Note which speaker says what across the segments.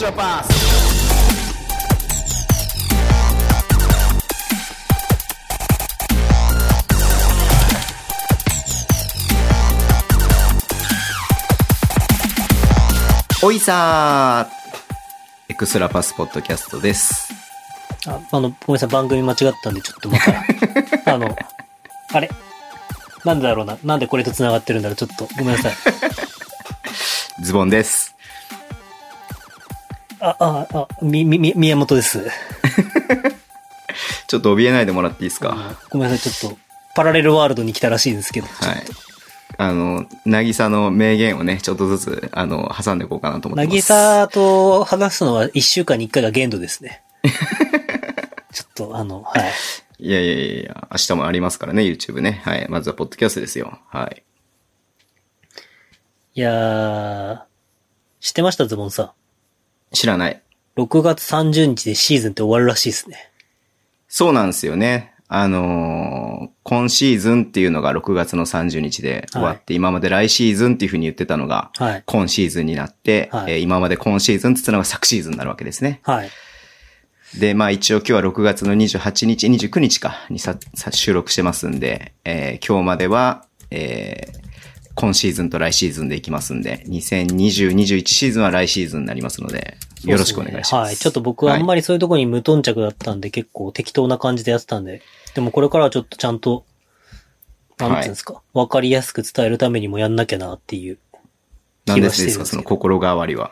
Speaker 1: your past.
Speaker 2: おいさーエクストラパスポッドキャストです。
Speaker 3: ああの、ごめんなさい、番組間違ったんで、ちょっとま た、あの、あれなんでだろうな、なんでこれと繋がってるんだろう、ちょっと、ごめんなさい。
Speaker 2: ズボンです。
Speaker 3: あ、あ、あ、み、み、み、宮本です。
Speaker 2: ちょっと怯えないでもらっていいですか、
Speaker 3: ごめんなさい、ちょっと、パラレルワールドに来たらしいんですけど、
Speaker 2: はい。あの、なぎさの名言をね、ちょっとずつ、あの、挟んでいこうかなと思って
Speaker 3: な
Speaker 2: ます。
Speaker 3: ぎさと話すのは一週間に一回が限度です ね。ちょっと、あの、はい。
Speaker 2: いやいやいやいや、明日もありますからね、YouTube ね。はい。まずは、ポッドキャストですよ。はい。
Speaker 3: いやー、知ってました、ズボンさ
Speaker 2: 知らない。
Speaker 3: ん。6月30日でシーズンって終わるらしいですね。
Speaker 2: そうなんですよね。あのー今シーズンっていうのが6月の30日で終わって、今まで来シーズンっていうふうに言ってたのが、
Speaker 3: はい。
Speaker 2: 今シーズンになって、
Speaker 3: はい
Speaker 2: えー今まで今シーズンって言ったのが昨シーズンになるわけですね。
Speaker 3: はい。
Speaker 2: で、まあ一応今日は6月の28日、29日か、にささ収録してますんで、えー今日までは、えー今シーズンと来シーズンでいきますんで、2020、21シーズンは来シーズンになりますので、よろしくお願いします。
Speaker 3: はい。ちょっと僕はあんまりそういうところに無頓着だったんで、結構適当な感じでやってたんで。でもこれからはちょっとちゃんと、なんていうんですか、わ、かりやすく伝えるためにもやんなきゃなっていう。
Speaker 2: 何で
Speaker 3: 気はして
Speaker 2: す
Speaker 3: る
Speaker 2: で
Speaker 3: んですす
Speaker 2: か、
Speaker 3: けど
Speaker 2: その心変わりは。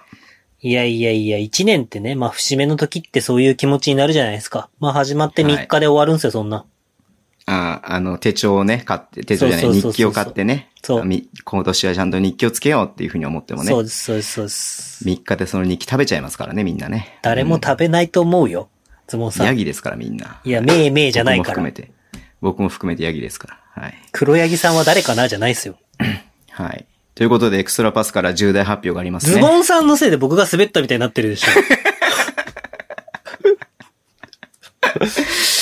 Speaker 3: いやいやいや、一年ってね、まあ節目の時ってそういう気持ちになるじゃないですか。まあ始まって3日で終わるんですよ、そんな。
Speaker 2: ああ、あの、手帳をね、買って、手帳じゃな
Speaker 3: そう
Speaker 2: い、
Speaker 3: そ
Speaker 2: 日
Speaker 3: うそうそう
Speaker 2: 記を買ってね。
Speaker 3: そう
Speaker 2: み今年はちゃんと日記をつけようっていうふうに思ってもね
Speaker 3: そ。うです、そうです、そうです。
Speaker 2: 3日でその日記食べちゃいますからね、みんなね。
Speaker 3: 誰も食べないと思うよ、ズボンさ
Speaker 2: ヤ
Speaker 3: ん。
Speaker 2: ギですから、みんな。
Speaker 3: いや、めいめいじゃない
Speaker 2: 僕
Speaker 3: か
Speaker 2: も含
Speaker 3: ら
Speaker 2: め。て。僕も含めてヤギですから。はい。
Speaker 3: 黒ヤギさんは誰かなじゃないですよ。
Speaker 2: はい。ということで、エクストラパスから重大発表がありますね。
Speaker 3: ズボンさんのせいで僕が滑ったみたいになってるでし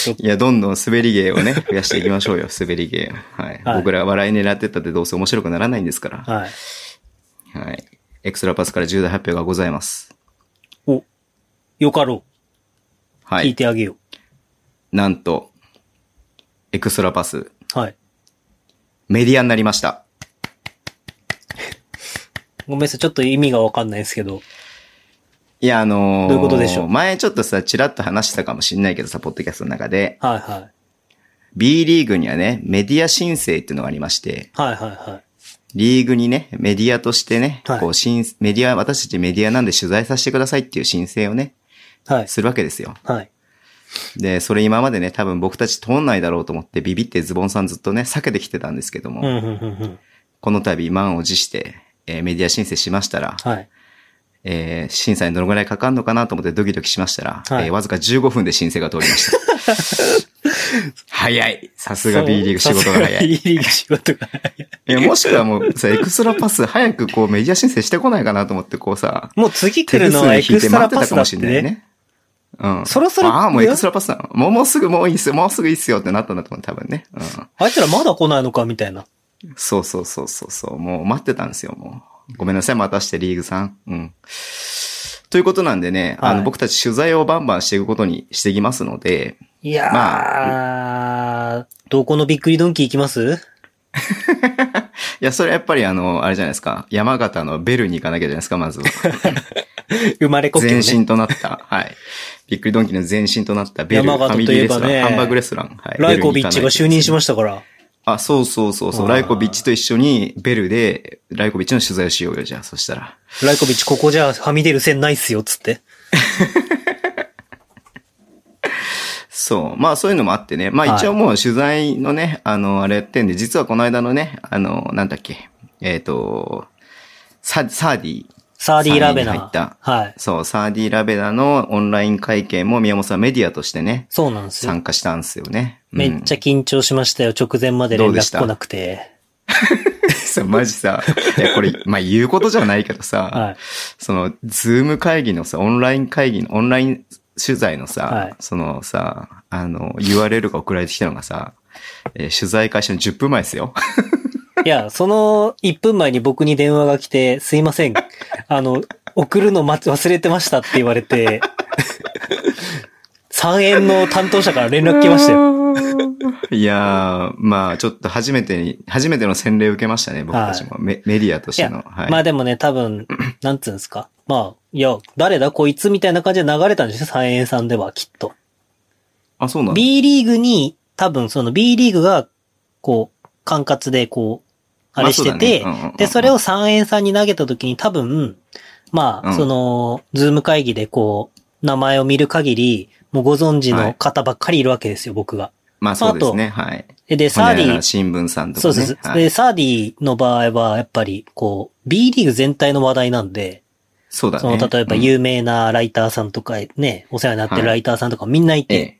Speaker 3: ょ。
Speaker 2: いや、どんどん滑り芸をね、増やしていきましょうよ、滑り芸を。はい。
Speaker 3: はい
Speaker 2: 僕ら笑い狙ってったってどうせ面白くならないんですから。
Speaker 3: はい。
Speaker 2: はい。エクストラパスから重大発表がございます。
Speaker 3: お、よかろ
Speaker 2: は
Speaker 3: う。聞い
Speaker 2: い。
Speaker 3: てあげよ
Speaker 2: なんと、エクストラパス、
Speaker 3: う。はい。
Speaker 2: メディアになりました。
Speaker 3: ごめんなさい、ちょっと意味がわかんないですけど。
Speaker 2: いや、あのー
Speaker 3: どういうことでしょう
Speaker 2: 前ちょっとさ、ちらっと話してたかもしんないけどさ、ポッドキャストの中で、
Speaker 3: はいはい。
Speaker 2: B リーグにはね、メディア申請っていうのがありまして、
Speaker 3: はいはいはい。
Speaker 2: リーグにね、メディアとしてね、
Speaker 3: はい
Speaker 2: こう、申メディア、私たちメディアなんで取材させてくださいっていう申請をね、
Speaker 3: はい。
Speaker 2: するわけですよ。
Speaker 3: はい。
Speaker 2: で、それ今までね、多分僕たち通んないだろうと思ってビビってズボンさんずっとね、避けてきてたんですけども、
Speaker 3: うんうんうんうん。
Speaker 2: この度満を持して、えーメディア申請しましたら、
Speaker 3: はい。
Speaker 2: えー審査にどのぐらいかかるのかなと思ってドキドキしましたら、
Speaker 3: はい
Speaker 2: えーわずか15分で申請が通りました。 早いさすが B リーグ仕事が早い。
Speaker 3: B リーグ仕事が早い。
Speaker 2: いやもしくはもうさ、エクストラパス早くこうメディア申請してこないかなと思ってこうさ、
Speaker 3: もう次 来るのはエ
Speaker 2: 手数
Speaker 3: クス
Speaker 2: 引
Speaker 3: トラ
Speaker 2: いて待
Speaker 3: パ
Speaker 2: ってた
Speaker 3: ス
Speaker 2: か
Speaker 3: だ
Speaker 2: も
Speaker 3: っ
Speaker 2: してれない
Speaker 3: ね。
Speaker 2: ね。うん。
Speaker 3: そろそろ
Speaker 2: ああ、もうエクストラパスなの。もうもうすぐもういいっすよ。もうすぐいいっすよってなったんだと思う、多分ね。う
Speaker 3: あいつらまだ来ないのかみたいな。
Speaker 2: ん。そうそうそうそうそう。もう待ってたんですよ、もう。ごめんなさい、待たして、リーグさん。うん。ということなんでね、あ
Speaker 3: は
Speaker 2: の、
Speaker 3: い
Speaker 2: 僕たち取材をバンバンしていくことにしていきますので、
Speaker 3: いやー、どこのびっくりドンキー行きます
Speaker 2: いや、それやっぱりあの、あれじゃないですか。山形のベルに行かなきゃじゃないですか、 まずは。
Speaker 3: 生まれ故郷
Speaker 2: 前
Speaker 3: ね。
Speaker 2: 身となった。はい。びっくりドンキーの前身となったベルフ
Speaker 3: 山
Speaker 2: ァ
Speaker 3: 形
Speaker 2: ミ
Speaker 3: と
Speaker 2: リー
Speaker 3: い
Speaker 2: レ
Speaker 3: え
Speaker 2: スト
Speaker 3: ば
Speaker 2: ラン、
Speaker 3: ね
Speaker 2: ハンバーグレストラン。はい。
Speaker 3: ライコビッチが就任しま
Speaker 2: し
Speaker 3: したから。
Speaker 2: た。あ、そうそうそうそう。
Speaker 3: あー
Speaker 2: ライコビッチと一緒に、ベルで、ライコビッチの取材をしようよ、じゃあ。そしたら。
Speaker 3: ライコビッチ、ここじゃはみ出る線ないっすよ、つって。
Speaker 2: そう。まあそういうのもあってね。まあ一応もう取材のね、あの、あれやってんで、実はこの間のね、あの、なんだっけ。えっ、と、サ、サーディ。
Speaker 3: サーディー・ラベ
Speaker 2: サーディーに入
Speaker 3: ナ
Speaker 2: った
Speaker 3: ー。はい。
Speaker 2: そう、サーディ・ラベダのオンライン会見も宮本さんメディアとしてね、
Speaker 3: そうなんですよ。
Speaker 2: 参加したんですよね。うん
Speaker 3: めっちゃ緊張しましたよ。直前まで連
Speaker 2: どうでし
Speaker 3: 絡
Speaker 2: た
Speaker 3: 来なくて。
Speaker 2: さ、マジさ、いや、これ、まあ、言うことじゃないけどさ、
Speaker 3: はい。
Speaker 2: その、ズーム会議のさ、オンライン会議の、オンライン取材のさ、
Speaker 3: はい
Speaker 2: そのさ、あの、URL が送られてきたのがさ、えー取材開始の10分前ですよ。
Speaker 3: いや、その1分前に僕に電話が来て、すいません。あの、送るの待つ忘れてましたって言わ れて、3円の担当者から連絡来ましたよ。
Speaker 1: よ。
Speaker 2: いやー、まあちょっと初めてに、初めての洗礼を受けましたね、僕たちも。メメディアとしての。はい。
Speaker 3: まあでもね、多分、なんつうんですか。まあ、いや、誰だこいつみたいな感じで流れたんですよ、三円さんでは、きっと。
Speaker 2: あ、そうなの
Speaker 3: B リーグに、多分その B リーグが、こう、管轄で、こう、あれしてて、
Speaker 2: まあそうだねうんうんうん
Speaker 3: で、それを三円さんに投げた時に多分、ま
Speaker 2: う
Speaker 3: あ、
Speaker 2: ん
Speaker 3: その、ズーム会議でこう、名前を見る限り、もうご存知の方ばっかりいるわけですよ、僕が。
Speaker 2: まあそうですね、はい。
Speaker 3: でで、サー
Speaker 2: ほに
Speaker 3: デ
Speaker 2: ゃら
Speaker 3: ィ
Speaker 2: ら新聞さんとか
Speaker 3: そう
Speaker 2: ね。
Speaker 3: です。
Speaker 2: はい
Speaker 3: で、サーディの場合は、やっぱり、こう、B リーグ全体の話題なんで、
Speaker 2: そうだ
Speaker 3: その、
Speaker 2: ね。
Speaker 3: 例えば
Speaker 2: うん
Speaker 3: 有名なライターさんとか、ね、お世話になってるライターさんとかみんない
Speaker 2: え
Speaker 3: て、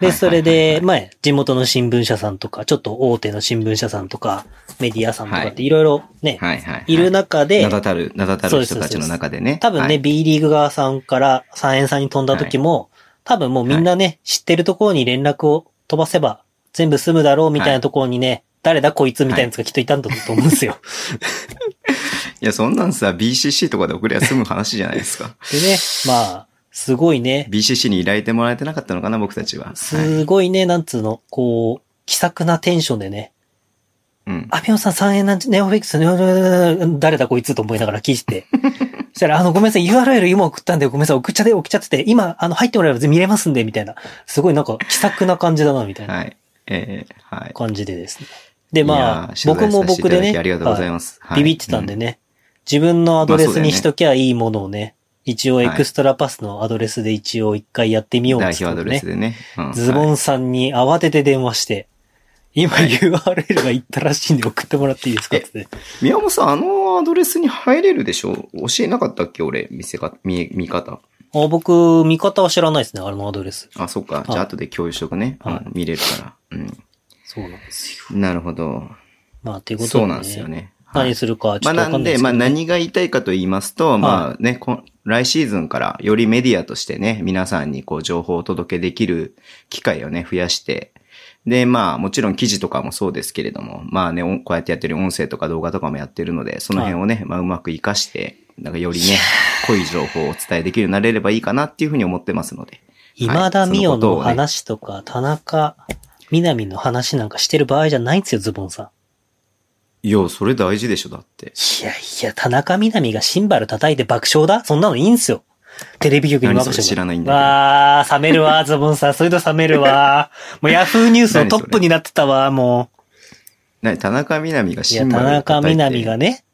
Speaker 2: え
Speaker 3: で、それ
Speaker 2: はいはいはい
Speaker 3: で
Speaker 2: は、い
Speaker 3: 前、地元の新聞社さんとか、ちょっと大手の新聞社さんとか、メディアさんとかっていろいろね、
Speaker 2: はいはいはい。
Speaker 3: いる中で
Speaker 2: 名、だたる、名だた
Speaker 3: そう
Speaker 2: る
Speaker 3: です
Speaker 2: 人たちの中でね。
Speaker 3: 多分
Speaker 2: は
Speaker 3: ね、
Speaker 2: い
Speaker 3: B リーグ側さんから3円さんに飛んだ時も、多分もうみんなね、知ってるところに連絡を飛ばせば、全部済むだろうみたいなところにね、誰だこいつみたいなやつがきっといたんだと思うんですよ。
Speaker 2: いや、そんなんさ、BCC とかで送りゃ済む話じゃないです か。
Speaker 3: でね、まあ、すごいね、
Speaker 2: BCC に依頼てもらえてなかったのかな、僕たちは。はい。
Speaker 3: すごいね、なんつうの、こう、気さくなテンションでね、
Speaker 2: うん。
Speaker 3: あ、ピオンさん3円なんち、ネオフィックス、ネオネオネオネオ誰だこいつと思いながら聞い て。そしたら、あの、ごめんなさい、URL 今送ったんで、ごめんなさい、送っちゃって、送っちゃってて、今、あの、入ってもらえば見れますんで、みたいな。すごいなんか、気さくな感じだな、みたいな
Speaker 2: はい。ええはい。
Speaker 3: 感じでですね。で、
Speaker 2: い
Speaker 3: ま
Speaker 2: や
Speaker 3: あ
Speaker 2: ー、取材
Speaker 3: 僕も
Speaker 2: させてい
Speaker 3: 僕
Speaker 2: ただ
Speaker 3: で
Speaker 2: き
Speaker 3: ね、
Speaker 2: ありがとうございます。
Speaker 3: は
Speaker 2: はいい
Speaker 3: ビビってたんで。ね、自分のアドレスにしときゃいいものをね、一応エクストラパスのアドレスで一応一回やって
Speaker 2: う
Speaker 3: みよ
Speaker 2: ん
Speaker 3: う
Speaker 2: 代
Speaker 3: っつ
Speaker 2: 表ア
Speaker 3: っ
Speaker 2: ドレ
Speaker 3: てね
Speaker 2: ス。でね。うん
Speaker 3: ズボンさんに慌てて電話して、今 URL がいったらしいんで送ってもらっていいですかってね。
Speaker 2: 宮本さん、あのアドレスに入れるでしょ教えなかったっけ俺、見せ方、見、見方。
Speaker 3: あ僕、見方は知らないですね、あのアドレス。
Speaker 2: あ、そっか。じゃ
Speaker 3: は
Speaker 2: あ、
Speaker 3: い
Speaker 2: 後で共有しとくね。う
Speaker 3: はい
Speaker 2: ん見れるから。
Speaker 3: そうなんですよ。
Speaker 2: うん。なるほど。
Speaker 3: まあ、ということで、
Speaker 2: そうなんですよ。ね。はい
Speaker 3: 何するかち
Speaker 2: ま
Speaker 3: ょ
Speaker 2: あ、
Speaker 3: っとわ
Speaker 2: な
Speaker 3: かん
Speaker 2: ん
Speaker 3: ないで
Speaker 2: で、
Speaker 3: すけど、
Speaker 2: まあ、何が言いたいかと言いますと、まあね、こん来シーズンからよりメディアとしてね、皆さんにこう情報をお届けできる機会をね、増やして、で、まあ、もちろん記事とかもそうですけれども、まあね、おこうやってやってる音声とか動画とかもやってるので、その辺をね、まあ、うまく活かして、なんかよりね、濃い情報をお伝えできるようになれればいいかなっていうふうに思ってますので。
Speaker 3: 今田美
Speaker 2: はいその
Speaker 3: 桜
Speaker 2: こと
Speaker 3: の
Speaker 2: をね
Speaker 3: 話とか、田中みなみの話なんかしてる場合じゃないんですよ、ズボンさん。
Speaker 2: いや、それ大事でしょ、だって。
Speaker 3: いやいや、田中みなみがシンバル叩いて爆笑だそんなのいいんすよ。テレビ局に任せ
Speaker 2: 何それ
Speaker 3: て
Speaker 2: 知らないんだけど
Speaker 3: わあ、冷める わ、ズボンさん。そういうの冷めるわ。もうヤフーニュースのトップになってたわ、も
Speaker 2: な田中みな実が
Speaker 3: う。い
Speaker 2: シ
Speaker 3: や、
Speaker 2: ン
Speaker 3: 田
Speaker 2: バルを
Speaker 3: 中
Speaker 2: 叩い
Speaker 3: み
Speaker 2: て
Speaker 3: なみがね、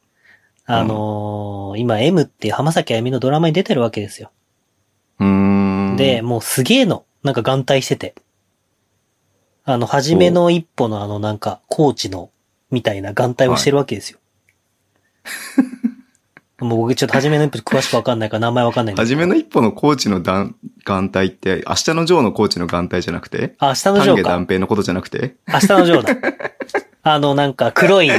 Speaker 3: あのー今 M っていう浜崎あゆみのドラマに出てるわけですよ。
Speaker 2: うーん。
Speaker 3: で、、もうすげえの。なんか眼帯してて。あの、初めの一歩のあの、なんか、コーチの、みたいな眼帯をしてるわけ ですよ。もう僕ちょっと初めの一歩詳しくわかんないから名前わかんないんだけど
Speaker 2: 初めの一歩のコーチの団眼帯って、明日のジョーのコーチの眼帯じゃなくて
Speaker 3: あ、下の
Speaker 2: 丹
Speaker 3: ジョ
Speaker 2: 下
Speaker 3: ー
Speaker 2: 断
Speaker 3: か。
Speaker 2: 平のことじゃなくて
Speaker 3: 明日のジョーだ。 あの、なんか、黒い、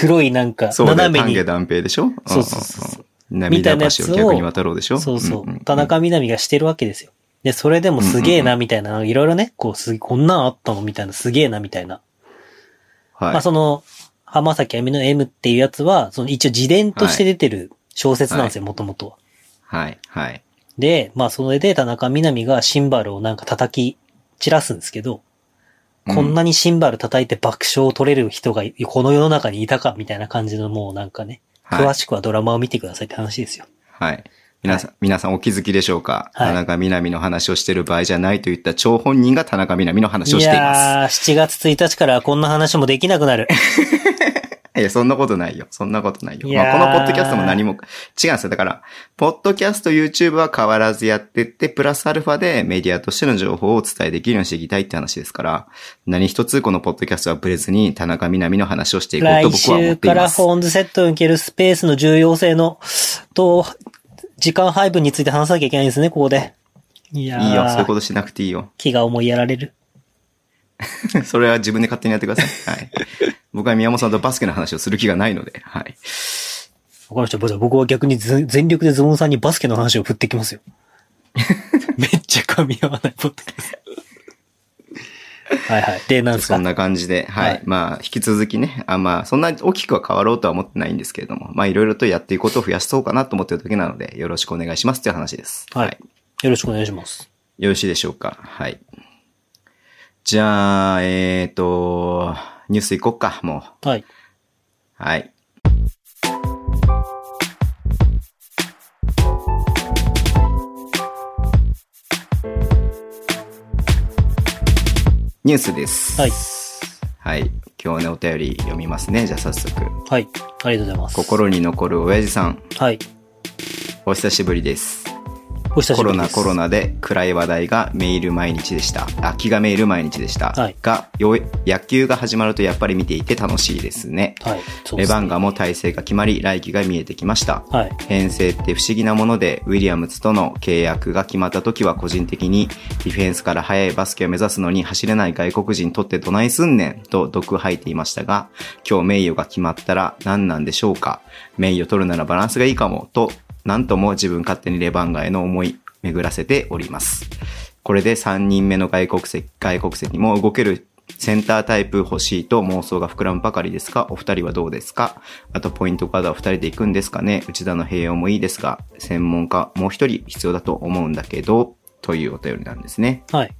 Speaker 3: 黒いなんか、
Speaker 2: そうだよ、
Speaker 3: 斜
Speaker 2: 丹
Speaker 3: め
Speaker 2: 下
Speaker 3: に。
Speaker 2: 断平でしょ
Speaker 3: そうそうそうそう。
Speaker 2: うんうんうん
Speaker 3: みた
Speaker 2: 涙
Speaker 3: いなやつを
Speaker 2: 橋を逆に渡ろうでしょ
Speaker 3: そうそ
Speaker 2: んん
Speaker 3: う。田中みなみがしてるわけですよ。で、それでもすげえな、みたいな、いろいろね、こう、すこんなんあったのみたいな、すげえな、みたいな。
Speaker 2: はい。
Speaker 3: まあ、その、浜崎あゆみの M っていうやつは、その一応自伝として出てる小説なんですよ、もともとは。
Speaker 2: はい、はい。
Speaker 3: で、まあ、それで田中みなみがシンバルをなんか叩き散らすんですけど、
Speaker 2: うん
Speaker 3: こんなにシンバル叩いて爆笑を取れる人がいこの世の中にいたかみたいな感じのもうなんかね、
Speaker 2: はい
Speaker 3: 詳しくはドラマを見てくださいって話ですよ。
Speaker 2: はい。皆さん、皆さんお気づきでしょうか、
Speaker 3: はい
Speaker 2: 田中みな実の話をしてる場合じゃないといった張本人が田中みな実の話をしています。
Speaker 3: やー、7月1日からこんな話もできなくなる。
Speaker 2: いや、そんなことないよ。そんなことないよ。
Speaker 3: いやー
Speaker 2: まあ、このポッドキャストも何も、違うんですよ。だから、ポッドキャスト、YouTube は変わらずやってって、プラスアルファでメディアとしての情報をお伝えできるようにしていきたいって話ですから、何一つこのポッドキャストはブレずに田中みなみの話をしていこうと
Speaker 3: 来
Speaker 2: 僕は思
Speaker 3: 週
Speaker 2: ってい
Speaker 3: から
Speaker 2: ます。
Speaker 3: ホーンズセットに行けるスペースの重要性の、と、時間配分について話さなきゃいけないんですね、ここで。いやー
Speaker 2: いいよ。そういうことしなくていいよ。
Speaker 3: 気が重いやられる。
Speaker 2: それは自分で勝手にやってください。はい。僕は宮本さんとバスケの話をする気がないので、はい。
Speaker 3: わかりました。僕は逆にず全力でズボンさんにバスケの話を振って きますよ。めっちゃ噛み合わないポッドキャストはいはい。で、なんです
Speaker 2: そ
Speaker 3: か
Speaker 2: んな感じで、はい。
Speaker 3: はい
Speaker 2: まあ、引き続きね、あまあ、そんな大きくは変わろうとは思ってないんですけれども、まあ、いろいろとやっていくことを増やそうかなと思ってるだけなので、よろしくお願いしますという話です。
Speaker 3: はいよろしくお願いします。
Speaker 2: よろしいでしょうか。はい。じゃあ、えっ、と、ニュースいこっか、もう。
Speaker 3: はい。
Speaker 2: はい。ニュースです。
Speaker 3: はい。
Speaker 2: はい。今日はね、お便り読みますね。じゃあ早速。
Speaker 3: はい。ありがとうございます。
Speaker 2: 心に残る親父さん、
Speaker 3: はい。
Speaker 2: お久しぶりです。
Speaker 3: お久し
Speaker 2: コ
Speaker 3: ぶ
Speaker 2: ロ
Speaker 3: りで
Speaker 2: ナ
Speaker 3: す。
Speaker 2: コロナで暗い話題がメール毎日でした。あ、気がメール毎日でした。
Speaker 3: はい
Speaker 2: が、よう野球が始まるとやっぱり見ていて楽しいですね。
Speaker 3: はい。そう
Speaker 2: レ
Speaker 3: です
Speaker 2: バンガも体制が決まり、来季が見えてきました。
Speaker 3: はい。
Speaker 2: 編成って不思議なもので、ウィリアムズとの契約が決まった時は個人的に、ディフェンスから速いバスケを目指すのに走れない外国人とってどないすんねんと毒吐いていましたが、今日名誉が決まったら何なんでしょうか名誉取るならバランスがいいかもと、なんとも自分勝手にレバンガへの思い巡らせております。これで3人目の外国籍、外国籍も動けるセンタータイプ欲しいと妄想が膨らむばかりですが、お二人はどうですかあとポイントカードは二人で行くんですかね内田の併用もいいですが、専門家もう一人必要だと思うんだけど、というお便りなんですね。
Speaker 3: はい。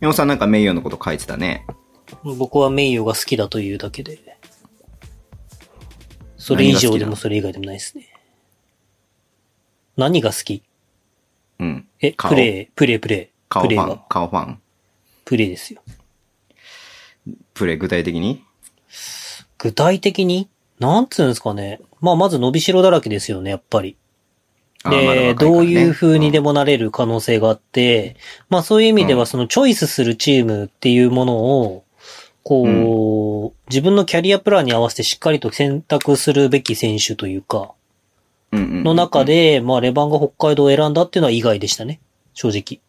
Speaker 2: 宮本さんなんか名誉のこと書いてたね。
Speaker 3: 僕は名誉が好きだというだけで。それ以上でもそれ以外でもないですね。何が好き
Speaker 2: うん。
Speaker 3: え、
Speaker 2: 顔
Speaker 3: プレイ、プレイ、プレイ。
Speaker 2: 顔
Speaker 3: プ
Speaker 2: フ
Speaker 3: レイ
Speaker 2: ァン
Speaker 3: が、。
Speaker 2: 顔ファン。
Speaker 3: プレイですよ。
Speaker 2: プレイ具体的に
Speaker 3: 具体的になんつうんですかね。まあ、まず伸びしろだらけですよね、やっぱり。
Speaker 2: あーまだ若
Speaker 3: で、
Speaker 2: いからね
Speaker 3: どういう風にで
Speaker 2: も。
Speaker 3: もなれる可能性があって、まあそういう意味で
Speaker 2: う
Speaker 3: はそのチョイスするチームっていうものを、こう、自分のキャリアプランに合わせてしっかりと選択するべき選手というか、
Speaker 2: うんうんうん
Speaker 3: の中。で、まあレバンが北海道を選んだっていうのは意外でしたね。正直。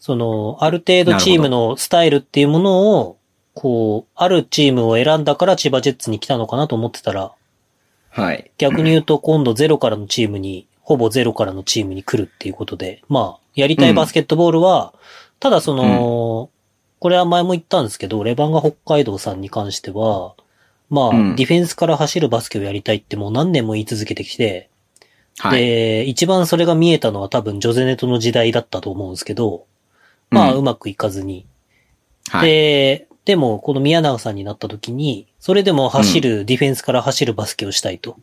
Speaker 3: その、ある程度チームのスタイルっていうものを、こう、あるチームを選んだから千葉ジェッツに来たのかなと思ってたら、
Speaker 2: はい。
Speaker 3: 逆に言うと今度ゼロからのチームに、ほぼゼロからのチームに来るっていうことで、まあ、やりたいバスケットボールは、ただその、これは前も言ったんですけど、レバンガ北海道さんに関しては、まあ、
Speaker 2: うん
Speaker 3: ディフェンスから走るバスケをやりたいってもう何年も言い続けてきて、
Speaker 2: はい。
Speaker 3: で、一番それが見えたのは多分ジョゼネトの時代だったと思うんですけど、まあ、
Speaker 2: うん
Speaker 3: うまくいかずに、
Speaker 2: はい。
Speaker 3: で、でも、この宮永さんになった時に、それでも走る、ディフェンスから走るバスケをしたいと。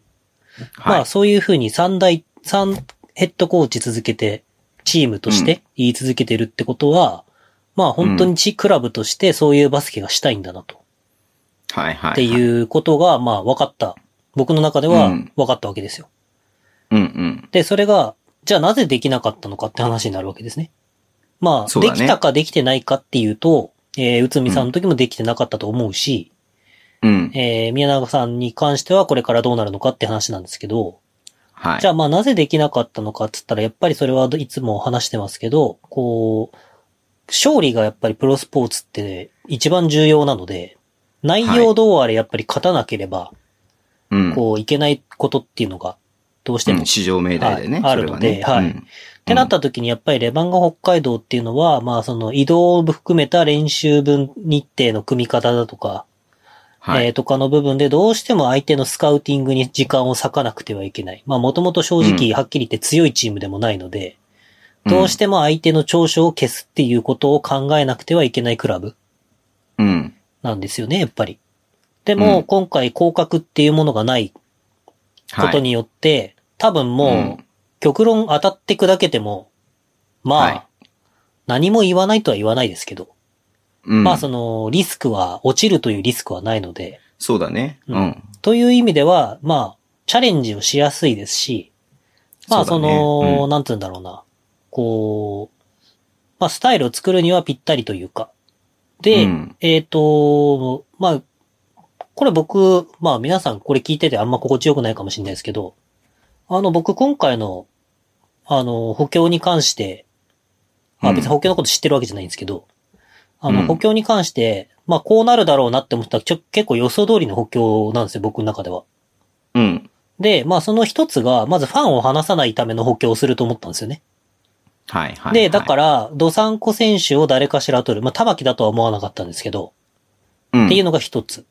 Speaker 2: は
Speaker 3: まあ
Speaker 2: い。
Speaker 3: そういうふうに三大、三ヘッドコーチ続けて、チームとして言い続けてるってことは、まあ本当にチクラブとしてそういうバスケがしたいんだなと。
Speaker 2: はい。はい。
Speaker 3: って
Speaker 2: う。
Speaker 3: いうことが、まあ分かった。僕の中で
Speaker 2: う
Speaker 3: は
Speaker 2: ん
Speaker 3: 分かったわけですよ。
Speaker 2: うんうん。
Speaker 3: で、それが、じゃあなぜできなかったのかって話になるわけですね。まあ、
Speaker 2: そう
Speaker 3: で
Speaker 2: だね
Speaker 3: きたかできてないかっていうと、えー、内海さんの時もできてなかったと思うし、
Speaker 2: うん。
Speaker 3: えー、宮永さんに関してはこれからどうなるのかって話なんですけど、
Speaker 2: はい。
Speaker 3: じゃあまあなぜできなかったのかっつったら、やっぱりそれはいつも話してますけど、こう、勝利がやっぱりプロスポーツって一番重要なので、内容どうあれやっぱり勝たなければ、
Speaker 2: うん。
Speaker 3: こういけないことっていうのがどうしても。
Speaker 2: うん
Speaker 3: っ
Speaker 2: 市場命題でね。
Speaker 3: はい
Speaker 2: それ
Speaker 3: あるのではい
Speaker 2: うん
Speaker 3: てなった時にやっぱりレバンガ北海道っていうのは、まあその移動を含めた練習分日程の組み方だとか、
Speaker 2: はい
Speaker 3: えーとかの部分でどうしても相手のスカウティングに時間を割かなくてはいけない。まあもともと正直、
Speaker 2: うん
Speaker 3: はっきり言って強いチームでもないので、どうしても相手の長所を消すっていうことを考えなくてはいけないクラブ
Speaker 2: うん。
Speaker 3: なんですよね、やっぱり。で
Speaker 2: う
Speaker 3: も、
Speaker 2: ん
Speaker 3: 今回降格っていうものがないこ
Speaker 2: はい
Speaker 3: とによって、多分もう、
Speaker 2: うん
Speaker 3: 極論当たって砕けても、まあ、
Speaker 2: はい
Speaker 3: 何も言わないとは言わないですけど、
Speaker 2: うん
Speaker 3: まあその、リスクは、落ちるというリスクはないので、
Speaker 2: そうだね。
Speaker 3: う
Speaker 2: うんん。
Speaker 3: という意味では、まあ、チャレンジをしやすいですし、まあ、
Speaker 2: そ
Speaker 3: そう
Speaker 2: だね
Speaker 3: の、
Speaker 2: うん
Speaker 3: なんつうんだろうな、こう、まあ、スタイルを作るにはぴったりというか。で、
Speaker 2: うん
Speaker 3: えっ、と、まあ、これ僕、まあ皆さんこれ聞いててあんま心地よくないかもしれないですけど、あの僕今回の、あの、補強に関して、まあ
Speaker 2: うん
Speaker 3: 別に補強のこと知ってるわけじゃないんですけど、あ
Speaker 2: う
Speaker 3: の
Speaker 2: ん
Speaker 3: 補強に関して、まあこうなるだろうなって思ったらちょ結構予想通りの補強なんですよ、僕の中では。
Speaker 2: うん。
Speaker 3: で、まあその一つが、まずファンを離さないための補強をすると思ったんですよね。
Speaker 2: はいはい、はい。
Speaker 3: で、だから、ドサンコ選手を誰かしら取る。まあ、玉木だとは思わなかったんですけど、
Speaker 2: ら、
Speaker 3: っていう
Speaker 2: の。
Speaker 3: のが一つ。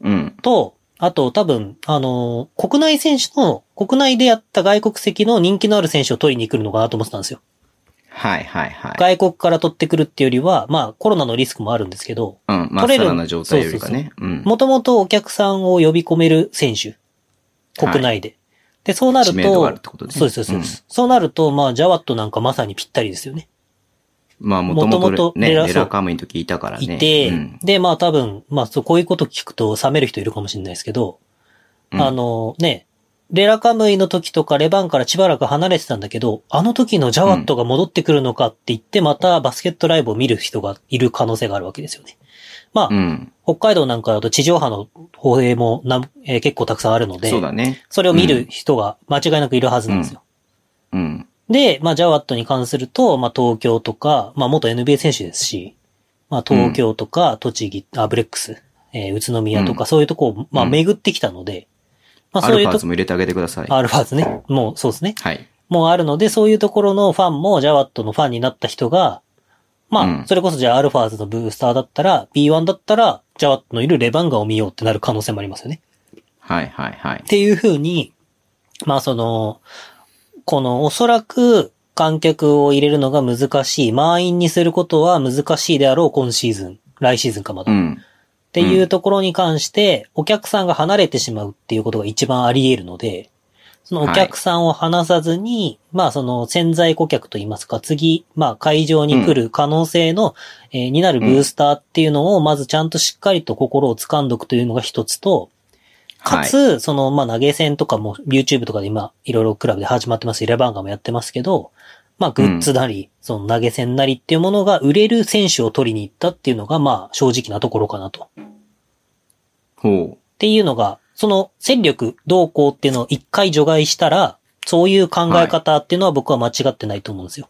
Speaker 2: うん。
Speaker 3: と、あと多分、あのー国内選手の、国内でやった外国籍の人気のある選手を取りに来るのかなと思ってたんですよ。
Speaker 2: はいはいはい。
Speaker 3: 外国から取ってくるっていうよりは、まあコロナのリスクもあるんですけど、
Speaker 2: うん。まっ
Speaker 3: 取れ
Speaker 2: さ
Speaker 3: る
Speaker 2: らな状態よりかね。うん。
Speaker 3: もともとお客さんを呼び込める選手。国内で。で、そうなると、
Speaker 2: 知名度があるってことね
Speaker 3: そうです、そうです。そうなると、まあ、ジャワットなんかまさにぴったりですよね。
Speaker 2: まあ、もともと
Speaker 3: 元々
Speaker 2: ね、
Speaker 3: レラ
Speaker 2: レラカムの時いたからね。
Speaker 3: いて、
Speaker 2: うん
Speaker 3: で、まあ多分、まあそう、こういうこと聞くと冷める人いるかもしれないですけど、
Speaker 2: うん
Speaker 3: あのね、レラカムイの時とかレバンからしばらく離れてたんだけど、あの時のジャワットが戻ってくるのかって言って、またバスケットライブを見る人がいる可能性があるわけですよね。まあ、
Speaker 2: うん。
Speaker 3: 北海道なんかだと地上波の放映もな、えー結構たくさんあるので
Speaker 2: そうだね。
Speaker 3: それを見る人が間違いなくいるはずなんですよ。
Speaker 2: うん。
Speaker 3: で、まあ、ジャワットに関すると、まあ、東京とか、まあ、元 NBA 選手ですし、まあ、東京とか、栃木、あ、ブレックス、えー宇都宮とか、そういうとこを、まあ、
Speaker 2: うん
Speaker 3: 巡ってきたので、まあ、
Speaker 2: ア
Speaker 3: そう
Speaker 2: ル
Speaker 3: い
Speaker 2: ファ
Speaker 3: う
Speaker 2: ー
Speaker 3: と
Speaker 2: ズも入れてあげてください。
Speaker 3: アルファーズね。もう、そうですね。
Speaker 2: はい。
Speaker 3: もうあるので、そういうところのファンも、ジャワットのファンになった人が、
Speaker 2: う
Speaker 3: ま
Speaker 2: ん
Speaker 3: あ、それこそじゃあ、アルファーズのブースターだったら、B1 だったら、ジャワットのいるレバンガを見ようってなる可能性もありますよね。
Speaker 2: はいはいはい
Speaker 3: っ。ていう風に、まあその、このおそらく観客を入れるのが難しい、満員にすることは難しいであろう今シーズン、来シーズンかまだ。
Speaker 2: う
Speaker 3: っ
Speaker 2: ん。
Speaker 3: ていうところに関して、お客さんが離れてしまうっていうことが一番あり得るので、そのお客さんを離さずに、まあその潜在顧客といいますか、次、まあ会場に来る可能性の、えーになるブースターっていうのを、まずちゃんとしっかりと心を掴んどくというのが一つと、かつ、
Speaker 2: はい、
Speaker 3: その、まあ、投げ銭とかも、YouTube とかで今、いろいろクラブで始まってますし、レバンガもやってますけど、まあ、グッズなり、その投げ銭なりっていうものが売れる選手を取りに行ったっていうのが、まあ、正直なところかなと。っ
Speaker 2: ほ
Speaker 3: ていうのが、その戦力動向っていうのを一回除外したら、そういう考え方っていうのは僕は間違ってないと思うんですよ。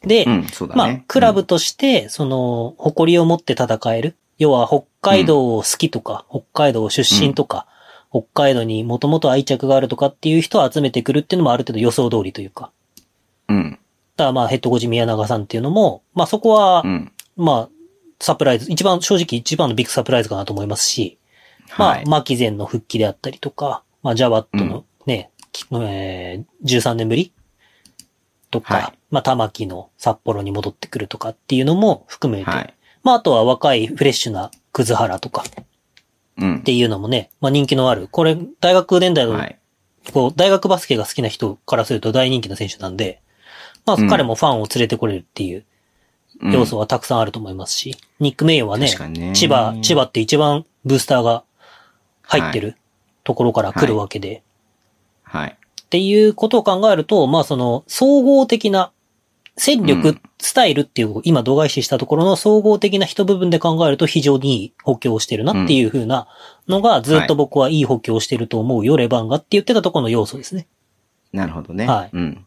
Speaker 3: で、
Speaker 2: う。うん、そうだね。
Speaker 3: まあ、クラ
Speaker 2: う
Speaker 3: ブ
Speaker 2: ん
Speaker 3: として、その、誇りを持って戦える。要は、北海道を好きとか、北海道出身とか、北海道にもともと愛着があるとかっていう人を集めてくるっていうのもある程度予想通りというか。
Speaker 2: うん。
Speaker 3: だからまあ、ヘッドコーチ宮永さんっていうのも、まあそこは
Speaker 2: う、ん。
Speaker 3: まあ、サプライズ、一番、正直一番のビッグサプライズかなと思いますし、まあ、
Speaker 2: はい。
Speaker 3: マキゼンの復帰であったりとか、まあ、ジャワットのね、きえー、13年ぶりとか、
Speaker 2: はい
Speaker 3: まあ、玉木の札幌に戻ってくるとかっていうのも含めて、
Speaker 2: はい。
Speaker 3: まあ、あとは若いフレッシュな葛原とかっ
Speaker 2: うん。
Speaker 3: ていうのもね、まあ、人気のある、これ、大学年代の、
Speaker 2: はい。
Speaker 3: こう、大学バスケが好きな人からすると大人気な選手なんで、まあ、
Speaker 2: うん
Speaker 3: 彼もファンを連れてこれるっていう
Speaker 2: うん
Speaker 3: 要素はたくさんあると思いますし、ニック・メイヨンはね
Speaker 2: 確かにね
Speaker 3: 千葉、千葉って一番ブースターが入ってるところから来るわけで、
Speaker 2: はい。
Speaker 3: っていうことを考えると、まあその総合的な戦力、
Speaker 2: うん
Speaker 3: スタイルっていう、今度外視したところの総合的な一部分で考えると非常にいい補強をしてるなっていう風なのが、ずっと僕はいい補強をしてると思うよ、レバンがって言ってたところの要素ですね。
Speaker 2: なるほどね。
Speaker 3: はい
Speaker 2: うん。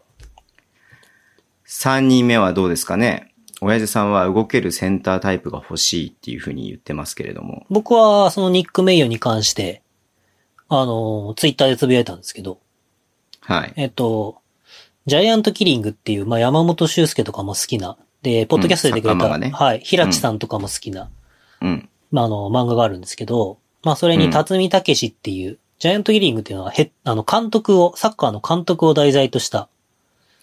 Speaker 2: 3人目はどうですかね親父さんは動けるセンタータイプが欲しいっていうふうに言ってますけれども。
Speaker 3: 僕はそのニック・メイヨンに関して、あの、ツイッターでつぶやいたんですけど、
Speaker 2: はい。
Speaker 3: えっと、ジャイアントキリングっていう、まあ、山本修介とかも好きな、で、ポッドキャストで出てく
Speaker 2: うん
Speaker 3: れ
Speaker 2: サッカー
Speaker 3: た、
Speaker 2: 漫画ね
Speaker 3: はい、平地さんとかも好きな、
Speaker 2: うん。
Speaker 3: まあ、あの、漫画があるんですけど、まあ、それ
Speaker 2: う
Speaker 3: に、
Speaker 2: ん
Speaker 3: 辰巳武史っていう、ジャイアントギリングっていうのは、へ、あの、監督を、サッカーの監督を題材とした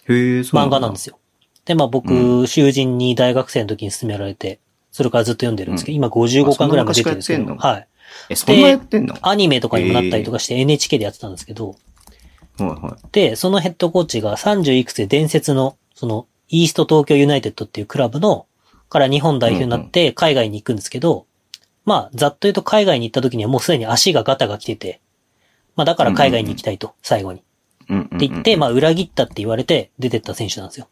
Speaker 2: へえ、そう。
Speaker 3: 漫画なんですすよ。で、まあ、僕、
Speaker 2: う
Speaker 3: 囚人に大学生の時に勧められて、それからずっと読んでるんですけど、今55巻ぐらいまで出てるんですけ
Speaker 2: あそ
Speaker 3: ど、
Speaker 2: んな昔から
Speaker 3: はい。
Speaker 2: え、そんなやってんのは
Speaker 3: アニメとかにもなったりとかして、NHK でやってたんですけど、
Speaker 2: いは
Speaker 3: で、そのヘッドコーチが30いくつで伝説の、その、イースト東京ユナイテッドっていうクラブの、から日本代表になって海外に行くんですけど、まあ、ざっと言うと海外に行った時にはもうすでに足がガタが来てて、まあだから海外に行きたいと、最後に。
Speaker 2: い。うんうん、うん。
Speaker 3: って言って、まあ裏切ったって言われて出てった選手なんですよ。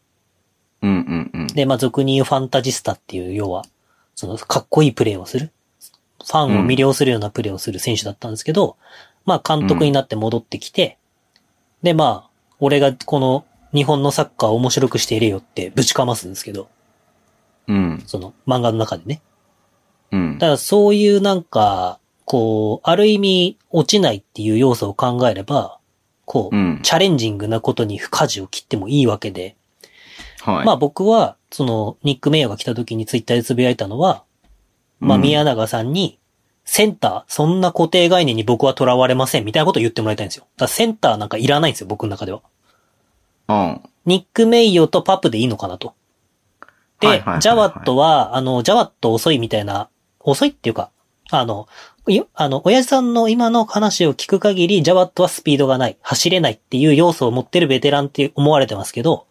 Speaker 2: うんうんうん。
Speaker 3: で、まあ俗に言うファンタジスタっていう、要は、その、かっこいいプレーをする。ファンを魅了するようなプレーをする選手だったんですけど、まあ監督になって戻ってきて、で、まあ、俺がこの日本のサッカーを面白くしていれよってぶちかますんですけど、
Speaker 2: うん。
Speaker 3: その漫画の中でね。
Speaker 2: うん。
Speaker 3: ただそういうなんか、こう、ある意味落ちないっていう要素を考えれば、こう、
Speaker 2: うん
Speaker 3: チャレンジングなことに舵を切ってもいいわけで、
Speaker 2: はい。
Speaker 3: まあ僕は、その、ニック・メイヤーが来た時にツイッターでつぶやいたのは、まあ
Speaker 2: うん
Speaker 3: 宮永さんに、センター、そんな固定概念に僕は囚われませんみたいなことを言ってもらいたいんですよ。だからセンターなんかいらないんですよ、僕の中では。
Speaker 2: うん。
Speaker 3: ニック・メイヨとパプでいいのかなと。で、
Speaker 2: はいはいはいはい
Speaker 3: ジャワットは、あの、ジャワット遅いみたいな、遅いっていうか、あの、いあの、親父さんの今の話を聞く限り、ジャワットはスピードがない、走れないっていう要素を持ってるベテランって思われてますけど、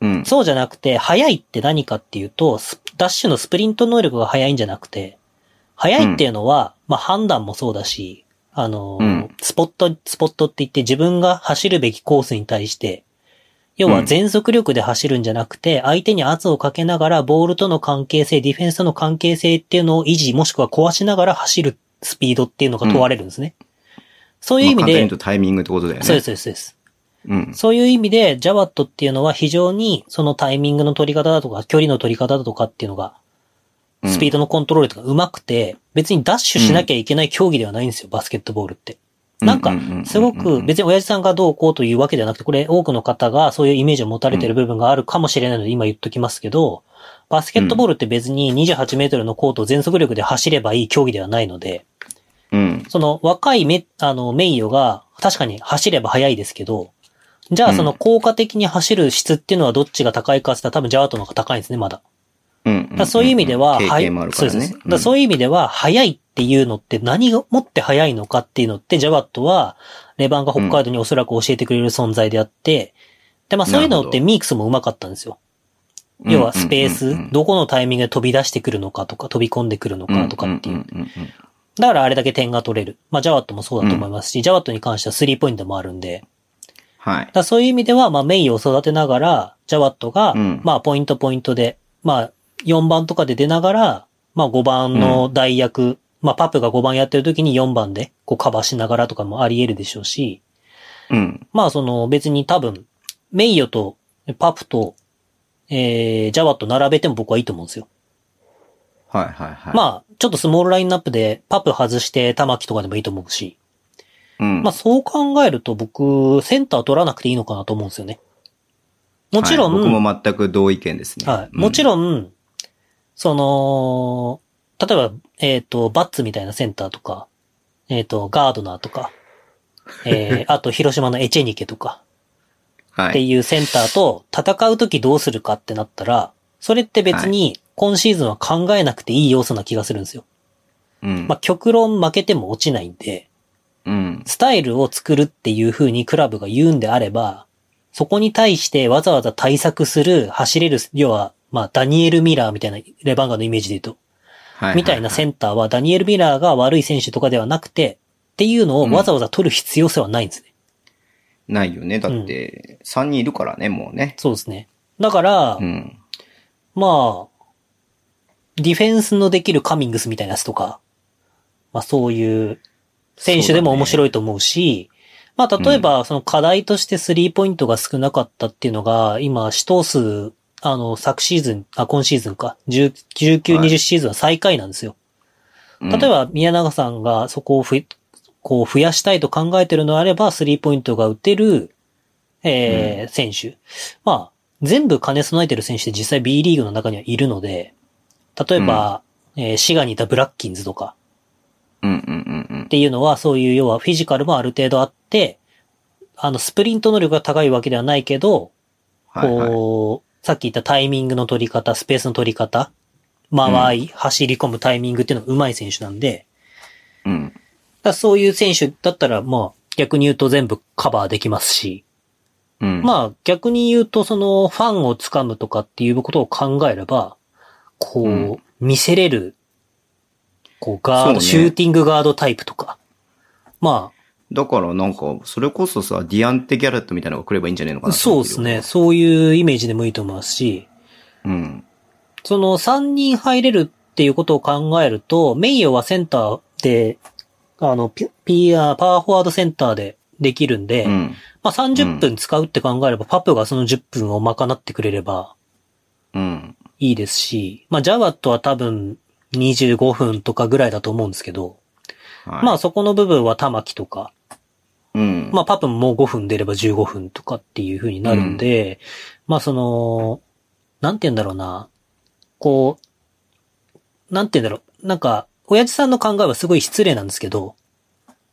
Speaker 2: うん。
Speaker 3: そうじゃなくて、速いって何かっていうと、スダッシュのスプリント能力が速いんじゃなくて、速いっていうのは、まあ判断もそうだし、あの、
Speaker 2: うん
Speaker 3: スポット、スポットって言って自分が走るべきコースに対して、要は全速力で走るんじゃなくて、相手に圧をかけながら、ボールとの関係性、ディフェンスとの関係性っていうのを維持、もしくは壊しながら走るスピードっていうのが問われるんですね。そういう意
Speaker 2: ま
Speaker 3: 味
Speaker 2: あ簡単に言
Speaker 3: で
Speaker 2: う、とタイミングってことだよね。
Speaker 3: そうです、そうです、そうです。
Speaker 2: うん。
Speaker 3: そういう意味で、ジャワットっていうのは非常にそのタイミングの取り方だとか、距離の取り方だとかっていうのが、
Speaker 2: うん
Speaker 3: スピードのコントロールとか上手くて、別にダッシュしなきゃいけない競技ではないんですよ、バスケットボールって。なんか
Speaker 2: うんうんうんうんう、ん
Speaker 3: すごく、別に親父さんがどうこうというわけではなくて、これ多くの方がそういうイメージを持たれてる部分があるかもしれないので、今言っときますけど、バスケットボールって別に28メートルのコートを全速力で走ればいい競技ではないので、
Speaker 2: うん。
Speaker 3: その若いメ、あの、名誉が確かに走れば速いですけど、じゃあ
Speaker 2: うん
Speaker 3: その効果的に走る質っていうのはどっちが高いかって言ったら多分ジャワートの方が高いんですね、まだ。
Speaker 2: うん。ん
Speaker 3: だからそういう意味では、
Speaker 2: 経
Speaker 3: は
Speaker 2: 験もあるから
Speaker 3: そうで
Speaker 2: ね
Speaker 3: す。だからそう
Speaker 2: い
Speaker 3: いう意味では、速いっていうのって何がもって速いのかっていうのって、ジャワットは、レバンが北海道におそらく教えてくれる存在であって、で、まあそういうの
Speaker 2: なるほ
Speaker 3: っ
Speaker 2: ど
Speaker 3: てミークスも上手かったんですよ。
Speaker 2: うん
Speaker 3: 要はスペー
Speaker 2: うんうんうん
Speaker 3: ス、どこのタイミングで飛び出してくるのかとか、飛び込んでくるのかとかっていう。
Speaker 2: んんんん
Speaker 3: だからあれだけ点が取れる。まあ、ジャワットもそうだと思いますし、ジャワットに関してはスリーポイントもあるんで、
Speaker 2: はい
Speaker 3: だか。らそういう意味では、まあ、メインを育てながら、ジャワットが、
Speaker 2: うん
Speaker 3: まあ、ポイントポイントで、まあ、4番とかで出ながら、まあ、5番の代役、まあ、パプが5番やってる時に4番で、こう、カバーしながらとかもあり得るでしょうし、
Speaker 2: うん。
Speaker 3: まあ、その、別に多分、メイヨと、パプと、えー、ジャワット並べても僕はいいと思うんですよ。
Speaker 2: はいはいはい。あ、
Speaker 3: まあ、ちょっとスモールラインナップで、パプ外して、玉木とかでもいいと思うし、
Speaker 2: うん。
Speaker 3: まあそう考えると僕、センター取らなくていいのかなと思うんですよね。もちろん、
Speaker 2: はい
Speaker 3: はい
Speaker 2: 僕も全く同意見ですね。う
Speaker 3: もちろん、その、例えば、えっ、と、バッツみたいなセンターとか、えっ、と、ガードナー とか、えー、あと広島のエチェニケとか
Speaker 2: は
Speaker 3: って
Speaker 2: い。
Speaker 3: いうセンターと戦うときどうするかってなったら、それって別に今シーズンは考えなくていい要素な気がするんですよ。
Speaker 2: うん
Speaker 3: まあ、極論負けても落ちないんで、
Speaker 2: うん。
Speaker 3: スタイルを作るっていう風にクラブが言うんであれば、そこに対してわざわざ対策する、走れる、要は、まあ、ダニエル・ミラーみたいな、レバンガのイメージで言う
Speaker 2: は
Speaker 3: と、みたいなセ
Speaker 2: ン
Speaker 3: ンターは、ダニエル・ミラーが悪い選手とかではなくて、っていうのをわざわざ取る必要性はないんですね。
Speaker 2: ないよね。だって、3人いるからね、もうね。
Speaker 3: そうですね。だから、
Speaker 2: うん。
Speaker 3: まあ、ディフェンスのできるカミングスみたいなやつとか、まあそういう選手でも面白いと思うし、まあ例えばその課題としてスリーポイントが少なかったっていうのが、今、死闘数、あの、昨シーズン、あ、今シーズンか、10 19、
Speaker 2: はい
Speaker 3: 20シーズンは最下位なんですよ。
Speaker 2: うん
Speaker 3: 例え、ば宮永さんがそこをふいこう増やしたいと考えてるのであれば、スリーポイントが打てる、えー選手。まあ、全部兼ね備えてる選手って実際 B リーグの中にはいるので、例えば、えー滋賀にいたブラッキンズとか
Speaker 2: うんうんうんうん
Speaker 3: っ。ていうのは、そういう要はフィジカルもある程度あって、あの、スプリント能力が高いわけではないけど、
Speaker 2: はいはい。
Speaker 3: こう、さっき言ったタイミングの取り方、スペースの取り方、間合い、走り込むタイミングっていうのが上手い選手なんで、
Speaker 2: うん。
Speaker 3: だからそういう選手だったら、まあ、逆に言うと全部カバーできますし、
Speaker 2: うん。あ、
Speaker 3: まあ、逆に言うと、その、ファンをつかむとかっていうことを考えれば、こう、
Speaker 2: うん
Speaker 3: 見せれる、こう、ガー
Speaker 2: そ
Speaker 3: ド、
Speaker 2: うね
Speaker 3: シューティングガードタイプとか、ま
Speaker 2: だからなんか、それこそさ、ディアンテ・ギャレットみたいなのが来ればいいんじゃねえのか
Speaker 3: あ、
Speaker 2: な。
Speaker 3: そうですね、。そういうイメージでもいいと思いますし、
Speaker 2: うん。
Speaker 3: その、3人入れるっていうことを考えると、メイヨはセンターで、あの、ピ、ピア、パワーフォワードセンターでできるんで、
Speaker 2: うん。
Speaker 3: まあ、30分使うって考えれば、パプがその10分を賄ってくれれば
Speaker 2: うん。
Speaker 3: いいですし、まあ、ジャワットは多分25分とかぐらいだと思うんですけど、
Speaker 2: はい。
Speaker 3: まあ、そこの部分は玉木とか、
Speaker 2: うん。
Speaker 3: まあ、パプももう5分出れば15分とかっていう風になるんで、まあ、その、なんて言うんだろうな。こう、なんて言うんだろう。なんか、親父さんの考えはすごい失礼なんですけど、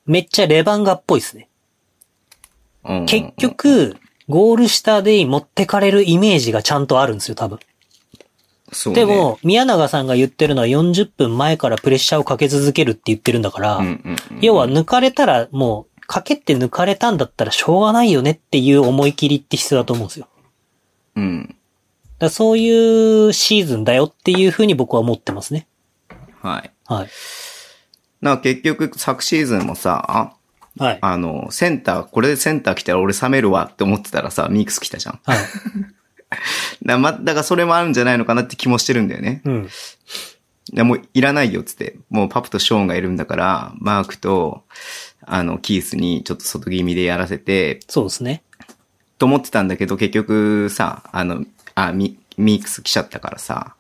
Speaker 3: めっちゃレバンガっぽいですね。
Speaker 2: うんうんうん
Speaker 3: 結、局、ゴール下で持ってかれるイメージがちゃんとあるんですよ、多分。
Speaker 2: そうね
Speaker 3: でも、、宮永さんが言ってるのは40分前からプレッシャーをかけ続けるって言ってるんだから、
Speaker 2: うんうんうん
Speaker 3: 要は抜かれたらもう、かけて抜かれたんだったらしょうがないよねっていう思い切りって必要だと思うんですよ。
Speaker 2: うん。
Speaker 3: だからそういうシーズンだよっていうふうに僕は思ってますね。
Speaker 2: はい。
Speaker 3: はい。
Speaker 2: なんか結局、昨シーズンもさ、
Speaker 3: はい。
Speaker 2: あの、センター、これでセンター来たら俺冷めるわって思ってたらさ、ミックス来たじゃん。
Speaker 3: はい。
Speaker 2: だま、だからそれもあるんじゃないのかなって気もしてるんだよね。
Speaker 3: うん。
Speaker 2: でもういらないよっつって、もうパプとショーンがいるんだから、マークと、あの、キースにちょっと外気味でやらせて、
Speaker 3: そうですね。
Speaker 2: と思ってたんだけど、結局さ、あの、あ、ミミックス来ちゃったからさ、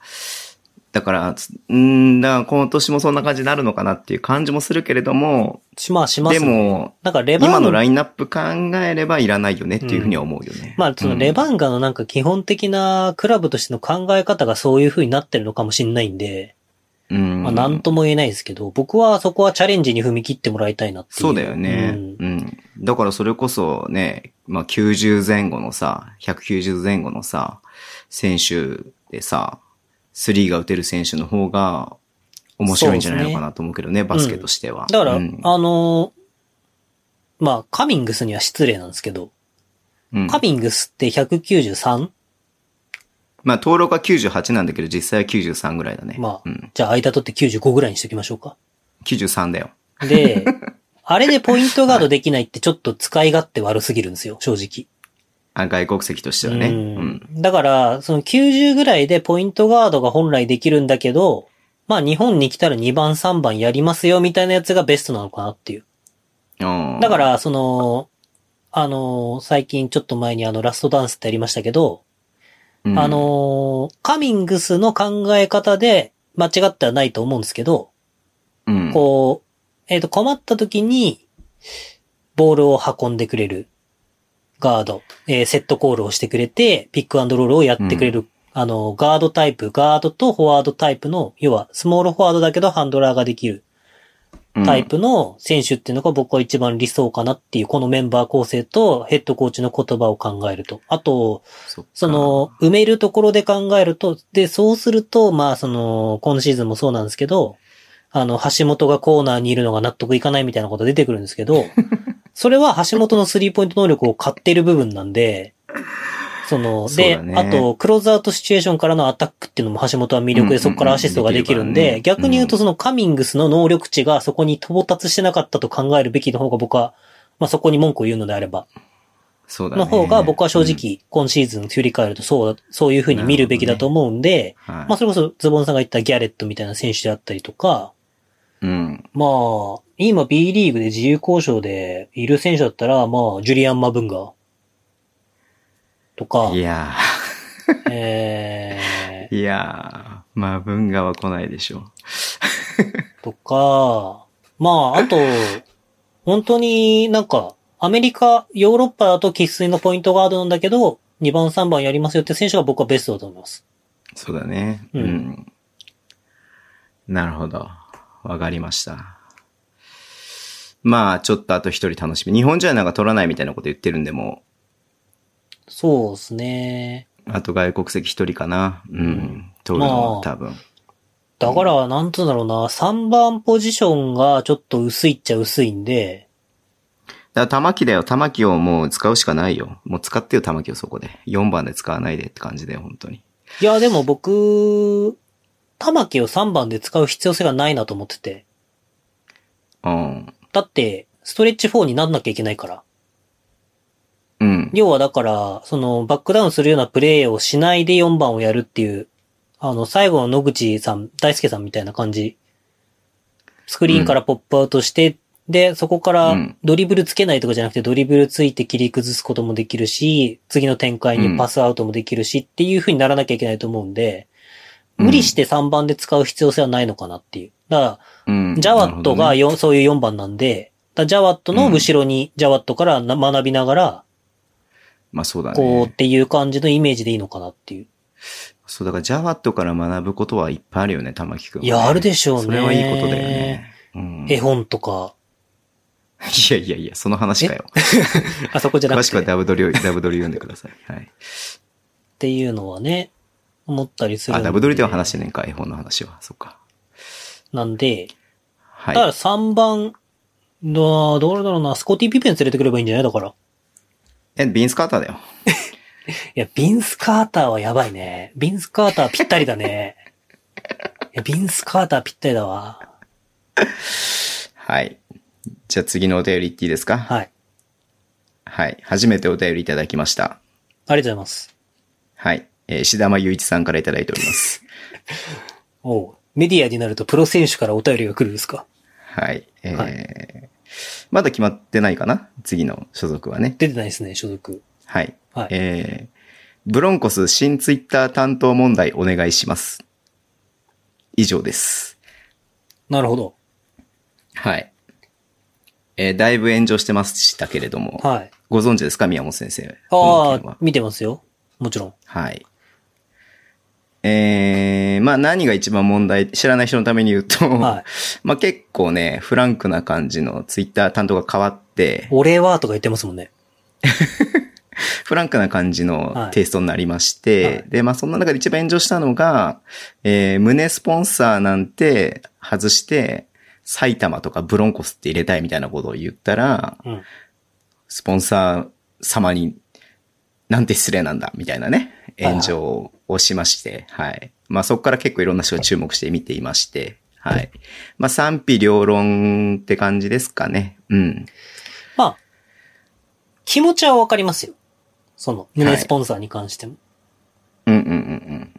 Speaker 2: だから、つうーんだから今年もそんな感じになるのかなっていう感じもするけれども、
Speaker 3: しまあします
Speaker 2: で
Speaker 3: ね、
Speaker 2: も、
Speaker 3: なんかレバンガ
Speaker 2: 今のラインナップ考えればいらないよねっていうふうには思うよね。
Speaker 3: まあ、そのレバンガのなんか基本的なクラブとしての考え方がそういう風になってるのかもしれないんで、
Speaker 2: うん、
Speaker 3: まあなんとも言えないですけど、僕はそこはチャレンジに踏み切ってもらいたいなっていう。
Speaker 2: そうだよね、
Speaker 3: う
Speaker 2: うん
Speaker 3: ん。
Speaker 2: だからそれこそね、まあ90前後のさ、190前後のさ、選手でさ、スリーが打てる選手の方が面白いんじゃないのかなと思うけどね、バスケとしては。
Speaker 3: だから、
Speaker 2: うん
Speaker 3: あのーまあ、カミングスには失礼なんですけど、
Speaker 2: うん
Speaker 3: カミングスって 193?
Speaker 2: まあ登録は98なんだけど、実際は93ぐらいだね。
Speaker 3: まあ
Speaker 2: うん、
Speaker 3: じゃあ間取って95ぐらいにしときましょうか。
Speaker 2: 93だよ。
Speaker 3: で、あれでポイントガードできないってちょっと使い勝手悪すぎるんですよ、正直。
Speaker 2: あ外国籍としてはね。う
Speaker 3: うん
Speaker 2: ん。
Speaker 3: だから、その90ぐらいでポイントガードが本来できるんだけど、まあ日本に来たら2番3番やりますよみたいなやつがベストなのかなっていう。
Speaker 2: うん
Speaker 3: だか、ら、その、あの、最近ちょっと前にあのラストダンスってやりましたけど、
Speaker 2: うん
Speaker 3: あ、の、カミングスの考え方で間違ってはないと思うんですけど、
Speaker 2: うん、
Speaker 3: こう、えっ、と困った時に、ボールを運んでくれるガード、えーセットコールをしてくれて、ピックアンドロールをやってくれる、あの、ガードタイプ、ガードとフォワードタイプの、要はスモールフォワードだけどハンドラーができる
Speaker 2: うん
Speaker 3: タイ。プの選手っていうのが僕は一番理想かなっていう、このメンバー構成とヘッドコーチの言葉を考えると。あと、
Speaker 2: そっか
Speaker 3: そ、の、埋めるところで考えると、で、そうすると、まあ、その、今シーズンもそうなんですけど、あの、橋本がコーナーにいるのが納得いかないみたいなこと出てくるんです けど、それは橋本のスリーポイント能力を買っている部分なんで、その、
Speaker 2: そう
Speaker 3: で、
Speaker 2: だね
Speaker 3: あと、クローズアウトシチュエーションからのアタックっていうのも橋本は魅力
Speaker 2: うんうんう
Speaker 3: で、
Speaker 2: ん
Speaker 3: そこからアシストができる
Speaker 2: で
Speaker 3: ん
Speaker 2: きるから
Speaker 3: で、
Speaker 2: ね
Speaker 3: 逆に言うとそのカミングスの能力値がそこに到達してなかったと考えるべきの方が僕は、まあ、そこに文句を言うのであれば、
Speaker 2: そうだね。
Speaker 3: の方が僕は正直今シーズン振り返るとそうだ、そういう風に見るべきだと思うんで、
Speaker 2: うん、はい
Speaker 3: まあそれこそズボンさんが言ったギャレットみたいな選手であったりとか、
Speaker 2: うん。
Speaker 3: まあ、今 B リーグで自由交渉でいる選手だったら、まあ、ジュリアン・マブンガとか
Speaker 2: い、やー。
Speaker 3: え
Speaker 2: いやー、まあ文化は来ないでしょ
Speaker 3: ー、とか、まあ、あと、本当になんか、アメリカ、ヨーロッパだと喫水のポイントガードなんだけど、2番3番やりますよって選手が僕はベストだと思います。
Speaker 2: う。そうだね。
Speaker 3: う
Speaker 2: うんん。なるほど。わかりました。まあ、ちょっとあと一人楽しみ。日本人はなんか取らないみたいなこと言ってるんで、も
Speaker 3: そうですね。
Speaker 2: う、あと外国籍一人かな。うん。
Speaker 3: うん
Speaker 2: 取るの
Speaker 3: まあ
Speaker 2: は多分。
Speaker 3: だから、なんつうんだろうな、3番ポジションがちょっと薄いっちゃ薄いんで、
Speaker 2: だから玉木だよ。玉木をもう使うしかないよ。もう使ってよ、玉木をそこで。4番で使わないでって感じだよ、本当に。
Speaker 3: いや、でも僕、玉木を3番で使う必要性がないなと思ってて。
Speaker 2: うん。
Speaker 3: だって、ストレッチ4になんなきゃいけないから。
Speaker 2: うん。
Speaker 3: 要はだから、その、バックダウンするようなプレーをしないで4番をやるっていう、あの、最後の野口さん、大輔さんみたいな感じ。スクリーンからポップアウトして、で、そこか
Speaker 2: う
Speaker 3: ら
Speaker 2: ん
Speaker 3: ドリブルつけないとかじゃなくて、ドリブルついて切り崩すこともできるし、次の展開にパスアウトもできるし、っていう風にならなきゃいけないと思うん
Speaker 2: う
Speaker 3: で、
Speaker 2: ん
Speaker 3: 無理して3番で使う必要性はないのかなっていう。だから、
Speaker 2: うん。
Speaker 3: ジャワット
Speaker 2: な
Speaker 3: が
Speaker 2: る
Speaker 3: よ、そういう4番なんで、だジャワットの後ろにジャワットからな学びながら、
Speaker 2: ほどねまあそうだね。
Speaker 3: こうっていう感じのイメージでいいのかなっていう。
Speaker 2: そう、だから Java とから学ぶことはいっぱいあるよね、玉木くん、
Speaker 3: いや、あるでしょうね。
Speaker 2: それはいいことだよね。うん。
Speaker 3: 絵本 とか、
Speaker 2: いやいやいや、その話かよ。
Speaker 3: あそこじゃな
Speaker 2: 詳
Speaker 3: く
Speaker 2: しくは
Speaker 3: てっ
Speaker 2: ダブドリを、ダブドリ読んでください。はい。
Speaker 3: ていうのはね、思ったりするん
Speaker 2: あ、ダブドリでは話してねんか、絵本の話は。そっか。
Speaker 3: なんで、
Speaker 2: は
Speaker 3: だから
Speaker 2: い。
Speaker 3: 3番、どうどれだろうな、スコティ・ピペン連れてくればいいんじゃないだから。
Speaker 2: え、ビンスカーターだよ。
Speaker 3: いや、ビンス・カーターはやばいね。ビンス・カーターぴったり だね。いや、ビンス・カーターぴったりだわ。
Speaker 2: はい。じゃあ次のお便りいっていいですかはい。
Speaker 3: はい。
Speaker 2: 初めてお便りいただきました。
Speaker 3: ありがとうございます。
Speaker 2: はい。えー、石田真雄一さんからいただいております。
Speaker 3: おうメディアになるとプロ選手からお便りが来るんですか
Speaker 2: はい。えー
Speaker 3: は
Speaker 2: まだ決まってないかな次の所属はね。
Speaker 3: 出てないですね、所属。
Speaker 2: はい。
Speaker 3: はい
Speaker 2: えー、ブロンコス新ツイッター担当問題お願いします。以上です。
Speaker 3: なるほど。
Speaker 2: はい。えー、だいぶ炎上してましたけれども、
Speaker 3: はい。
Speaker 2: ご存知ですか宮本先生。この
Speaker 3: あ
Speaker 2: 件
Speaker 3: あ
Speaker 2: は、
Speaker 3: 見てますよ。もちろん。
Speaker 2: はい。えー、まあ何が一番問題、知らない人のために言うと、
Speaker 3: はい。
Speaker 2: まあ結構ね、フランクな感じのツイッター担当が変わって、
Speaker 3: 俺はとか言ってますもんね。
Speaker 2: フランクな感じ
Speaker 3: は
Speaker 2: の
Speaker 3: い
Speaker 2: テイストになりまして、
Speaker 3: はい
Speaker 2: で、まあそんな中で一番炎上したのが、えー、胸スポンサーなんて外して、埼玉とかブロンコスって入れたいみたいなことを言ったら、
Speaker 3: うん。
Speaker 2: スポンサー様になんて失礼なんだみたいなね、炎上をしまして、はい。まあそこから結構いろんな人が注目して見ていまして、はい。まあ賛否両論って感じですかね。うん。
Speaker 3: まあ、気持ちはわかりますよ。その、胸スポンサーに関しても。
Speaker 2: うんうんうんうん。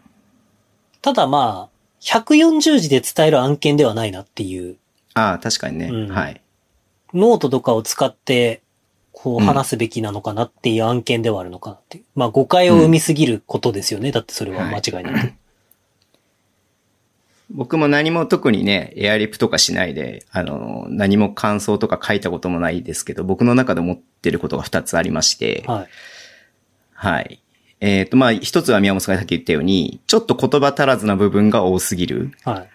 Speaker 3: ただまあ、140字で伝える案件ではないなっていう、
Speaker 2: ああ、確かにね。
Speaker 3: うん
Speaker 2: はい。
Speaker 3: ノートとかを使って、こ
Speaker 2: う
Speaker 3: う
Speaker 2: ん
Speaker 3: 話すべきなのかなっていう案件ではあるのかなっていう。まあ誤解を生みすぎることですよね。だってそれは間違いない。
Speaker 2: 僕も何も特にね、エアリプとかしないで、あの、何も感想とか書いたこともないですけど、僕の中で思ってることが2つありまして、
Speaker 3: はい。
Speaker 2: はい。えっ、と、まあ、一つは宮本さんがさっき言ったように、ちょっと言葉足らずな部分が多すぎる。
Speaker 3: はい。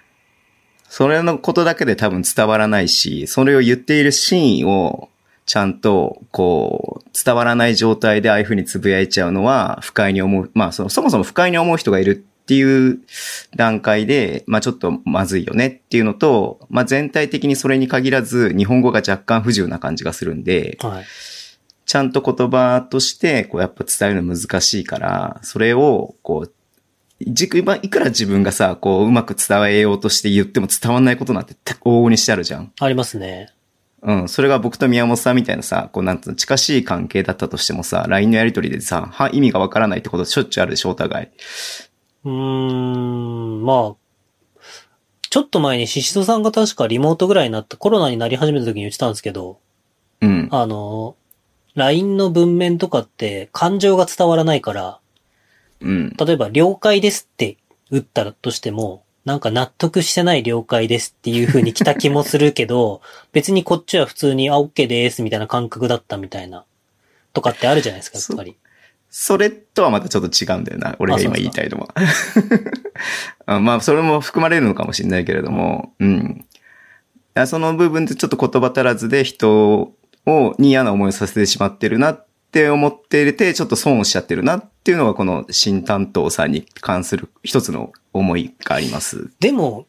Speaker 2: それのことだけで多分伝わらないし、それを言っているシーンを、ちゃんと、こう、伝わらない状態でああいうふうに呟いちゃうのは、不快に思う。まあその、そもそも不快に思う人がいるっていう段階で、まあちょっとまずいよねっていうのと、まあ全体的にそれに限らず、日本語が若干不自由な感じがするんで、
Speaker 3: はい。
Speaker 2: ちゃんと言葉として、こう、やっぱ伝えるの難しいから、それを、こう、じくまいくら自分がさ、こう、うまく伝えようとして言っても伝わんないことなんてた往々にしてあるじゃん。
Speaker 3: ありますね。
Speaker 2: うん。それが僕と宮本さんみたいなさ、こう、なんつうの、近しい関係だったとしてもさ、LINE のやりとりでさ、は、意味がわからないってことしょっちゅうあるでしょ、お互い。
Speaker 3: うーん、まあ、ちょっと前にシシドさんが確かリモートぐらいになった、コロナになり始めた時に言ってたんですけど、
Speaker 2: うん。
Speaker 3: あの、LINE の文面とかって感情が伝わらないから、
Speaker 2: うん。
Speaker 3: 例えば了解ですって打ったとしても、なんか納得してない了解ですっていう風に来た気もするけど、別にこっちは普通に、あ、OK ですみたいな感覚だったみたいな、とかってあるじゃないですか、やっぱり。
Speaker 2: それとはまたちょっと違うんだよな。俺が今
Speaker 3: あそ
Speaker 2: 言
Speaker 3: うで
Speaker 2: い
Speaker 3: す
Speaker 2: たいのは。 あまあ、それも含まれるのかもしれないけれども、うん。あその部分でちょっと言葉足らずで人を、に嫌な思いをさせてしまってるなって思っていて、ちょっと損をしちゃってるなっていうのが、この新担当さんに関する一つの思いがあります。
Speaker 3: でも、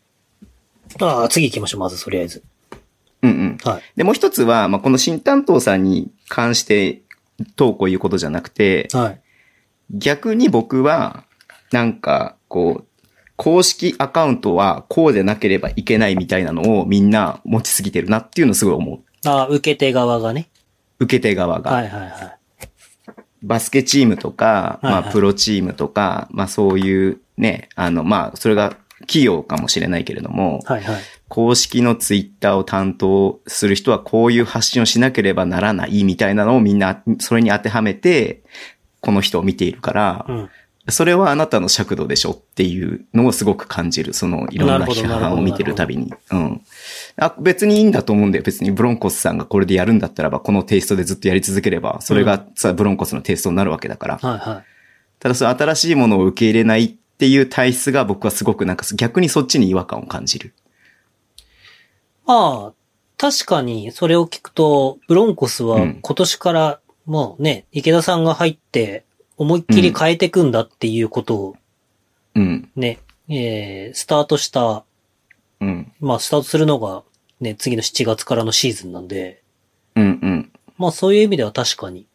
Speaker 3: ああ、次行きましょう、まず、とりあえず。
Speaker 2: うんうん。
Speaker 3: はい。
Speaker 2: で、もう一つは、まあ、この新担当さんに関して、どうこういうことじゃなくて、
Speaker 3: はい。
Speaker 2: 逆に僕は、なんか、こう、公式アカウントはこうでなければいけないみたいなのをみんな持ちすぎてるなっていうのをすごい思う。
Speaker 3: ああ、受け手側がね。
Speaker 2: 受け手側が。
Speaker 3: はいはいはい。
Speaker 2: バスケチームとか、
Speaker 3: はいはい
Speaker 2: まあプロチームとか、まあそういうね、あの、まあそれが企業かもしれないけれども、
Speaker 3: はいはい。
Speaker 2: 公式のツイッターを担当する人はこういう発信をしなければならないみたいなのをみんな、それに当てはめて、この人を見ているから、
Speaker 3: うん。
Speaker 2: それはあなたの尺度でしょっていうのをすごく感じる。そのいろん
Speaker 3: なる
Speaker 2: な
Speaker 3: ほど
Speaker 2: 批判を見てるたびに。うん。あ、別にいいんだと思うんだよ。別にブロンコスさんがこれでやるんだったらば、このテイストでずっとやり続ければ、それがさ、ブロンコスのテイストになるわけだから。
Speaker 3: はいはい。
Speaker 2: ただその新しいものを受け入れないっっていう体質が僕はすごくなんか逆にそっちに違和感を感じる。
Speaker 3: まあ、確かにそれを聞くと、ブロンコスは今年から、もうね、池田さんが入って、思いっきり変えていくんだっていうことを
Speaker 2: うん。
Speaker 3: ね、えー、スタートした、
Speaker 2: うん。
Speaker 3: まあ、スタートするのが、ね、次の7月からのシーズンなんで、
Speaker 2: うんうん。
Speaker 3: まあ、そういう意味では確かに、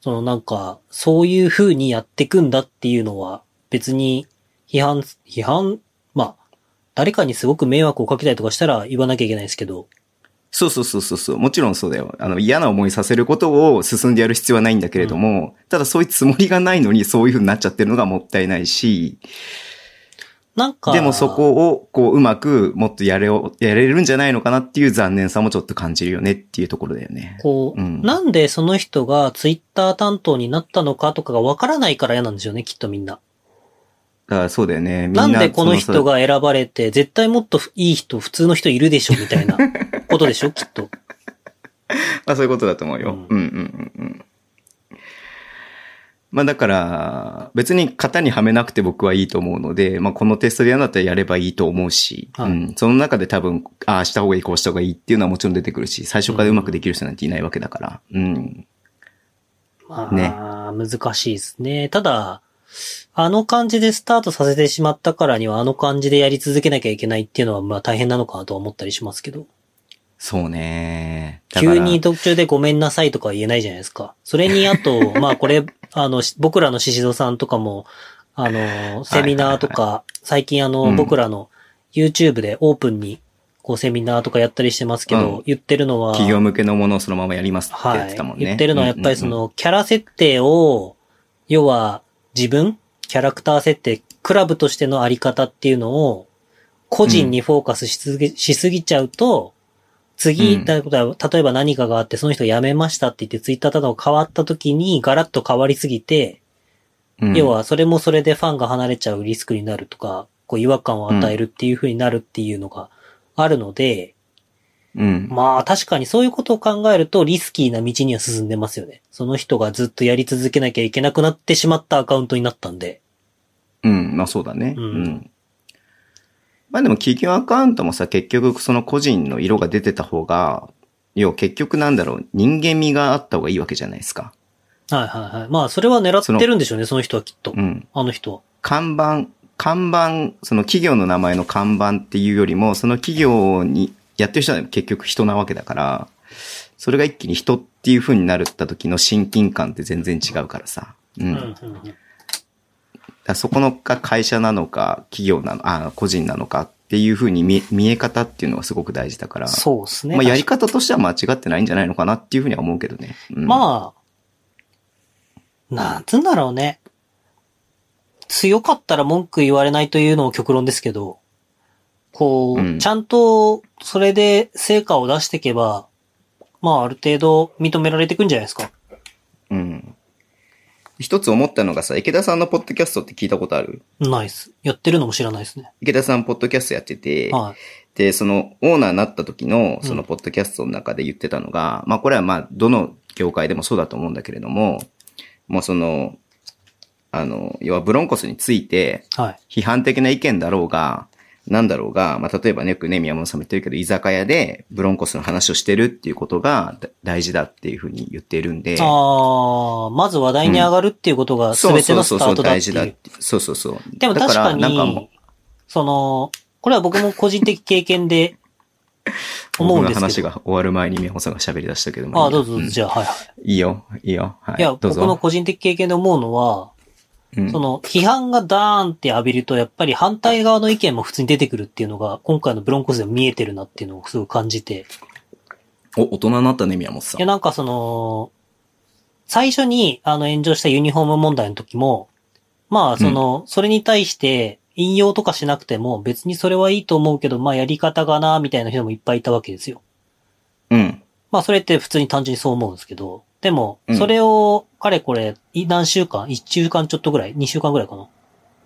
Speaker 3: そのなんか、そういう風にやっていくんだっていうのは、別に、批判、批判、まあ、誰かにすごく迷惑をかけたりとかしたら言わなきゃいけないですけど、
Speaker 2: そうそうそうそうそう。もちろんそうだよ。あの、嫌な思いさせることを進んでやる必要はないんだけれども、ただそういうつもりがないのにそういう風になっちゃってるのがもったいないし、
Speaker 3: なんか、
Speaker 2: でもそこをこううまくもっとやれを、やれるんじゃないのかなっていう残念さもちょっと感じるよねっていうところだよね。
Speaker 3: こう、
Speaker 2: うん
Speaker 3: なんでその人がツイッター担当になったのかとかがわからないから嫌なんですよね、きっとみんな。
Speaker 2: だからそうだよね。みん
Speaker 3: な
Speaker 2: なん
Speaker 3: でこの
Speaker 2: そ
Speaker 3: 人が選ばれて、絶対もっといい人、普通の人いるでしょ、みたいなことでしょ、きっと。
Speaker 2: まあそういうことだと思うよ。
Speaker 3: う
Speaker 2: うん、うん、うんうんうん。まあだから、別に型にはめなくて僕はいいと思うので、まあこのテストでやるんだったらやればいいと思うし、
Speaker 3: はい
Speaker 2: うん、その中で多分、ああ、した方がいい、こうした方がいいっていうのはもちろん出てくるし、最初からうまくできる人なんていないわけだから、うん。
Speaker 3: まあ、難しいですね。ただ、あの感じでスタートさせてしまったからには、あの感じでやり続けなきゃいけないっていうのは、まあ大変なのかなとは思ったりしますけど。
Speaker 2: そうね。だから
Speaker 3: 急に途中でごめんなさいとかは言えないじゃないですか。それに あと、まあこれ、あの、し僕らの宍戸さんとかも、あの、セミナーとか、最近あ
Speaker 2: う
Speaker 3: の、
Speaker 2: ん
Speaker 3: 僕らの YouTube でオープンに、こうセミナーとかやったりしてますけ
Speaker 2: う
Speaker 3: ど
Speaker 2: ん、
Speaker 3: 言ってるのは、
Speaker 2: 企業向けのものをそのままやりますってや
Speaker 3: は
Speaker 2: って
Speaker 3: い
Speaker 2: たもん。ね。
Speaker 3: 言ってるのはやっぱりそ
Speaker 2: うんうんうん
Speaker 3: の、キャラ設定を、要は自分、キャラクター設定、クラブとしてのあり方っていうのを、個人にフォーカスし続け、しすぎちゃうと、
Speaker 2: う
Speaker 3: 次、
Speaker 2: ん
Speaker 3: だから例えば何かがあって、その人辞めましたって言って、ツイッターただを変わった時に、ガラッと変わりすぎて、
Speaker 2: うん
Speaker 3: 要はそれもそれでファンが離れちゃうリスクになるとか、こう違和感を与えるっていう風になるっていうのがあるので、
Speaker 2: うん。
Speaker 3: まあ確かにそういうことを考えるとリスキーな道には進んでますよね。その人がずっとやり続けなきゃいけなくなってしまったアカウントになったんで。
Speaker 2: うん、まあそうだね。
Speaker 3: う
Speaker 2: うんん。まあでも企業アカウントもさ、結局その個人の色が出てた方が、要は結局なんだろう、人間味があった方がいいわけじゃないですか。
Speaker 3: はいはいはい。まあそれは狙ってるんでしょうね、その人はきっと。
Speaker 2: うん。
Speaker 3: あの人は。
Speaker 2: 看板、看板、その企業の名前の看板っていうよりも、その企業にやってる人は結局人なわけだから、それが一気に人っていう風になるった時の親近感って全然違うからさ。う。
Speaker 3: うんんう
Speaker 2: だか
Speaker 3: んうん
Speaker 2: らそこのが会社なのか、企業なの、あ、個人なのかっていう風に見見え方っていうのがすごく大事だから。
Speaker 3: そうですね。
Speaker 2: まあ、やり方としては間違ってないんじゃないのかなっていうふうには思うけどね。うん、
Speaker 3: まあ、なんつうんだろうね。強かったら文句言われないというのも極論ですけど、こう、
Speaker 2: うん
Speaker 3: ちゃんとそれで成果を出していけば、まあある程度認められていくんじゃないですか。
Speaker 2: うん。一つ思ったのがさ、池田さんのポッドキャストって聞いたことある
Speaker 3: ないっす。やってるのも知らないですね。
Speaker 2: 池田さんポッドキャストやってて、
Speaker 3: はい。
Speaker 2: で、そのオーナーになった時の、
Speaker 3: うん
Speaker 2: そのポッドキャストの中で言ってたのが、まあこれはまあどの業界でもそうだと思うんだけれども、もうその、あの、要はブロンコスについて、
Speaker 3: はい。
Speaker 2: 批判的な意見だろうが、なんだろうが、まあ、例えばね、よくね、宮本さんも言ってるけど、居酒屋でブロンコスの話をしてるっていうことがだ大事だっていうふうに言ってるんで、
Speaker 3: ああ、まず話題に上がるっていうことが
Speaker 2: そう
Speaker 3: 全て
Speaker 2: そ
Speaker 3: の
Speaker 2: うそ
Speaker 3: ス
Speaker 2: う
Speaker 3: タ
Speaker 2: そ
Speaker 3: ー
Speaker 2: う、
Speaker 3: トだっ
Speaker 2: 大
Speaker 3: て
Speaker 2: 事
Speaker 3: い
Speaker 2: だっ
Speaker 3: う。
Speaker 2: て。そうそうそう。
Speaker 3: でも確
Speaker 2: だ
Speaker 3: か
Speaker 2: な
Speaker 3: ら
Speaker 2: んか
Speaker 3: に
Speaker 2: も、
Speaker 3: その、これは僕も個人的経 験で
Speaker 2: う、
Speaker 3: 思うん
Speaker 2: 僕
Speaker 3: で
Speaker 2: の
Speaker 3: す
Speaker 2: 話
Speaker 3: けど。
Speaker 2: が終わる前に宮本さんが喋り出したけども。
Speaker 3: ああ、どうぞどうぞ、じ
Speaker 2: ゃ
Speaker 3: ゃあ、はいはい。
Speaker 2: いいよ、いいよ。はい。
Speaker 3: いや、
Speaker 2: どう
Speaker 3: 僕の
Speaker 2: ぞ。
Speaker 3: 個人的経験で思うのは、
Speaker 2: うん
Speaker 3: その、批判がダーンって浴びると、やっぱり反対側の意見も普通に出てくるっていうのが、今回のブロンコスでも見えてるなっていうのをすごい感じて。
Speaker 2: お、大人になったね、宮本さ
Speaker 3: いや、
Speaker 2: ん。
Speaker 3: なんかその、最初に、あの、炎上したユニフォーム問題の時も、まあ、その、それに対して、引用とかしなくても、別にそれはいいと思うけど、まあ、やり方がな、みたいな人もいっぱいいたわけですよ。
Speaker 2: うん。
Speaker 3: まあそれって普通に単純にそう思うんですけど、でも
Speaker 2: う、ん
Speaker 3: それを、かれこれ、い何週間 ?1 週間ちょっとぐらい ?2 週間ぐらいかな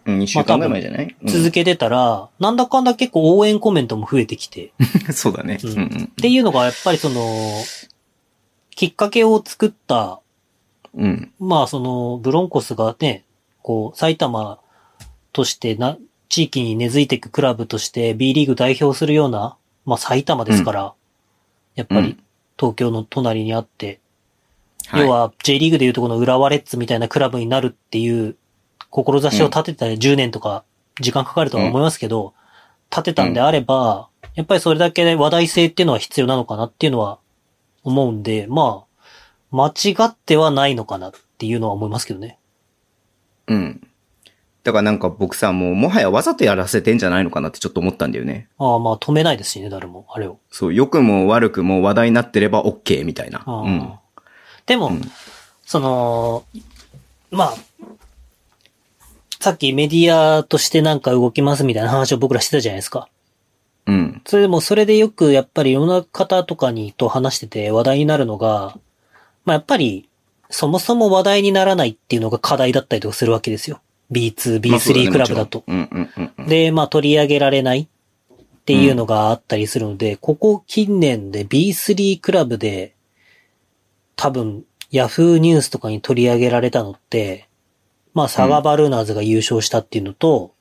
Speaker 2: うん、2週間ぐらい前じゃない、うん
Speaker 3: 続けてたら、なんだかんだ結構応援コメントも増えて きて、っ
Speaker 2: そうだね。
Speaker 3: う
Speaker 2: うんんうん。
Speaker 3: ていうのがやっぱりその、きっかけを作った、
Speaker 2: うん。
Speaker 3: まあその、ブロンコスがね、こう、埼玉としてな、地域に根付いていくクラブとして B リーグ代表するような、まあ埼玉ですから、やっぱ
Speaker 2: う
Speaker 3: り
Speaker 2: ん
Speaker 3: 東京の隣にあって、
Speaker 2: はい、
Speaker 3: 要は J リーグでいうとこの浦和レッズみたいなクラブになるっていう、志を立てたら10年とか時間かかるとは思いますけど、立てたんであれば、やっぱりそれだけ話題性っていうのは必要なのかなっていうのは思うんで、まあ、間違ってはないのかなっていうのは思いますけどね。
Speaker 2: うん。だからなんか僕さ、もうもはやわざとやらせてんじゃないのかなってちょっと思ったんだよね。
Speaker 3: ああ、まあ止めないですしね、誰も、あれを。
Speaker 2: そう、良くも悪くも話題になってれば OK みたいな。
Speaker 3: ああ
Speaker 2: うん。
Speaker 3: でも、
Speaker 2: うん
Speaker 3: その、まあ、さっきメディアとしてなんか動きますみたいな話を僕らしてたじゃないですか。
Speaker 2: うん。
Speaker 3: それでもそれでよくやっぱり世の方とかにと話してて話題になるのが、まあやっぱりそもそも話題にならないっていうのが課題だったりとかするわけですよ。B2、
Speaker 2: まあそう
Speaker 3: B3
Speaker 2: ね
Speaker 3: クラブだと。。
Speaker 2: もちろんうんうんうんうん。
Speaker 3: で、まあ取り上げられないっていうのがあったりするので、ここ近年で B3 クラブで多分 Yahoo ニュースとかに取り上げられたのって、まあサガバルーナーズが優勝したっていうのと、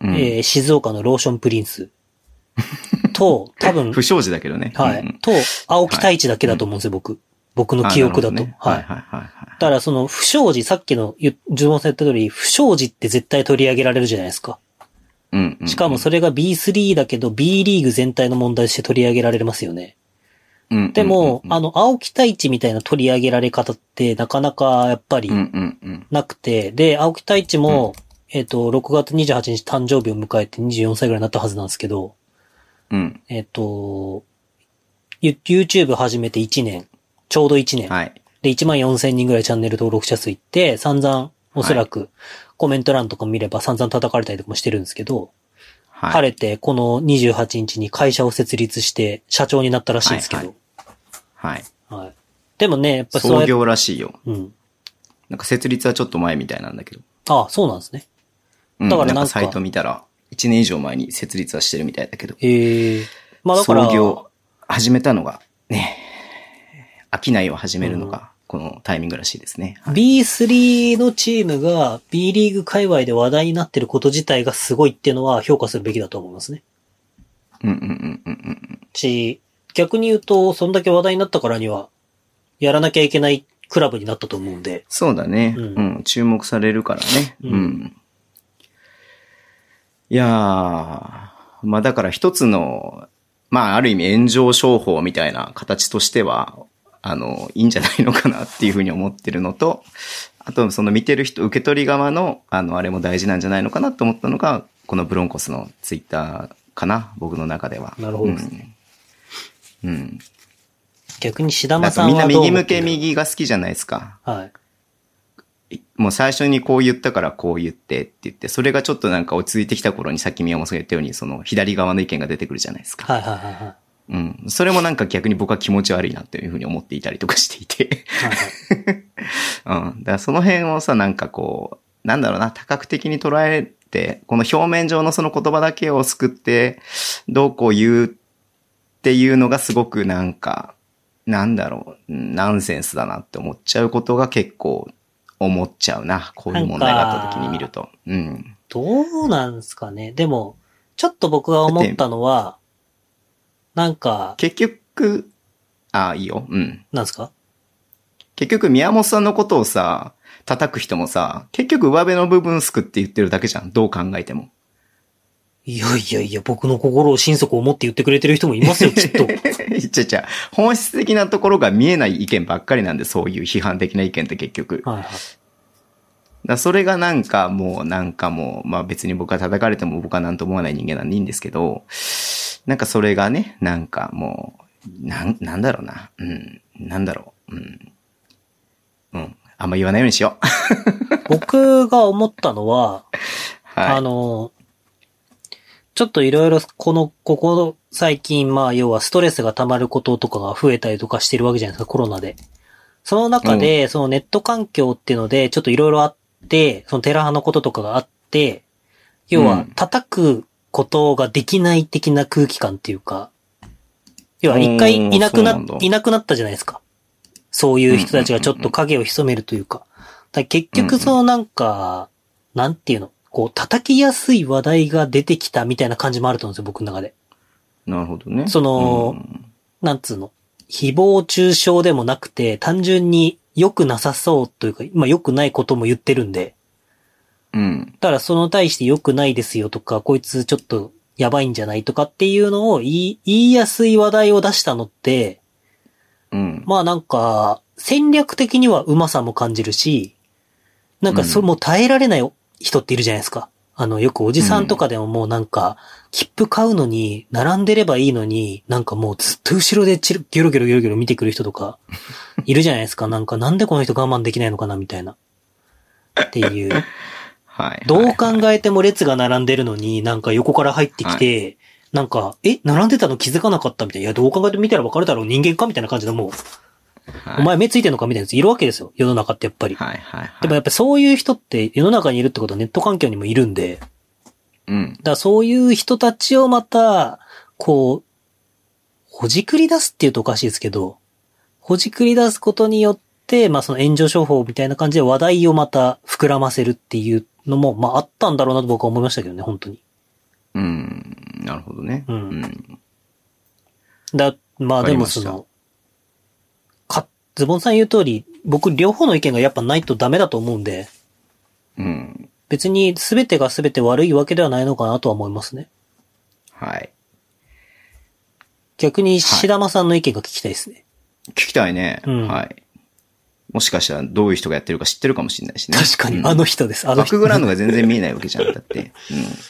Speaker 2: うん
Speaker 3: えー静岡のローションプリンス と、多分
Speaker 2: 不、祥事だけどね。
Speaker 3: は
Speaker 2: うんうん
Speaker 3: い、と、青木太一だけだと思うんですよ、僕。僕の記憶だ
Speaker 2: あな
Speaker 3: と
Speaker 2: る。ほどねはいい。
Speaker 3: は
Speaker 2: はいはいはい。
Speaker 3: だからその不祥事、さっきの言うズボンさん言った通り、不祥事って絶対取り上げられるじゃないですか。
Speaker 2: うんうんうん
Speaker 3: しかもそれが B3 だけど B リーグ全体の問題として取り上げられますよね。
Speaker 2: うんうんうん
Speaker 3: でも、あの、青木太一みたいな取り上げられ方ってなかなかやっぱり
Speaker 2: うんうんうん。
Speaker 3: なくて、で、青木太一も、えっと、6月28日誕生日を迎えて24歳ぐらいになったはずなんですけど、
Speaker 2: うん。
Speaker 3: えっと、ユ YouTube 始めて1年、ちょうど1年。
Speaker 2: はい。
Speaker 3: で、1万4000人ぐらいチャンネル登録者数いって、散々、おそらく、コメント欄とか見れば散々叩かれたりとかもしてるんですけど、
Speaker 2: はい。
Speaker 3: 晴れて、この28日に会社を設立して、社長になったらしいんですけど。
Speaker 2: はい。
Speaker 3: はいでもね、やっぱりそう
Speaker 2: 創
Speaker 3: やって、
Speaker 2: 業らしいよ。
Speaker 3: うん。
Speaker 2: なんか設立はちょっと前みたいなんだけど。
Speaker 3: ああ、そうなんですね。
Speaker 2: うん
Speaker 3: だからなんか
Speaker 2: なんかサイト見たら、1年以上前に設立はしてるみたいだけど。
Speaker 3: ええまあだから、
Speaker 2: 創業、始めたのが、ね、商いを始めるのが、このタイミングらしいですね。はい
Speaker 3: B3 のチームが B リーグ界隈で話題になってること自体がすごいっていうのは評価するべきだと思いますね。
Speaker 2: うんうんうんうんうん
Speaker 3: し、逆に言うと、そんだけ話題になったからには、やらなきゃいけないクラブになったと思うんで、
Speaker 2: そうだね、
Speaker 3: う
Speaker 2: うんん。注目されるからね。
Speaker 3: う
Speaker 2: うんん。いやー、まあだから一つの、まあある意味炎上商法みたいな形としては、あの、いいんじゃないのかなっていうふうに思ってるのと、あとその見てる人、受け取り側の、あの、あれも大事なんじゃないのかなと思ったのが、このブロンコスのツイッターかな、僕の中では。
Speaker 3: なるほどですね
Speaker 2: うん。うん。
Speaker 3: 逆にシダ
Speaker 2: な
Speaker 3: マ
Speaker 2: ん
Speaker 3: さ
Speaker 2: か
Speaker 3: ん
Speaker 2: みん
Speaker 3: は
Speaker 2: な
Speaker 3: どう
Speaker 2: 右
Speaker 3: 思っ
Speaker 2: 向
Speaker 3: て
Speaker 2: け
Speaker 3: んだろう
Speaker 2: 右が好きじゃないですか。
Speaker 3: はい。
Speaker 2: もう最初にこう言ったからこう言ってって言って、それがちょっとなんか落ち着いてきた頃にさっき宮本さんが言ったように、その左側の意見が出てくるじゃないですか。
Speaker 3: はいはいはいはい。
Speaker 2: うん。それもなんか逆に僕は気持ち悪いなっていうふうに思っていたりとかしていて。
Speaker 3: はいはい
Speaker 2: うん。だからその辺をさ、なんかこう、なんだろうな、多角的に捉えて、この表面上のその言葉だけを救って、どうこう言うっていうのがすごくなんか、なんだろう、うんナンセンスだなって思っちゃうことが結構思っちゃうな。こういう問題があった時に見ると。うん。
Speaker 3: どうなんですかね。でも、ちょっと僕が思ったのは、なんか、
Speaker 2: 結局、ああ、いいよ。うん。
Speaker 3: なんですか
Speaker 2: 結局宮本さんのことをさ、叩く人もさ、結局上辺の部分すくって言ってるだけじゃん。どう考えても。
Speaker 3: いやいやいや、僕の心を心底思って言ってくれてる人もいますよ、きっ と。
Speaker 2: ちゃちゃ、本質的なところが見えない意見ばっかりなんで、そういう批判的な意見って結局。だか
Speaker 3: はいはい。
Speaker 2: らそれがなんかもう、なんかもう、まあ別に僕は叩かれても僕はなんとも思わない人間なんでいいんですけど、なんかそれがね、なんかもう、なん、なんだろうな。うん。なんだろう。うん。うん。あんま言わないようにしよう。
Speaker 3: 僕が思ったのは、
Speaker 2: は
Speaker 3: あ
Speaker 2: い。
Speaker 3: の、ちょっといろいろ、この、ここ最近、まあ、要はストレスが溜まることとかが増えたりとかしてるわけじゃないですか、コロナで。その中で、そのネット環境っていうので、ちょっといろいろあって、そのテラハのこととかがあって、要
Speaker 2: う
Speaker 3: は
Speaker 2: ん、
Speaker 3: 叩くことができない的な空気感っていうか、要は一回
Speaker 2: おー
Speaker 3: いなくな
Speaker 2: そうなんだ
Speaker 3: いなくなったじゃないですか。そういう人たちがちょっと影を潜めるというか。だから結局そのなんか、なんていうの、こう、叩きやすい話題が出てきたみたいな感じもあると思うんですよ、僕の中で。
Speaker 2: なるほどね。
Speaker 3: その
Speaker 2: うん
Speaker 3: なんつうの。誹謗中傷でもなくて、単純に良くなさそうというか、まあ良くないことも言ってるんで、
Speaker 2: うん。
Speaker 3: だからその対して良くないですよとか、こいつちょっとやばいんじゃないとかっていうのを言い言いやすい話題を出したのって、
Speaker 2: うん。
Speaker 3: まあなんか、戦略的にはうまさも感じるし、なんかそ、
Speaker 2: うん
Speaker 3: もう耐えられない人っているじゃないですか。あの、よくおじさんとかでももうなんか、切符買うのに、並んでればいいのに、なんかもうずっと後ろでチルギョロギョロギョロギョロ見てくる人と か、いるじゃないですか。なんか、なんでこの人我慢できないのかな、みたいな。っ ていう。
Speaker 2: はい。
Speaker 3: ど
Speaker 2: は
Speaker 3: う
Speaker 2: いはい
Speaker 3: 考えても列が並んでるのに、なんか横から入ってきて、なんか、え、並んでたの気づかなかったみたいな。いや、どう考えても見たらわかるだろう。人間かみたいな感じでもう、
Speaker 2: はい
Speaker 3: お前目ついてんのかみたいなやついるわけですよ。世の中ってやっぱり。
Speaker 2: はいはいはい。
Speaker 3: でもやっぱそういう人って世の中にいるってことはネット環境にもいるんで、だか
Speaker 2: うん。
Speaker 3: らそういう人たちをまた、こう、ほじくり出すっていうとおかしいですけど、ほじくり出すことによって、まあその炎上商法みたいな感じで話題をまた膨らませるっていうのも、まああったんだろうなと僕は思いましたけどね、本当に。
Speaker 2: うん。なるほどね。
Speaker 3: うん
Speaker 2: うん。
Speaker 3: だ、まあ
Speaker 2: わか
Speaker 3: で
Speaker 2: り
Speaker 3: も
Speaker 2: まし
Speaker 3: そ
Speaker 2: た
Speaker 3: の、か、ズボンさん言う通り、僕両方の意見がやっぱないとダメだと思うんで、
Speaker 2: うん。
Speaker 3: 別に全てが全て悪いわけではないのかなとは思いますね。
Speaker 2: はい。
Speaker 3: 逆に、シダマさんの意見が聞きたいですね。
Speaker 2: 聞きたいね。
Speaker 3: うん
Speaker 2: はい。もしかしたらどういう人がやってるか知ってるかもしれないしね。
Speaker 3: 確か
Speaker 2: う
Speaker 3: に、
Speaker 2: ん
Speaker 3: あの人です。あの
Speaker 2: バック
Speaker 3: 人。
Speaker 2: グラウンドが全然見えないわけじゃん。だ って。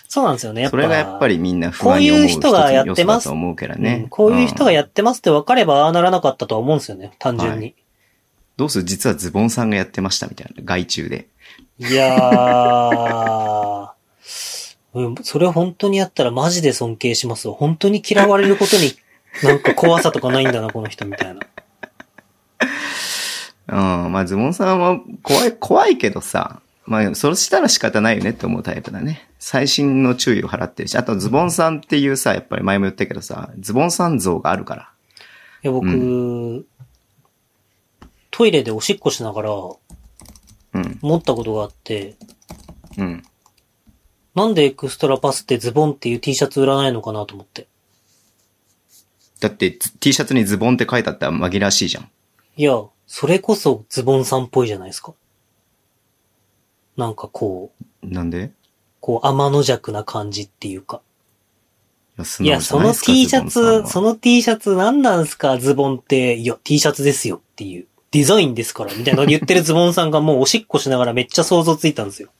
Speaker 3: そうなんですよ
Speaker 2: う
Speaker 3: ね。
Speaker 2: ん。
Speaker 3: やっぱ
Speaker 2: それがやっぱりみんな不安に思う一つの要素だと思うから
Speaker 3: う
Speaker 2: ね
Speaker 3: ん。こういう人がや
Speaker 2: っ
Speaker 3: ってますって分かれば、ああならなかったとは思うんですよね。単純に。
Speaker 2: どうする実はズボンさんがやってましたみたいな。外注で。
Speaker 3: い、やー。うん、それ本当にやったらマジで尊敬しますわ。本当に嫌われることに、なんか怖さとかないんだな、この人みたいな。
Speaker 2: うん。まあズボンさんは怖い、怖いけどさ。まあ、そうしたら仕方ないよねって思うタイプだね。最新の注意を払ってるし。あと、ズボンさんっていうさ、やっぱり前も言ったけどさ、ズボンさん像があるから。
Speaker 3: いや、僕、
Speaker 2: う
Speaker 3: トイレでおしっこしながら思
Speaker 2: うん。
Speaker 3: ったことがあって、
Speaker 2: うん。
Speaker 3: なんでエクストラパスってズボンっていう T シャツ売らないのかなと思って。
Speaker 2: だって、つ T シャツにズボンって書いてあったら紛らわしいじゃん。
Speaker 3: いや、それこそズボンさんっぽいじゃないですか。なんかこう、
Speaker 2: なんでい
Speaker 3: こう天の弱な感じっていうか。
Speaker 2: や、素
Speaker 3: い
Speaker 2: 直
Speaker 3: や、
Speaker 2: じゃ
Speaker 3: そ
Speaker 2: ない
Speaker 3: の
Speaker 2: ですか
Speaker 3: T シャ
Speaker 2: ズボンさん
Speaker 3: ツ、
Speaker 2: は
Speaker 3: その T シャツ何なんすか、ズボンって。いや、T シャツですよっていう。デザインですから、みたいなの言ってるズボンさんがもうおしっこしながらめっちゃ想像ついたんですよ。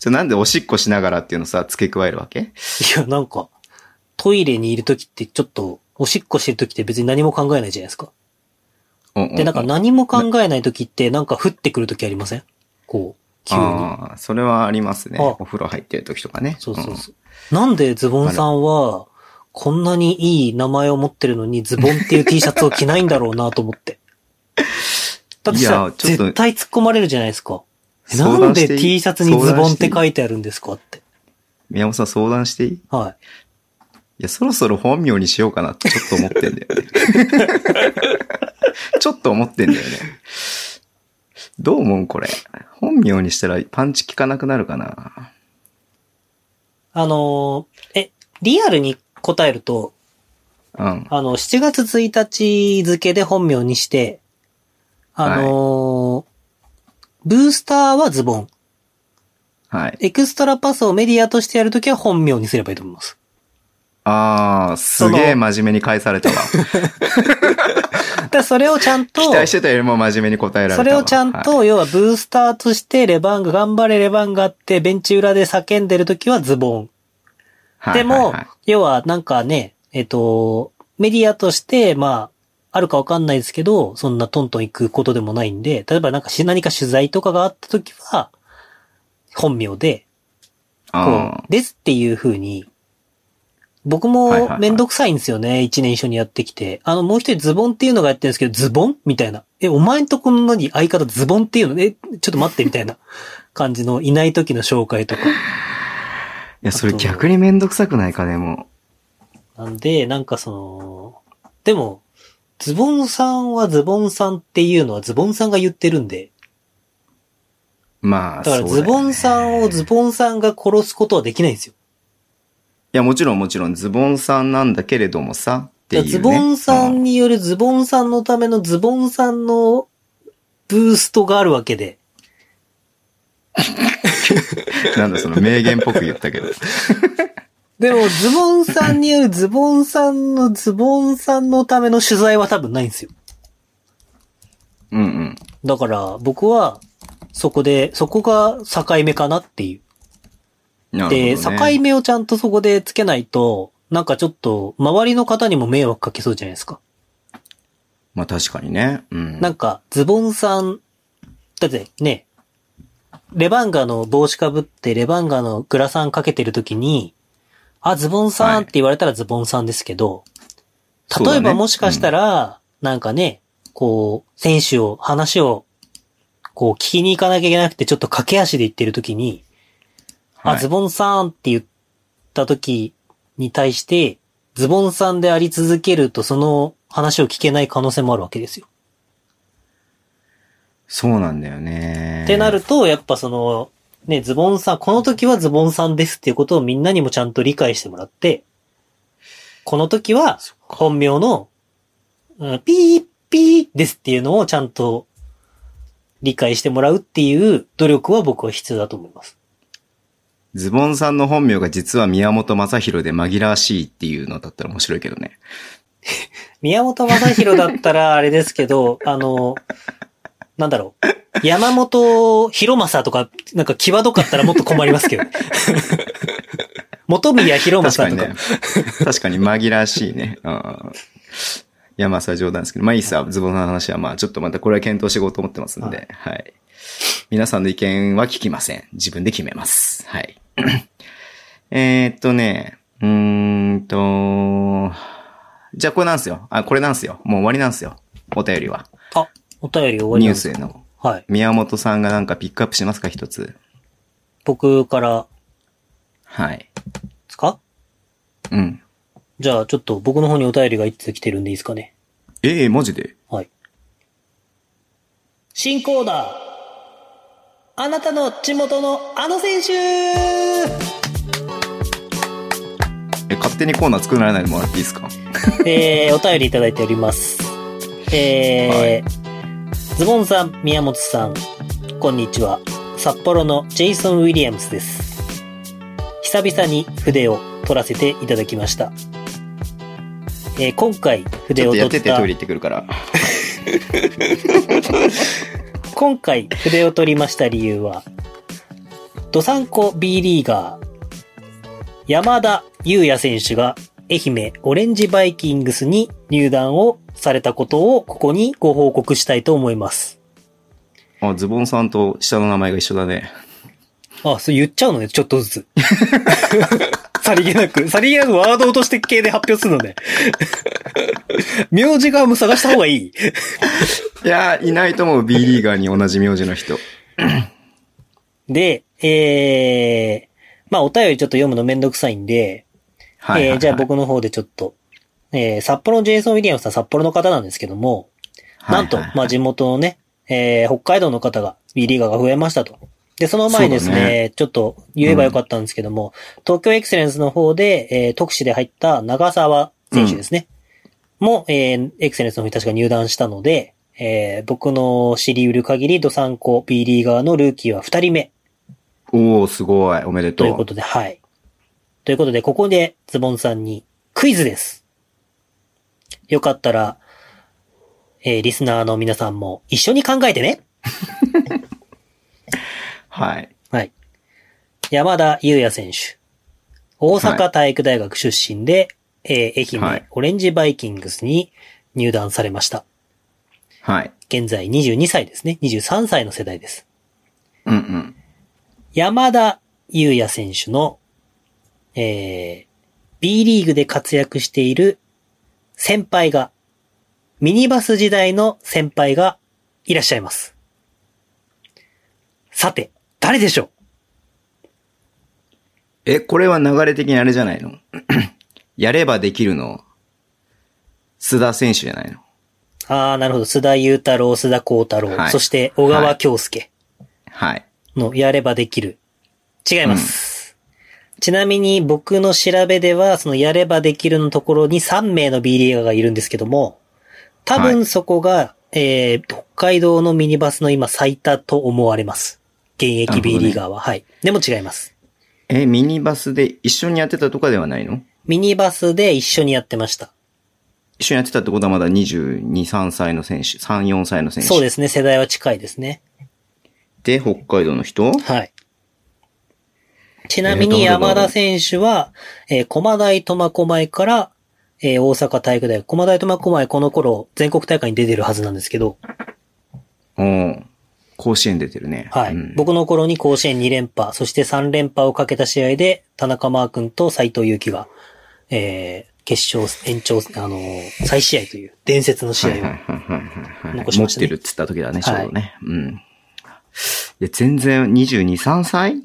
Speaker 2: それなんでおしっこしながらっていうのさ、付け加えるわけ
Speaker 3: いや、なんか、トイレにいるときってちょっと、おしっこしてるときって別に何も考えないじゃないですか。で、なんか
Speaker 2: っ
Speaker 3: 何も考えないときって、なんか降ってくるときありませんこう、急に。
Speaker 2: ああ、それはありますね。
Speaker 3: あ
Speaker 2: お風呂入ってる時とかね。
Speaker 3: そうそうそう。なんでズボンさんは、こんなにいい名前を持ってるのに、ズボンっていう T シャツを着ないんだろうなと 思って。だって
Speaker 2: いや
Speaker 3: さ、
Speaker 2: ちょっと
Speaker 3: 絶対突っ込まれるじゃないですか。え
Speaker 2: 相
Speaker 3: なん
Speaker 2: 談していい
Speaker 3: で T シャツにズボンって
Speaker 2: 相談していい
Speaker 3: 書いてあるんですかって。
Speaker 2: うん。宮本さん相談していいい
Speaker 3: は。
Speaker 2: や、そろそろ本名にしようかなってちょっと思ってんだよね。ちょっと思ってんだよね。どう思うこれ。本名にしたらパンチ効かなくなるかない
Speaker 3: あのーえ、リアルに答えると、
Speaker 2: うん。
Speaker 3: あの、7月1日付で本名にして、あのーブースターはズボン。
Speaker 2: はい。
Speaker 3: エクストラパスをメディアとしてやるときは本名にすればいいと思います。
Speaker 2: ああ、すげえ
Speaker 3: その
Speaker 2: 真面目に返された わ。
Speaker 3: だからそれをちゃんと、
Speaker 2: 期待してたよりも真面目に答えられたわ。
Speaker 3: それをちゃん
Speaker 2: はい
Speaker 3: と、要はブースターとしてレバンが、頑張れレバンがあって、ベンチ裏で叫んでる時はズボン。で
Speaker 2: はいはい
Speaker 3: も
Speaker 2: はい、
Speaker 3: 要はなんかね、えっと、メディアとして、まあ、あるかわかんないですけど、そんなトントン行くことでもないんで、例えばなんかし何か取材とかがあった時は、本名で、こ
Speaker 2: あ
Speaker 3: う、ですっていう風に、僕
Speaker 2: はいはいは
Speaker 3: も
Speaker 2: い
Speaker 3: めんどくさいんですよね。一年一緒にやってきて。あの、もう一人ズボンっていうのがやってるんですけど、ズボンみたいな。え、お前んとこの何相方ズボンっていうのえ、ちょっと待ってみたいな感じのいない時の紹介とか。
Speaker 2: あ。いや、それ逆にめんどくさくないかね、も
Speaker 3: なんで、なんかその、でも、ズボンさんはズボンさんっていうのはズボンさんが言ってるんで、
Speaker 2: まあ、
Speaker 3: だから
Speaker 2: そう
Speaker 3: ズ
Speaker 2: よね
Speaker 3: ボンさんをズボンさんが殺すことはできないんですよ。
Speaker 2: いや、もちろんもちろん、ズボンさんなんだけれどもさ、っていう、ね。
Speaker 3: ズボンさ
Speaker 2: うん
Speaker 3: によるズボンさんのためのズボンさんのブーストがあるわけで。
Speaker 2: なんだその名言っぽく言ったけど。
Speaker 3: で も、ズボンさんによるズボンさんのズボンさんのための取材は多分ないんですよ。
Speaker 2: うんうん。
Speaker 3: だから、僕は、そこで、そこが境目かなっていう。
Speaker 2: な
Speaker 3: で、
Speaker 2: るほ
Speaker 3: 境
Speaker 2: ど、ね。
Speaker 3: 目をちゃんとそこでつけないと、なんかちょっと、周りの方にも迷惑かけそうじゃないですか。
Speaker 2: まあ確かにね。うん。
Speaker 3: なんか、ズボンさん、だってね、レバンガの帽子かぶって、レバンガのグラサンかけてるときに、あ、ズボンさんって言われたらズボンさんですけど、
Speaker 2: そうだ
Speaker 3: 例え
Speaker 2: ね
Speaker 3: ばもしかしたら、なんかね、こう、選手を、話を、こう、聞きに行かなきゃいけなくて、ちょっと駆け足で行ってるときに、
Speaker 2: はい
Speaker 3: あ、ズボンさんって言った時に対して、ズボンさんであり続けると、その話を聞けない可能性もあるわけですよ。
Speaker 2: そうなんだよね。
Speaker 3: ってなると、やっぱその、ね、ズボンさん、この時はズボンさんですっていうことをみんなにもちゃんと理解してもらって、この時は本名の、うんピーピーですっていうのをちゃんと理解してもらうっていう努力は僕は必要だと思います。
Speaker 2: ズボンさんの本名が実は宮本正宏で紛らわしいっていうのだったら面白いけどね。
Speaker 3: 宮本正宏だったらあれですけど、 あの、なんだろう。山本博正とか、なんか際どかったらもっと困りますけど。 元宮博
Speaker 2: 確
Speaker 3: 正
Speaker 2: か
Speaker 3: と
Speaker 2: に
Speaker 3: か。
Speaker 2: ね。 確かに紛らわしいね。うん。いや、まあ、それは冗談ですけど。まあ、いいっすわズボンさんの話は、まあ、ちょっとまたこれは検討していこうと思ってますんで。はい。皆さんの意見は聞きません。自分で決めます。はい。 えーっとね、うーんと、じゃあこれなんですよ。あ、これなんですよ。もう終わりなんですよ。お便りは。
Speaker 3: あ、お便り終わり
Speaker 2: ニュー
Speaker 3: ます
Speaker 2: スへの。
Speaker 3: はい。
Speaker 2: 宮本さんがなんかピックアップしますか、一つ。
Speaker 3: 僕から
Speaker 2: はい。
Speaker 3: ですか
Speaker 2: うん。
Speaker 3: じゃあちょっと僕の方にお便りが一通来てるんでいいですかね。
Speaker 2: ええマジで
Speaker 3: はい。新コーナーあなたの地元のあの選手
Speaker 2: え、勝手にコーナー作らないでもらっていいですか
Speaker 3: えー、お便りいただいております。えーズボンさん、宮本さん、こんにちは。札幌のジェイソン・ウィリアムスです。久々に筆を取らせていただきました。えー今回
Speaker 2: ち
Speaker 3: 筆
Speaker 2: ょっと
Speaker 3: を取
Speaker 2: や
Speaker 3: っ
Speaker 2: って
Speaker 3: た
Speaker 2: てトイレ行ってくるから。
Speaker 3: 今回筆を取りました理由は、ドサンコ B リーガー、山田優也選手が愛媛オレンジバイキングスに入団をされたことをここにご報告したいと思います。
Speaker 2: あ、ズボンさんと下の名前が一緒だね。
Speaker 3: あ、そう言っちゃうのね、ちょっとずつ。さりげなく、さりげなくワード落として系で発表するのね。名字がもう探した方がいい。
Speaker 2: いやー、いないと思う、B リーガーに同じ名字の人。
Speaker 3: で、えー、まあお便りちょっと読むのめんどくさいんで、
Speaker 2: はいはいはい、
Speaker 3: えーじゃあ僕の方でちょっと、えー札幌のジェイソン・ウィリアムスさん札幌の方なんですけども、
Speaker 2: はいはいはい、
Speaker 3: なんと、まあ、地元のね、えー北海道の方が、B リーガーが増えましたと。で、その前にですね、
Speaker 2: そうだね
Speaker 3: ちょっと言えばよかったんですけども、東京エクセレンスの方で、えー特使で入った長沢選手ですね。も、えーエクセレンスの方に確か入団したので、えー僕の知り得る限り、ドサンコ B リーガーのルーキーは2人目
Speaker 2: おー、すごい、おめでと
Speaker 3: と
Speaker 2: う。
Speaker 3: いうことで、はい。ということで、ここでズボンさんにクイズです。よかったら、えーリスナーの皆さんも一緒に考えてね。
Speaker 2: はい。
Speaker 3: はい。山田優也選手。大阪体育大学出身で、えー愛
Speaker 2: はい
Speaker 3: 媛オレンジバイキングスに入団されました。
Speaker 2: はい。
Speaker 3: 現在22歳ですね。23歳の世代です。
Speaker 2: うんうん。
Speaker 3: 山田優也選手の、えー、B リーグで活躍している先輩が、ミニバス時代の先輩がいらっしゃいます。さて、誰でしょ
Speaker 2: え、これは流れ的にあれじゃないの やればできるの、須田選手じゃないの
Speaker 3: うああ、なるほど。須田雄太郎、須田幸太郎、
Speaker 2: はい
Speaker 3: そして小川京介。
Speaker 2: はい。
Speaker 3: のやればできる。違います。ちなみに僕の調べでは、そのやればできるのところに3名の B リーガーがいるんですけども、多
Speaker 2: は
Speaker 3: 分そこが、えー、北海道のミニバスの今最多と思われます。現
Speaker 2: なる
Speaker 3: 役
Speaker 2: ほどね
Speaker 3: B リーガーは、はい。でも違います。
Speaker 2: え、ミニバスで一緒にやってたとかではないの
Speaker 3: ミニバスで一緒にやってました。
Speaker 2: 一緒にやってたってことはまだ22、3歳の選手、3、4歳の選手。
Speaker 3: そうですね。世代は近いですね。
Speaker 2: で、北海道の人
Speaker 3: はい。ちなみに
Speaker 2: えーどうだろう
Speaker 3: 山田選手は、えー駒大苫小牧から、えー大阪体育大学。駒大苫小牧この頃、全国大会に出てるはずなんですけど、
Speaker 2: うん。甲子園出てるね。
Speaker 3: はい。
Speaker 2: うん
Speaker 3: 僕の頃に甲子園2連覇、そして3連覇をかけた試合で、田中マー君と斉藤祐樹が、えー決勝、延長、あのー再試合という伝説の試合を。
Speaker 2: はいはいはいはいはい
Speaker 3: 残し
Speaker 2: 持っ
Speaker 3: ました
Speaker 2: て
Speaker 3: ね
Speaker 2: るっつった時だね、ちょうどね。うん。いや、全然22、3歳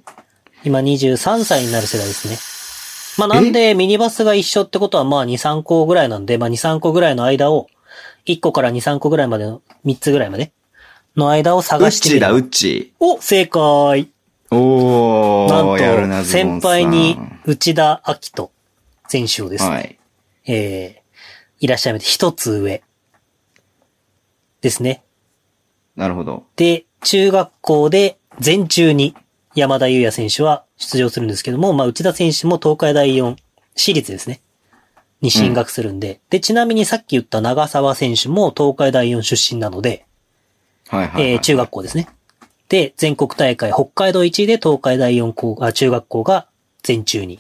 Speaker 3: 今23歳になる世代ですね。まあなんでミニバスが一緒ってことはまあ2、3個ぐらいなんで、まあ2、3個ぐらいの間を、1個から2、3個ぐらいまでの、3つぐらいまでの間
Speaker 2: う
Speaker 3: を
Speaker 2: っ
Speaker 3: 探してみ
Speaker 2: ち
Speaker 3: る。
Speaker 2: だ、うっち。
Speaker 3: お、正解。
Speaker 2: おー、
Speaker 3: なん
Speaker 2: やるな
Speaker 3: と、
Speaker 2: ズボンさ
Speaker 3: 先
Speaker 2: ん
Speaker 3: 輩に内田明人選手をですね、
Speaker 2: はい。
Speaker 3: えー、いらっしゃいまして、一つ上ですね。
Speaker 2: なるほど。
Speaker 3: で、中学校で全中に山田優也選手は出場するんですけども、まあ内田選手も東海大4、私立ですね。に進学するんで、で、ちなみにさっき言った長沢選手も東海大4出身なので、
Speaker 2: はいはい、はい。
Speaker 3: えー中学校ですね。で、全国大会、北海道1位で東海大4校あ中学校が全中に。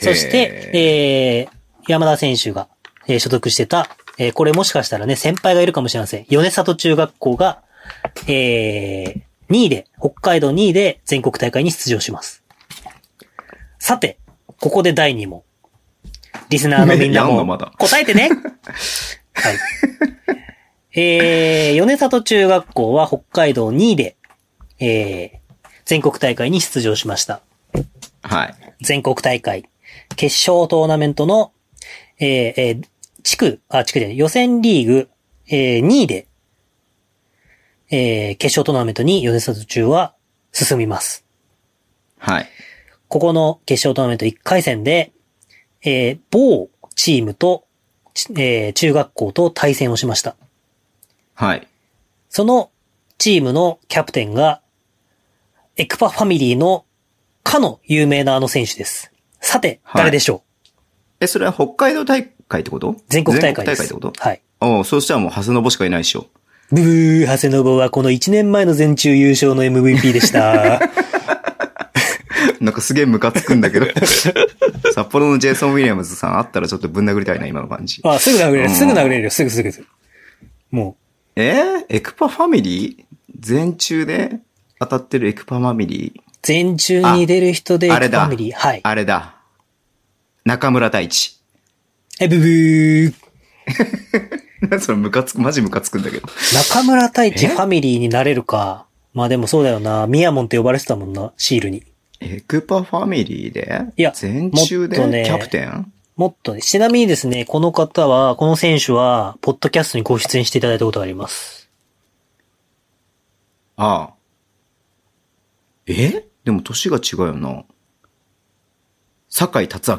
Speaker 3: そして、えー、山田選手が、えー所属してた、えーこれもしかしたらね、先輩がいるかもしれません。米里中学校が、えー、2位で、北海道2位で全国大会に出場します。さて、ここで第2問。リスナーのみんな
Speaker 2: やんの
Speaker 3: も
Speaker 2: まだ、
Speaker 3: 答え てねはい。えー、米里中学校は北海道2位で、えー、全国大会に出場しました。
Speaker 2: はい。
Speaker 3: 全国大会、決勝トーナメントの、えーえー地区、あ、地区じゃない、予選リーグ、えー2位で、えー決勝トーナメントに米里中は進みます。
Speaker 2: はい。
Speaker 3: ここの決勝トーナメント1回戦で、えー某チームと、ちえー中学校と対戦をしました。
Speaker 2: はい。
Speaker 3: そのチームのキャプテンが、エクパファミリーのかの有名なあの選手です。さて、
Speaker 2: はい
Speaker 3: 誰でしょう、
Speaker 2: え、それは北海道大会ってこと
Speaker 3: 全国大会です。
Speaker 2: 全国大会ってこ
Speaker 3: はい。
Speaker 2: とおうそうしたらもう、ハスノボしかいないでしょ。
Speaker 3: ブー、長谷信はこの1年前の全中優勝の MVP でした。
Speaker 2: なんかすげえムカつくんだけど。 札幌のジェイソン・ウィリアムズさんあったらちょっとぶん殴りたいな、今の感じ。
Speaker 3: あ、すぐ
Speaker 2: う
Speaker 3: 殴れる、
Speaker 2: ん
Speaker 3: すぐ殴れるよ、すぐすぐすぐ。も
Speaker 2: えー、エクパファミリー全中で当たってるエクパファミリ
Speaker 3: う、全中に出る人で、
Speaker 2: ああれだ
Speaker 3: ファミリー、はい
Speaker 2: ー。。あれだ。中村太一。
Speaker 3: え、ブブー。
Speaker 2: それムカつく、マジムカつくんだけど。
Speaker 3: 中村太一
Speaker 2: え
Speaker 3: ファミリーになれるか。まあでもそうだよな。ミヤモンって呼ばれてたもんな、シールに。
Speaker 2: エクパファミリーで
Speaker 3: いや
Speaker 2: 全中で
Speaker 3: もっとね
Speaker 2: キャプテン
Speaker 3: もっとね、ちなみにですね、この方は、この選手は、ポッドキャストにご出演していただいたことがあります。
Speaker 2: ああ。えでも年が違うよな。酒井達明。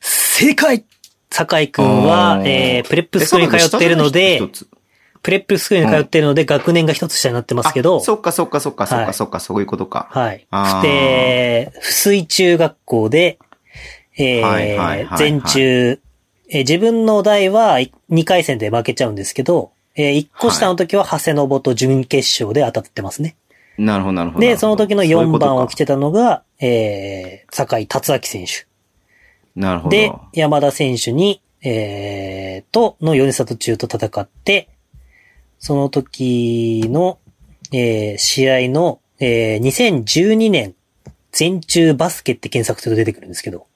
Speaker 3: 正解酒井くんは
Speaker 2: あ、ー
Speaker 3: えー、プレップスクールに通ってるので、
Speaker 2: えそうなんだ下じゃない一つ
Speaker 3: プレップスクールに通ってるので、学年が一つ下になってますけど、
Speaker 2: あそっかそっかそっかそっ
Speaker 3: は
Speaker 2: か
Speaker 3: い
Speaker 2: そっか、そういうことか。
Speaker 3: はい。
Speaker 2: あー
Speaker 3: 不定、不水中学校で、え
Speaker 2: はいはいはいは
Speaker 3: ー、
Speaker 2: い
Speaker 3: 全中、えー自分の代は2回戦で負けちゃうんですけど、えー、1個下の時は長谷信と準決勝で当たってますね。
Speaker 2: なるほどなるほど。な
Speaker 3: で、
Speaker 2: るほど
Speaker 3: その時の
Speaker 2: そういう
Speaker 3: 4
Speaker 2: ことか
Speaker 3: 番を着てたのが、えー、坂井達明選手。
Speaker 2: なるほど。
Speaker 3: で、山田選手に、えー、と、の米里中と戦って、その時の、えー、試合の、えー、2012年、全中バスケって検索すると出てくるんですけど、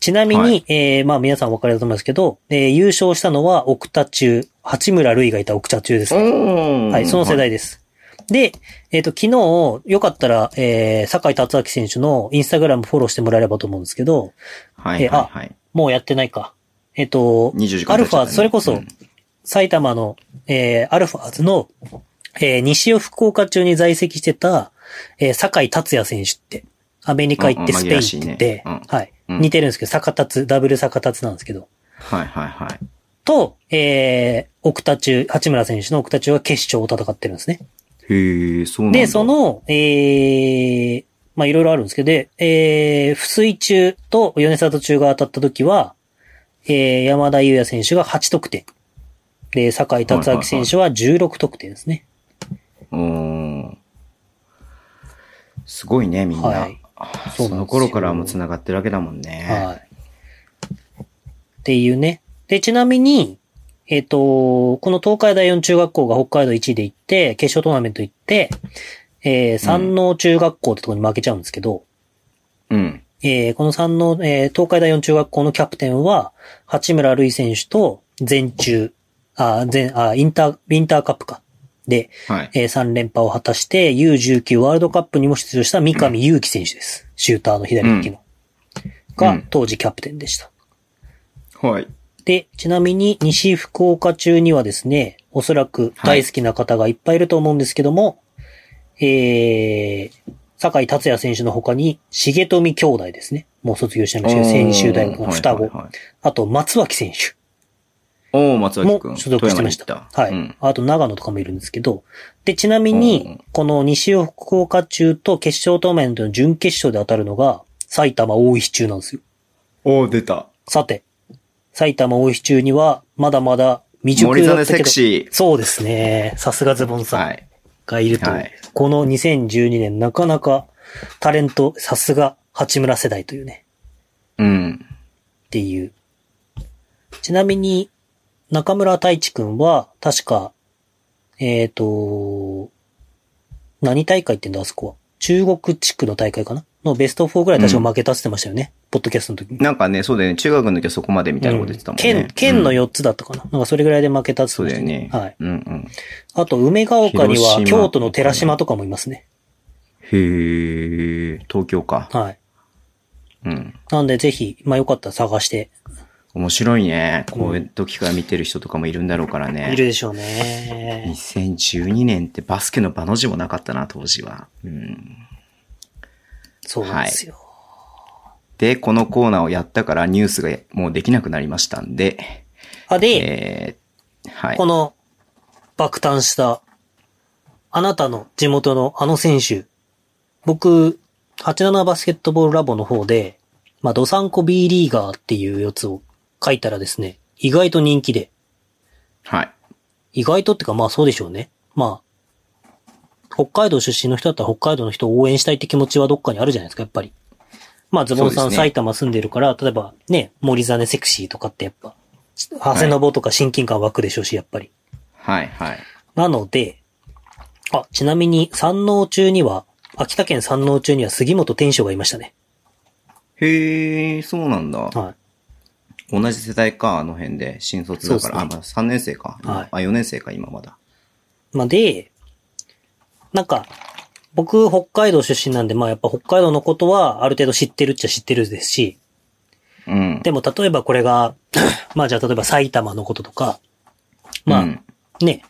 Speaker 3: ちなみに、
Speaker 2: はい
Speaker 3: えーまあ皆さんお分かりだと思いますけど、えー優勝したのは奥田中、八村塁がいた奥田中です。
Speaker 2: お
Speaker 3: はい、その世代です。で、えっ、と、昨日、よかったら、えー、坂井達明選手のインスタグラムフォローしてもらえればと思うんですけど、
Speaker 2: はい。はい
Speaker 3: え
Speaker 2: はいはい。
Speaker 3: もうやってないか。えっ、と、
Speaker 2: 24時間
Speaker 3: アル
Speaker 2: 経っち
Speaker 3: フ
Speaker 2: ゃ
Speaker 3: ァ
Speaker 2: ったね
Speaker 3: それこそ、
Speaker 2: うん
Speaker 3: 埼玉の、えー、アルファーズの、えー、西尾福岡中に在籍してた、えー、坂井達也選手って、アメリカ行って
Speaker 2: うんうん
Speaker 3: スペ
Speaker 2: 紛ら
Speaker 3: イン
Speaker 2: わしいね
Speaker 3: 行って、
Speaker 2: うん
Speaker 3: はい、
Speaker 2: うん
Speaker 3: 似てるんですけど、坂達、ダブル坂達なんですけど、
Speaker 2: はいはいはい。
Speaker 3: と、えー、奥田中、八村選手の奥田中は決勝を戦ってるんですね。
Speaker 2: へえ、そうなんだ。
Speaker 3: で、そ、の、えー、まあ、いろいろあるんですけど、で、えー、不水中と米里中が当たった時は、えー、山田優也選手が8得点。で、坂井達明選手は16得点ですね。
Speaker 2: おーすごいね、みんな。
Speaker 3: はいそうなんですよ
Speaker 2: その頃からもう繋がってるわけだもんね。
Speaker 3: はい。っていうね。で、ちなみに、えっ、と、この東海第四中学校が北海道1位で行って、決勝トーナメント行って、えー、山王中学校ってところに負けちゃうんですけど、
Speaker 2: うん。
Speaker 3: えーこの3の、えー東海第四中学校のキャプテンは、八村塁選手と、全中、あ、全、あ、インター、インターカップか。で、
Speaker 2: はい。
Speaker 3: え3連覇を果たして、U19 ワールドカップにも出場した三上祐希選手です。シューターの左利きの。
Speaker 2: う
Speaker 3: が
Speaker 2: ん、
Speaker 3: 当時キャプテンでした。
Speaker 2: はい。
Speaker 3: で、ちなみに西福岡中にはですね、おそらく大好きな方がいっぱいいると思うんですけども、えー、坂井達也選手の他に、重富兄弟ですね。もう卒業してましたけど、専修大学の双子。
Speaker 2: はいはいはい
Speaker 3: あと、松脇選手
Speaker 2: おー、松
Speaker 3: も
Speaker 2: 脇くん。
Speaker 3: 所属してました。
Speaker 2: 富山に行った
Speaker 3: はい、
Speaker 2: うん
Speaker 3: あと、長野とかもいるんですけど、で、ちなみ
Speaker 2: うんう
Speaker 3: に
Speaker 2: ん、
Speaker 3: この西福岡中と決勝トーナメントの準決勝で当たるのが、埼玉大石中なんですよ。
Speaker 2: おー、出た。
Speaker 3: さて、埼玉大石中には、まだまだ未熟だ
Speaker 2: 森
Speaker 3: った
Speaker 2: 曽根
Speaker 3: けど。
Speaker 2: セクシ
Speaker 3: そうですね。さすがズボン
Speaker 2: ー。
Speaker 3: さ
Speaker 2: は
Speaker 3: ん
Speaker 2: い。
Speaker 3: がいるという。
Speaker 2: はい
Speaker 3: この2012年、なかなかタレント、さすが八村世代というね、
Speaker 2: うん。
Speaker 3: っていう。ちなみに、中村太一くんは、確か、えっ、と、何大会って言うんだ、あそこは。中国地区の大会かなのベスト4ぐらい確か負けたって言ってましたよね。ポッドキャストの時に。
Speaker 2: なんかね、そうだよね。中学の時はそこまでみたいなこと言ってたもんね。
Speaker 3: 県、県の
Speaker 2: よ、
Speaker 3: 4つだったかな、なんかそれぐらいで負けたって
Speaker 2: そうだよね。
Speaker 3: はい。
Speaker 2: うんうん。
Speaker 3: あと、梅ヶ丘に
Speaker 2: 広
Speaker 3: は
Speaker 2: 島
Speaker 3: 京都の寺島とかもいますね。
Speaker 2: へえ、東京か。
Speaker 3: はい。
Speaker 2: うん。
Speaker 3: なんで、ぜひ、まあよかったら探して。
Speaker 2: 面白いね。こういう時から見てる人とかもいるんだろうからね。
Speaker 3: いるでしょうね。
Speaker 2: 2012年ってバスケの場の字もなかったな、当時は。うん。
Speaker 3: そうなんですよ。
Speaker 2: で、このコーナーをやったからニュースがもうできなくなりましたんで、
Speaker 3: あ、で、
Speaker 2: えー、はい
Speaker 3: こ。の、爆誕した、あなたの地元のあの選手。僕、87バスケットボールラボの方で、まあ、ドサンコ B リーガーっていうやつを書いたらですね、意外と人気で、
Speaker 2: はい。
Speaker 3: 意外とってかまあそうでしょうね。まあ、北海道出身の人だったら北海道の人を応援したいって気持ちはどっかにあるじゃないですか、やっぱり。まあズボン
Speaker 2: そ
Speaker 3: さ、
Speaker 2: うんですね
Speaker 3: 埼玉住んでるから、例えばね、森真セクシーとかってやっぱ、長谷信とか親近感湧くでしょうし、やっぱり。
Speaker 2: はい、はい。
Speaker 3: なので、あ、ちなみに山王中には、秋田県山王中には杉本天章がいましたね。
Speaker 2: へえ、そうなんだ。
Speaker 3: は
Speaker 2: 同じ世代か、あの辺で。新卒だから。
Speaker 3: そ
Speaker 2: あ、
Speaker 3: うです
Speaker 2: まあ3年生か。
Speaker 3: はい
Speaker 2: あ、4年生か、今まだ。
Speaker 3: い。まあで、なんか、僕、北海道出身なんで、まあやっぱ北海道のことはある程度知ってるっちゃ知ってるですし、
Speaker 2: うん。
Speaker 3: でも例えばこれが、 まあじゃあ例えば埼玉のこととか、まあ、
Speaker 2: うん
Speaker 3: ね、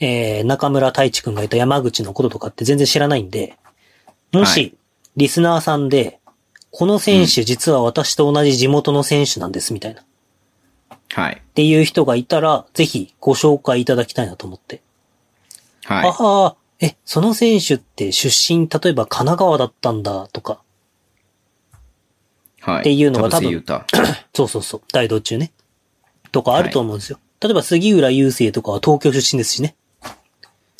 Speaker 3: えー、中村太一くんがいた山口のこととかって全然知らないんで、も
Speaker 2: は
Speaker 3: し
Speaker 2: い、
Speaker 3: リスナーさんで、この選手実は私と同じ地元の選手なんですみたいな、っ
Speaker 2: はい。
Speaker 3: ていう人がいたら、ぜひご紹介いただきたいなと思って。
Speaker 2: はい。
Speaker 3: あはーえ、その選手って出身、例えば神奈川だったんだとか、
Speaker 2: はい。
Speaker 3: っていうのが多分
Speaker 2: 田臥勇太
Speaker 3: そうそうそう、大道中ね。とかあると思うんですよ。例えば杉浦雄星とかは東京出身ですしね。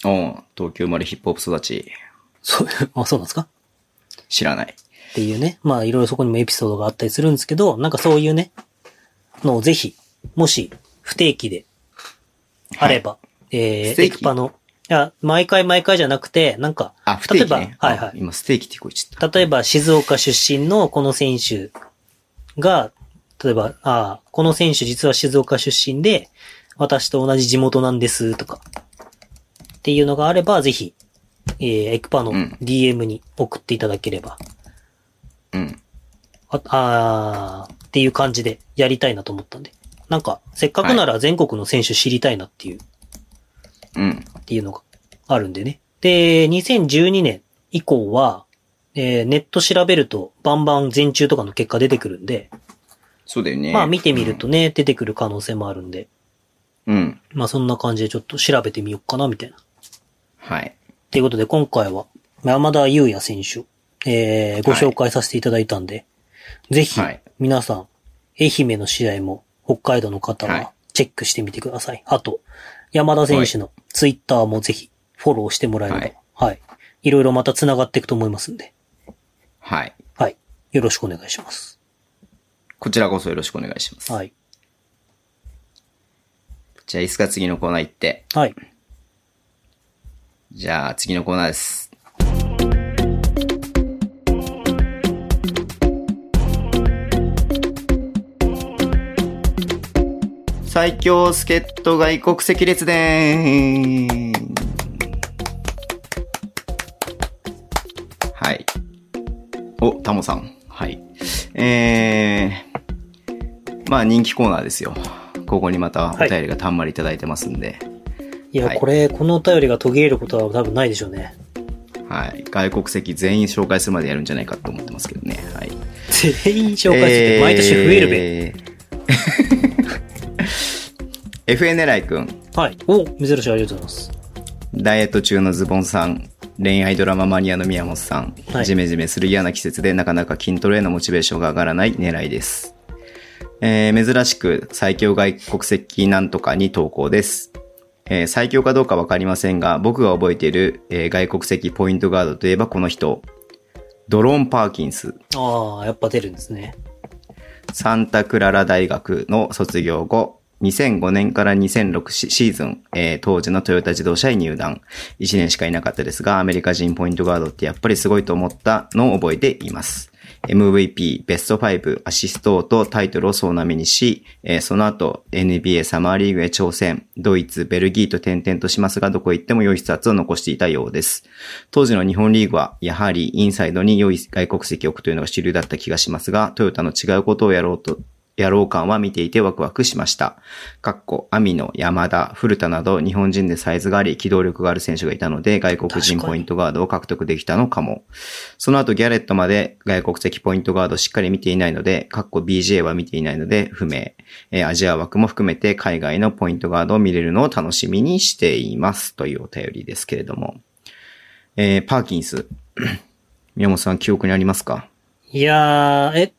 Speaker 2: うん。東京生まれヒップホップ育ち。
Speaker 3: そう、 あ、そうなんですか
Speaker 2: 知らない。
Speaker 3: っていうね。まあ、いろいろそこにもエピソードがあったりするんですけど、なんかそういうね、のをぜひ、もし、不定期で、あれば、え
Speaker 2: 不
Speaker 3: ー、
Speaker 2: 定
Speaker 3: エ
Speaker 2: 期
Speaker 3: クパの、いや、毎回毎回じゃなくて、なんか、
Speaker 2: あ、不定
Speaker 3: 例え
Speaker 2: 期
Speaker 3: ば、
Speaker 2: ね。
Speaker 3: はい
Speaker 2: あ
Speaker 3: はい。
Speaker 2: 今、ステーキってこいちゃった。
Speaker 3: 例えば、静岡出身のこの選手が、例えば、ああ、この選手実は静岡出身で、私と同じ地元なんです、とか。っていうのがあれば、ぜひ、えー、エクパの
Speaker 2: うん
Speaker 3: DM に送っていただければ、
Speaker 2: うん。
Speaker 3: あ、あーっていう感じでやりたいなと思ったんで。なんか、せっかくなら全国の選手知りたいなっていう、
Speaker 2: うん。
Speaker 3: っていうのがあるんでね。で、2012年、以降は、えーネット調べるとバンバン全中とかの結果出てくるんで、
Speaker 2: そうだよね。
Speaker 3: まあ見てみるとね、出てくる可能性もあるんで、
Speaker 2: うん。うん。
Speaker 3: まあそんな感じでちょっと調べてみようかな、みたいな。
Speaker 2: はい。
Speaker 3: ということで今回は、山田優也選手を、えーご紹介させていただいたんで、ぜひ
Speaker 2: はい、
Speaker 3: 皆さん、愛媛の試合も北海道の方
Speaker 2: はい
Speaker 3: はチェックしてみてください。あと、山田選手のツイッターもぜひフォローしてもらえれば、
Speaker 2: は
Speaker 3: はい
Speaker 2: い、
Speaker 3: い。ろいろまた繋がっていくと思いますんで、
Speaker 2: はい。
Speaker 3: はい。よろしくお願いします。
Speaker 2: こちらこそよろしくお願いします。
Speaker 3: はい。
Speaker 2: じゃあ、いいっすか次のコーナー行って。
Speaker 3: はい。
Speaker 2: じゃあ、次のコーナーです。最強助っ人外国籍列伝はい。お、タモさん。はい。えー、まあ人気コーナーですよ。ここにまたお便りがたんまりいただいてますんで。
Speaker 3: いや、
Speaker 2: はい
Speaker 3: これ、このお便りが途切れることは多分ないでしょうね。
Speaker 2: はい。外国籍全員紹介するまでやるんじゃないかと思ってますけどね。はい。
Speaker 3: 全員紹介してて毎年増えるべ。
Speaker 2: え ー FN 狙いくん、
Speaker 3: はい。お、珍しい、ありがとうございます。
Speaker 2: ダイエット中のズボンさん、恋愛ドラママニアの宮本さん、
Speaker 3: はい
Speaker 2: ジメジメする嫌な季節でなかなか筋トレへのモチベーションが上がらない狙いです。えー珍しく最強外国籍なんとかに投稿です。えー最強かどうかわかりませんが、僕が覚えている、えー外国籍ポイントガードといえばこの人、ドローン・パーキンス。
Speaker 3: ああ、やっぱ出るんですね。
Speaker 2: サンタクララ大学の卒業後、2005年から2006シシーズン、えー当時のトヨタ自動車に入団。1年しかいなかったですが、アメリカ人ポイントガードってやっぱりすごいと思ったのを覚えています。MVP、ベスト5、アシスト王とタイトルを総なめにし、えーその後 NBA サマーリーグへ挑戦、ドイツ、ベルギーと転々としますが、どこへ行っても良いスつを残していたようです。当時の日本リーグは、やはりインサイドに良い外国籍を置くというのが主流だった気がしますが、トヨタの違うことをやろうと、やろう感は見ていてワクワクしました。かっこ、アミノ、山田、古田など日本人でサイズがあり、機動力がある選手がいたので、外国人
Speaker 3: 確かに
Speaker 2: ポイントガードを獲得できたのかも。その後ギャレットまで外国籍ポイントガードをしっかり見ていないので、かっこ BJ は見ていないので不明。えーアジア枠も含めて海外のポイントガードを見れるのを楽しみにしています。というお便りですけれども。えーパーキンス。 宮本さん記憶にありますか
Speaker 3: いやー、え、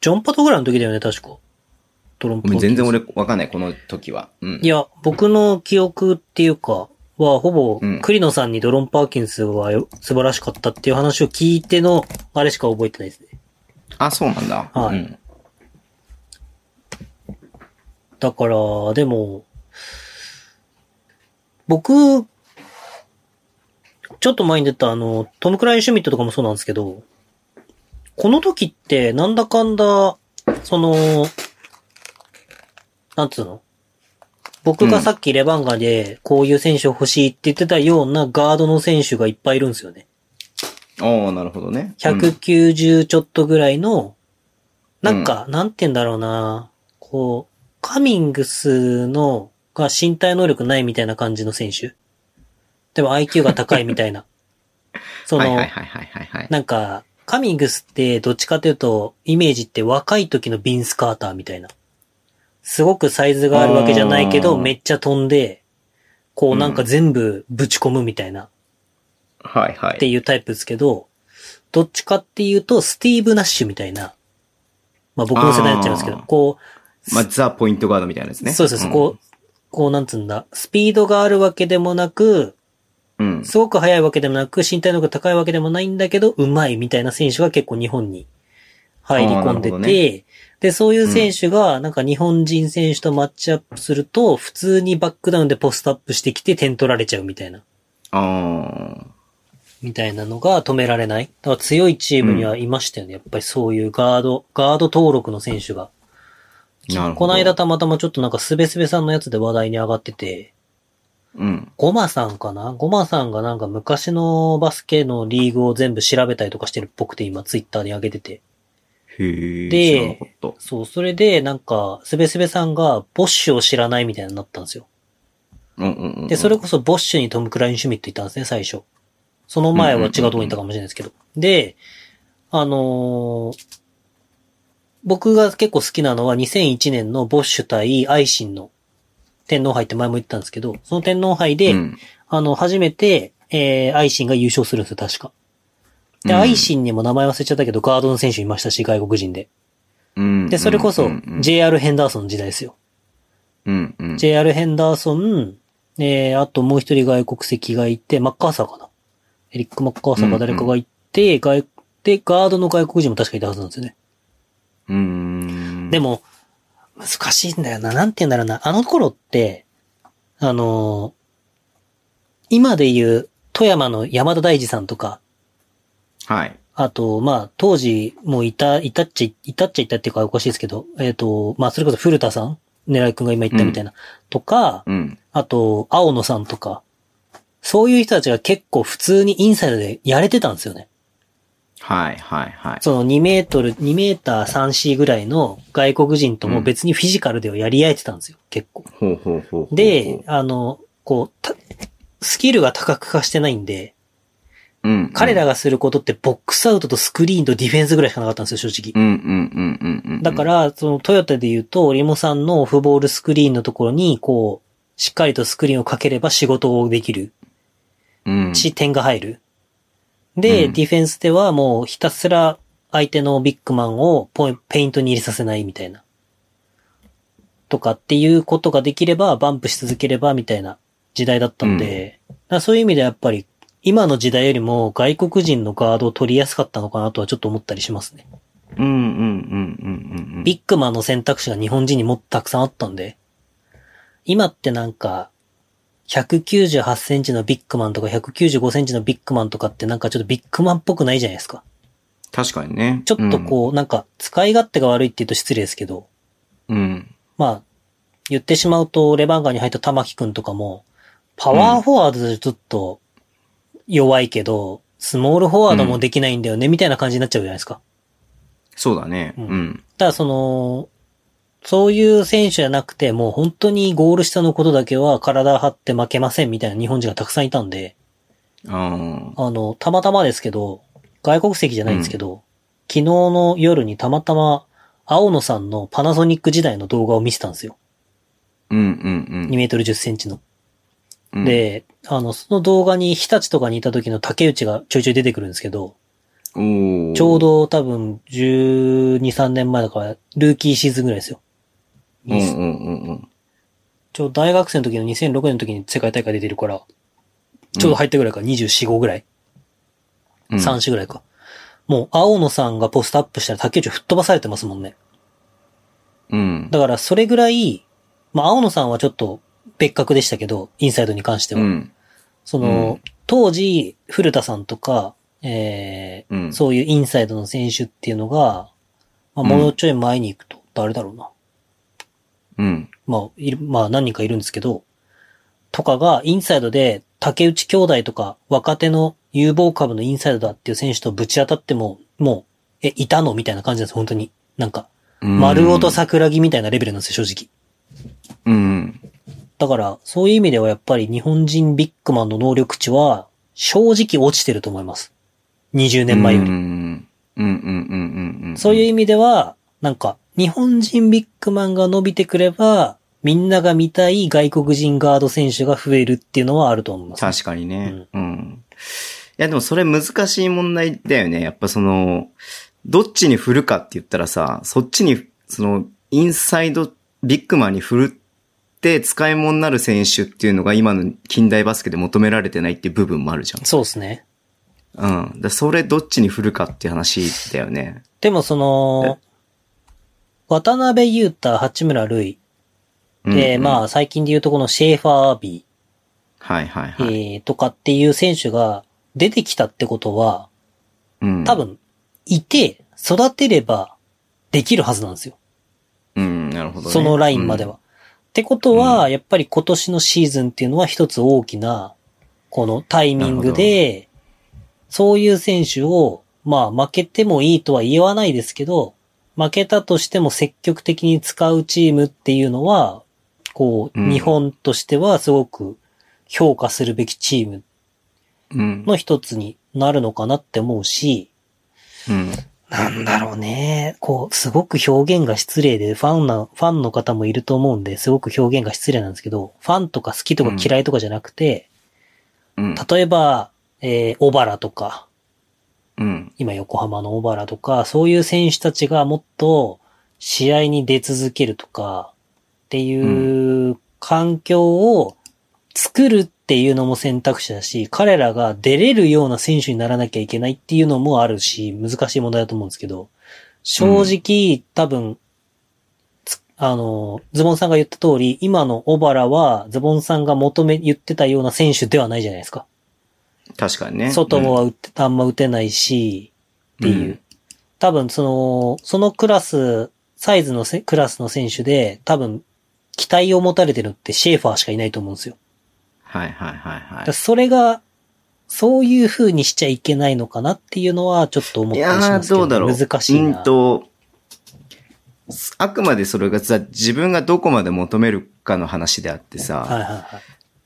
Speaker 3: ジョンパトぐらいの時だよね、確か。トロンプ
Speaker 2: ごめん全然。俺わかんない、この時は。うん
Speaker 3: い。や、僕の記憶っていうか、は、ほぼ
Speaker 2: うん、
Speaker 3: クリノさんにドロン・パーキンスはよ素晴らしかったっていう話を聞いての、あれしか覚えてないですね。
Speaker 2: あ、そうなんだ。
Speaker 3: はい
Speaker 2: うん。
Speaker 3: だから、でも、僕、ちょっと前に出たあの、トム・クライン・シュミットとかもそうなんですけど、この時って、なんだかんだ、その、なんつうの僕がさっきレバンガで、こういう選手欲しいって言ってたようなガードの選手がいっぱいいるんですよね。
Speaker 2: おー、なるほどね。うん
Speaker 3: 190ちょっとぐらいの、なんか、なんて言うんだろうな、こう、カミングスの、が身体能力ないみたいな感じの選手。でも IQ が高いみた いな。そ
Speaker 2: はい
Speaker 3: の
Speaker 2: はい、はいはいはいはい。
Speaker 3: なんか、カミングスってどっちかというと、イメージって若い時のビンス・カーターみたいな。すごくサイズがあるわけじゃないけ
Speaker 2: あ
Speaker 3: ど、
Speaker 2: ー
Speaker 3: めっちゃ飛んで、こうなんか全部ぶち込むみたいな。
Speaker 2: はいは
Speaker 3: って
Speaker 2: い。
Speaker 3: いうタイプですけど、どっちかっていうと、スティーブ・ナッシュみたいな、まあ僕の世代になっちゃうんですけど
Speaker 2: あー、
Speaker 3: こ
Speaker 2: まあ、ザ・ポイントガードみたいなやつ
Speaker 3: う、
Speaker 2: ね。
Speaker 3: そうです、
Speaker 2: ん
Speaker 3: こう、こうなんつうんだ、スピードがあるわけでもなく、
Speaker 2: うん。
Speaker 3: すごく速いわけでもなく、身体能力が高いわけでもないんだけど、うまいみたいな選手が結構日本に入り込んで
Speaker 2: あーなるほど
Speaker 3: て、
Speaker 2: ね
Speaker 3: で、そういう選手が、なんか日本人選手とマッチアップすると、普通にバックダウンでポストアップしてきて点取られちゃうみたいな。
Speaker 2: あ
Speaker 3: みたいなのが止められない。だから強いチームにはいましたよね。やっぱりそういうガード、ガード登録の選手が。
Speaker 2: ー。なるほど。
Speaker 3: この間、たまたまちょっとなんかスベスベさんのやつで話題に上がってて、
Speaker 2: うん。
Speaker 3: ゴマさんかなゴマさんがなんか昔のバスケのリーグを全部調べたりとかしてるっぽくて今ツイッターに上げてて。
Speaker 2: へえ。
Speaker 3: で
Speaker 2: 知らなかった
Speaker 3: そう、それでなんかスベスベさんがボッシュを知らないみたいになったんですよ。
Speaker 2: うんうんうんうん。
Speaker 3: で、それこそボッシュにトム・クライン・シュミットいたんですね、最初。その前は違うとこにいたかもしれないですけど。で、あのー僕が結構好きなのは2001年のボッシュ対アイシンの天皇杯って前も言ったんですけど、その天皇杯で、
Speaker 2: うん
Speaker 3: あの、初めて、えー、アイシンが優勝するんですよ、確か。で、
Speaker 2: うん
Speaker 3: アイシンにも名前忘れちゃったけど、ガードの選手いましたし、外国人で。
Speaker 2: うん
Speaker 3: で、それこ
Speaker 2: う
Speaker 3: そ
Speaker 2: ん、うん
Speaker 3: JR ヘンダーソンの時代ですよ。
Speaker 2: うんうん
Speaker 3: JR ヘンダーソン、えー、あともう一人外国籍がいて、マッカーサーかな。エリック・マッカーサーか誰かがいて、外、で、ガードの外国人も確かいたはずなんですよね。
Speaker 2: うん
Speaker 3: でも、難しいんだよな。なんて言うんだろうな。あの頃って、あのー今で言う、富山の山田大二さんとか、
Speaker 2: はい。
Speaker 3: あと、まあ、当時、もういた、いたっちゃ、いたっちゃいたっていうかおかしいですけど、えっ、と、まあ、それこそ古田さん狙い君が今言ったみたいな、とか、
Speaker 2: うん。
Speaker 3: あと、青野さんとか、そういう人たちが結構普通にインサイドでやれてたんですよね。
Speaker 2: はいはいはい。
Speaker 3: その2メートル、2メーター3 c ぐらいの外国人とも別にフィジカルではやり合えてたんですよ、結構。
Speaker 2: ほうほうほうほうほう。
Speaker 3: で、あの、こう、たスキルが多角化してないんで、
Speaker 2: うん、うん。
Speaker 3: 彼らがすることってボックスアウトとスクリーンとディフェンスぐらいしかなかったんですよ、正直。
Speaker 2: うんうんうんうんうんうん。
Speaker 3: だから、そのトヨタで言うと、リモさんのオフボールスクリーンのところに、こう、しっかりとスクリーンをかければ仕事をできる
Speaker 2: うん、
Speaker 3: し、点が入る。で、
Speaker 2: うん
Speaker 3: ディフェンスではもうひたすら相手のビッグマンをポイペイントに入れさせないみたいな。とかっていうことができれば、バンプし続ければみたいな時代だったので、だからそういう意味ではやっぱり、今の時代よりも外国人のガードを取りやすかったのかなとはちょっと思ったりしますね。
Speaker 2: うんうんうんうんうんうん。
Speaker 3: ビッグマンの選択肢が日本人にもっとたくさんあったんで、今ってなんか、198センチのビッグマンとか195センチのビッグマンとかってなんかちょっとビッグマンっぽくないじゃないですか。
Speaker 2: 確かにね。
Speaker 3: ちょっとこう、なんか使い勝手が悪いって言うと失礼ですけど、
Speaker 2: うん。うん。
Speaker 3: まあ、言ってしまうとレバンガに入った玉木くんとかも、パワーフォワードでちょっと弱いけど、スモールフォワードもできないんだよね、みたいな感じになっちゃうじゃないですか。
Speaker 2: そうだね。う
Speaker 3: うん
Speaker 2: ん。
Speaker 3: ただその、そういう選手じゃなくて、もう本当にゴール下のことだけは体張って負けませんみたいな日本人がたくさんいたんで、
Speaker 2: ああ。
Speaker 3: あの、たまたまですけど、外国籍じゃないんですけど、昨日の夜にたまたま青野さんのパナソニック時代の動画を見せたんですよ。
Speaker 2: うんうん
Speaker 3: 2メートル10センチの。
Speaker 2: うん。、
Speaker 3: で、あの、その動画に日立とかにいた時の竹内がちょいちょい出てくるんですけど、
Speaker 2: おお。
Speaker 3: ちょう。ど多分12、3年前だから、ルーキーシーズンぐらいですよ。
Speaker 2: うんうんうんうん。
Speaker 3: ちょうど大学生の時の2006年の時に世界大会出てるから、ちょうど入ったぐらいか、24、5ぐらい、
Speaker 2: うん
Speaker 3: 3、4ぐらいか。もう、青野さんがポストアップしたら竹内吹っ飛ばされてますもんね。
Speaker 2: うん。
Speaker 3: だから、それぐらい、まあ、青野さんはちょっと別格でしたけど、インサイドに関しては。
Speaker 2: うん。
Speaker 3: その、当時、古田さんとか、えー
Speaker 2: うん
Speaker 3: そういうインサイドの選手っていうのが、まあ、もうちょい前に行くと、誰だろうな。
Speaker 2: うん。
Speaker 3: まあ、いる、まあ何人かいるんですけど、とかがインサイドで竹内兄弟とか若手の有望株のインサイドだっていう選手とぶち当たっても、もう、え、いたのみたいな感じなんです、本当に。なんか、
Speaker 2: うん
Speaker 3: 丸尾と。桜木みたいなレベルなんですよ、正直。
Speaker 2: うん。
Speaker 3: だから、そういう意味ではやっぱり日本人ビッグマンの能力値は、正直落ちてると思います。20年前よ
Speaker 2: う
Speaker 3: り。
Speaker 2: んうんうんうんうん。
Speaker 3: そういう
Speaker 2: う。
Speaker 3: 意味では、なんか、日本人ビッグマンが伸びてくれば、みんなが見たい外国人ガード選手が増えるっていうのはあると思います。
Speaker 2: 確かにね。うん。いやでもそれ難しい問題だよね。やっぱその、どっちに振るかって言ったらさ、そっちに、その、インサイドビッグマンに振るって使い物になる選手っていうのが今の近代バスケで求められてないっていう部分もあるじゃん。
Speaker 3: そうですね。
Speaker 2: うん。だからそれどっちに振るかって話だよね。
Speaker 3: でもその、渡辺裕太、八村塁、で、ま
Speaker 2: あ。
Speaker 3: あ最近で言うとこのシェーファー・アービ
Speaker 2: はいはい
Speaker 3: ー、
Speaker 2: はい。
Speaker 3: えーとかっていう選手が出てきたってことは、
Speaker 2: うん
Speaker 3: 多。分、いて、育てればできるはずなんですよ。
Speaker 2: うん、なるほど、ね。
Speaker 3: そのラインまでは。ってことは、やっぱり今年のシーズンっていうのは一つ大きな、このタイミングで、そういう選手を、まあ負けてもいいとは言わないですけど、負けたとしても積極的に使うチームっていうのは、こう、
Speaker 2: うん
Speaker 3: 日本としてはすごく評価するべきチーム
Speaker 2: うん。
Speaker 3: の一つになるのかなって思うし、
Speaker 2: うん。
Speaker 3: なんだろうね。こう、すごく表現が失礼で、ファンな、ファンの方もいると思うんで、すごく表現が失礼なんですけど、ファンとか好きとか嫌いとかじゃなくて、
Speaker 2: うん。
Speaker 3: 例えば、えー、小原とか、
Speaker 2: うん。
Speaker 3: 今横浜の小原とか、そういう選手たちがもっと試合に出続けるとか、っていう環境を作るっていうのも選択肢だし、彼らが出れるような選手にならなきゃいけないっていうのもあるし、難しい問題だと思うんですけど、正直多分、つあの、ズボンさんが言った通り、今の小原はズボンさんが求め、言ってたような選手ではないじゃないですか。
Speaker 2: 確かにね。
Speaker 3: 外もは打って、あんま打てないし、っていう。
Speaker 2: うん
Speaker 3: 多分その、そのクラス、サイズのせクラスの選手で、多分、期待を持たれてるのってシェーファーしかいないと思うんですよ。
Speaker 2: はいはいはい
Speaker 3: だ
Speaker 2: は
Speaker 3: からそれが、そういう風にしちゃいけないのかなっていうのは、ちょっと思っ
Speaker 2: い。い
Speaker 3: たりし
Speaker 2: や
Speaker 3: ま
Speaker 2: ー、
Speaker 3: すけ
Speaker 2: ど
Speaker 3: ど、
Speaker 2: うだろう。
Speaker 3: 難しいな。
Speaker 2: うんと、あくまでそれがさ、自分がどこまで求めるかの話であってさ、
Speaker 3: はいはいはい。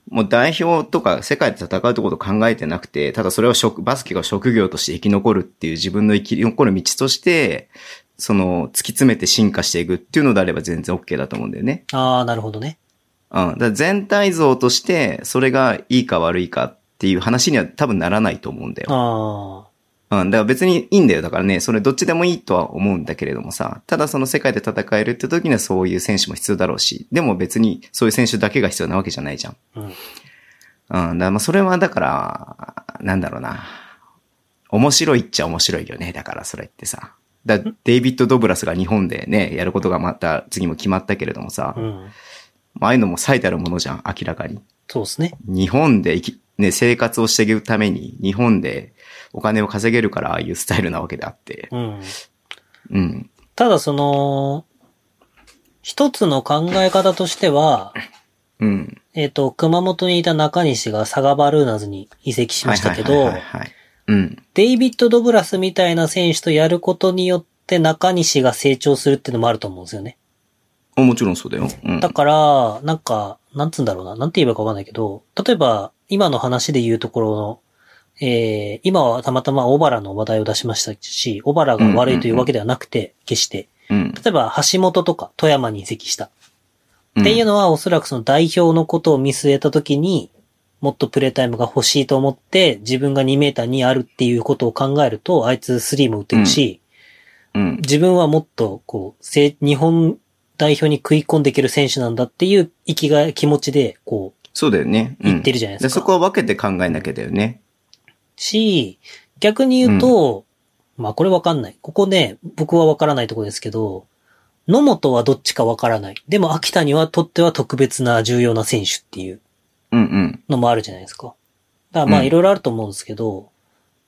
Speaker 2: もう代表とか世界で戦うってことを考えてなくて、ただそれを職、バスケが職業として生き残るっていう自分の生き残る道として、その、突き詰めて進化していくっていうのであれば全然 OK だと思うんだよね。
Speaker 3: ああ、なるほどね。
Speaker 2: うん。だから全体像として、それがいいか悪いかっていう話には多分ならないと思うんだよ。
Speaker 3: あ
Speaker 2: うん、だから別にいいんだよ。だからね、それどっちでもいいとは思うんだけれどもさ、ただその世界で戦えるって時にはそういう選手も必要だろうし、でも別にそういう選手だけが必要なわけじゃないじゃん。
Speaker 3: あ、うん。
Speaker 2: うん、だからまあそれはだから、なんだろうな。面白いっちゃ面白いよね。だからそれってさ。だデイビッド・ドブラスが日本でね、やることがまた次も決まったけれどもさ、
Speaker 3: うん。
Speaker 2: ああいうのも最たるものじゃん、明らかに。
Speaker 3: そうですね。
Speaker 2: 日本で生き、ね、生活をしていくために、日本でお金を稼げるから、ああいうスタイルなわけであって。
Speaker 3: うん。
Speaker 2: うん。
Speaker 3: ただその、一つの考え方としては、
Speaker 2: うん。
Speaker 3: えっ、と、熊本にいた中西がサガバルーナズに移籍しましたけ
Speaker 2: はい
Speaker 3: ど
Speaker 2: はいはい、はいはい。うん。
Speaker 3: デイビッド・ドブラスみたいな選手とやることによって中西が成長するっていうのもあると思うんですよね。
Speaker 2: あもちろんそうだよ。うん。
Speaker 3: だから、なんか、なんつうんだろうな、なんて言えばいいかわかんないけど、例えば、今の話で言うところの、えー、今はたまたま小原の話題を出しましたし、小原が悪いというわけではなくて、決して。
Speaker 2: うん。
Speaker 3: 例えば、橋本とか富山に移籍した。
Speaker 2: っ
Speaker 3: っていう
Speaker 2: の。
Speaker 3: のはおそらくその代表のことを見据えたときに、もっとプレータイムが欲しいと思って、自分が2メーターにあるっていうことを考えると、あいつ3も打てるし、
Speaker 2: うん。
Speaker 3: 自分はもっと、こう、せ日本代表に食い込んでいける選手なんだっていう生きがい、気持ちで、こう、
Speaker 2: そうだよね。うん
Speaker 3: 言ってるじゃないですか。
Speaker 2: でそこは分けて考えなきゃだよね。
Speaker 3: し、逆に言うと、まあこれわかんない。ここね、僕はわからないとこですけど、野本はどっちかわからない。でも秋田にはとっては特別な重要な選手っていう。
Speaker 2: うんうん。
Speaker 3: のもあるじゃないですか。だからま
Speaker 2: う
Speaker 3: あ
Speaker 2: ん
Speaker 3: いろいろあると思うんですけど、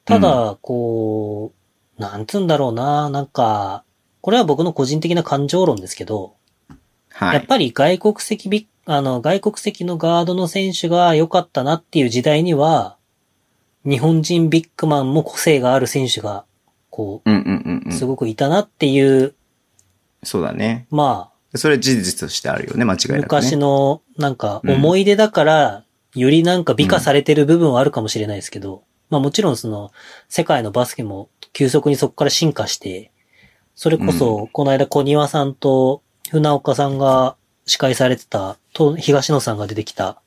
Speaker 3: ただ、こう、なんつうんだろうな、なんか、これは僕の個人的な感情論ですけど、
Speaker 2: は
Speaker 3: やっ
Speaker 2: い。
Speaker 3: ぱり外国籍ビあの、外国籍のガードの選手が良かったなっていう時代には、日本人ビッグマンも個性がある選手が、こ
Speaker 2: うんうんうんう
Speaker 3: う、
Speaker 2: ん。
Speaker 3: すごくいたなっていう、
Speaker 2: そうだね。
Speaker 3: まあ、
Speaker 2: それは事実としてあるよね、間違いなく、ね。
Speaker 3: 昔の、なんか、思い出だから、よりなんか美化されてる部分はあるかもしれないですけど、まあもちろんその、世界のバスケも急速にそこから進化して、それこそ、この間小庭さんと船岡さんが司会されてた、と東野さんが出てきた、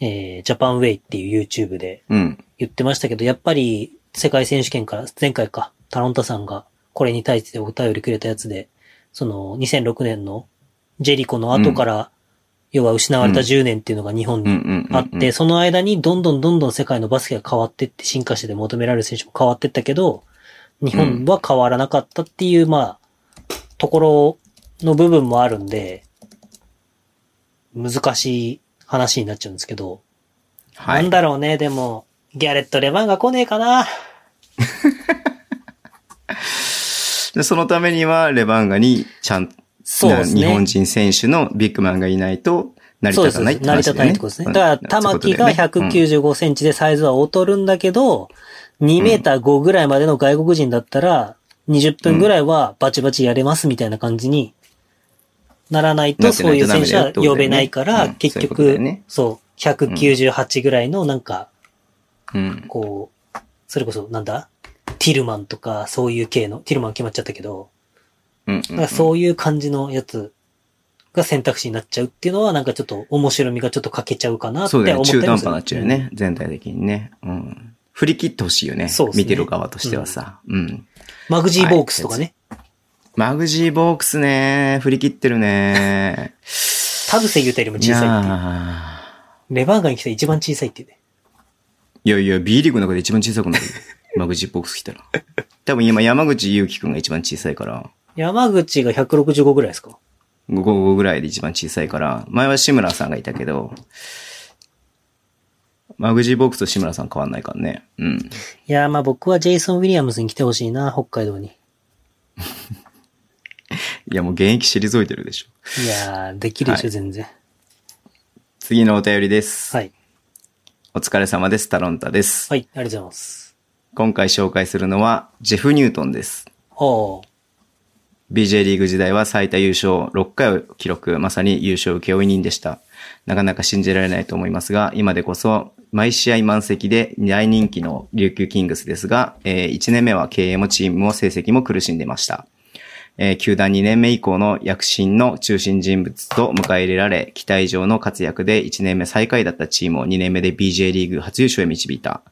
Speaker 3: えー、ジャパンウェイっていう YouTube で
Speaker 2: うん。
Speaker 3: 言ってましたけど、やっぱり世界選手権から、前回か、タロンタさんがこれに対してお便りくれたやつで、その2006年のジェリコの後から、要は失われた10年っていうのが日
Speaker 2: う
Speaker 3: 本
Speaker 2: んう
Speaker 3: に
Speaker 2: んうん、うん。
Speaker 3: あって、その間にどんどんどんどん世界のバスケが変わってって進化してて求められる選手も変わってったけど、日本は変わらなかったっていう、まあ、ところの部分もあるんで、難しい話になっちゃうんですけど、
Speaker 2: はい。
Speaker 3: なんだろうね、でも、ギャレット・レバンが来ねえかな。
Speaker 2: で、そのためには、レバンガにちゃん、
Speaker 3: そうですね
Speaker 2: な日本人選手のビッグマンがいないと、成り
Speaker 3: そうで
Speaker 2: 立た
Speaker 3: す
Speaker 2: ないって
Speaker 3: 成り
Speaker 2: 話
Speaker 3: 立た
Speaker 2: だ
Speaker 3: ない
Speaker 2: よね。
Speaker 3: ってことですね。だから、玉木が
Speaker 2: 190
Speaker 3: 195センチでサイズは劣るんだけど、2メーター5ぐらいまでの外国人だったら、20分ぐらいはバチバチやれますみたいな感じにならない
Speaker 2: な
Speaker 3: と、
Speaker 2: って
Speaker 3: そ
Speaker 2: な
Speaker 3: う
Speaker 2: い
Speaker 3: いう
Speaker 2: とダ
Speaker 3: 選
Speaker 2: メだ
Speaker 3: 手
Speaker 2: よ
Speaker 3: は
Speaker 2: ってことだよね
Speaker 3: 呼べないか
Speaker 2: う
Speaker 3: ら
Speaker 2: ん、
Speaker 3: 結
Speaker 2: そういうことだよ
Speaker 3: 局
Speaker 2: ね、
Speaker 3: そう、198ぐらいのなんか、
Speaker 2: うん。
Speaker 3: こう、それこそ、なんだティルマンとか、そういう系の、ティルマン決まっちゃったけど、
Speaker 2: うん。
Speaker 3: なんかそういう感じのやつが選択肢になっちゃうっていうのは、なんかちょっと面白みがちょっと欠けちゃうかなって
Speaker 2: そう
Speaker 3: 思
Speaker 2: だ
Speaker 3: った
Speaker 2: よ
Speaker 3: り
Speaker 2: ね。
Speaker 3: もす
Speaker 2: 中途半端に
Speaker 3: る
Speaker 2: なっちゃうよ。ね。全体的にね。うん。振り切ってほしいよね。
Speaker 3: そうっすね
Speaker 2: 見てる側としてはさ。うん。
Speaker 3: マグジーボークスとかね。
Speaker 2: マグジーボックスね。振り切ってるね。
Speaker 3: 田臥ゆたよりも
Speaker 2: い
Speaker 3: 小
Speaker 2: や
Speaker 3: さいっていう。
Speaker 2: ー
Speaker 3: レバーガンに来たら一番小さいっていうね。
Speaker 2: いやいや、B リーグの中で一番小さ くなるよ。マグジーボックス来たら。多分今山口祐樹くんが一番小さいから、
Speaker 3: 山口が165ぐらいですか
Speaker 2: 5後ぐらいで一番小さいから、前は志村さんがいたけど、マグジーボックスと志村さん変わんないからね。うん。
Speaker 3: いやー、まあ僕はジェイソン・ウィリアムズに来てほしいな、北海道に。
Speaker 2: いやもう現役退いてるでしょ。
Speaker 3: いやー、できるでしょ、
Speaker 2: はい
Speaker 3: 全然。
Speaker 2: 次のお便りです。
Speaker 3: はい。
Speaker 2: お疲れ様です。タロンタです。
Speaker 3: はい、ありがとうございます。
Speaker 2: 今回紹介するのは、ジェフ・ニュートンです。
Speaker 3: おー。
Speaker 2: BJ リーグ時代は最多優勝6回を記録、まさに優勝請負人でした。なかなか信じられないと思いますが、今でこそ毎試合満席で大人気の琉球キングスですが、え1年目は経営もチームも成績も苦しんでました。えー球団2年目以降の躍進の中心人物と迎え入れられ、期待以上の活躍で1年目最下位だったチームを2年目で BJ リーグ初優勝へ導いた。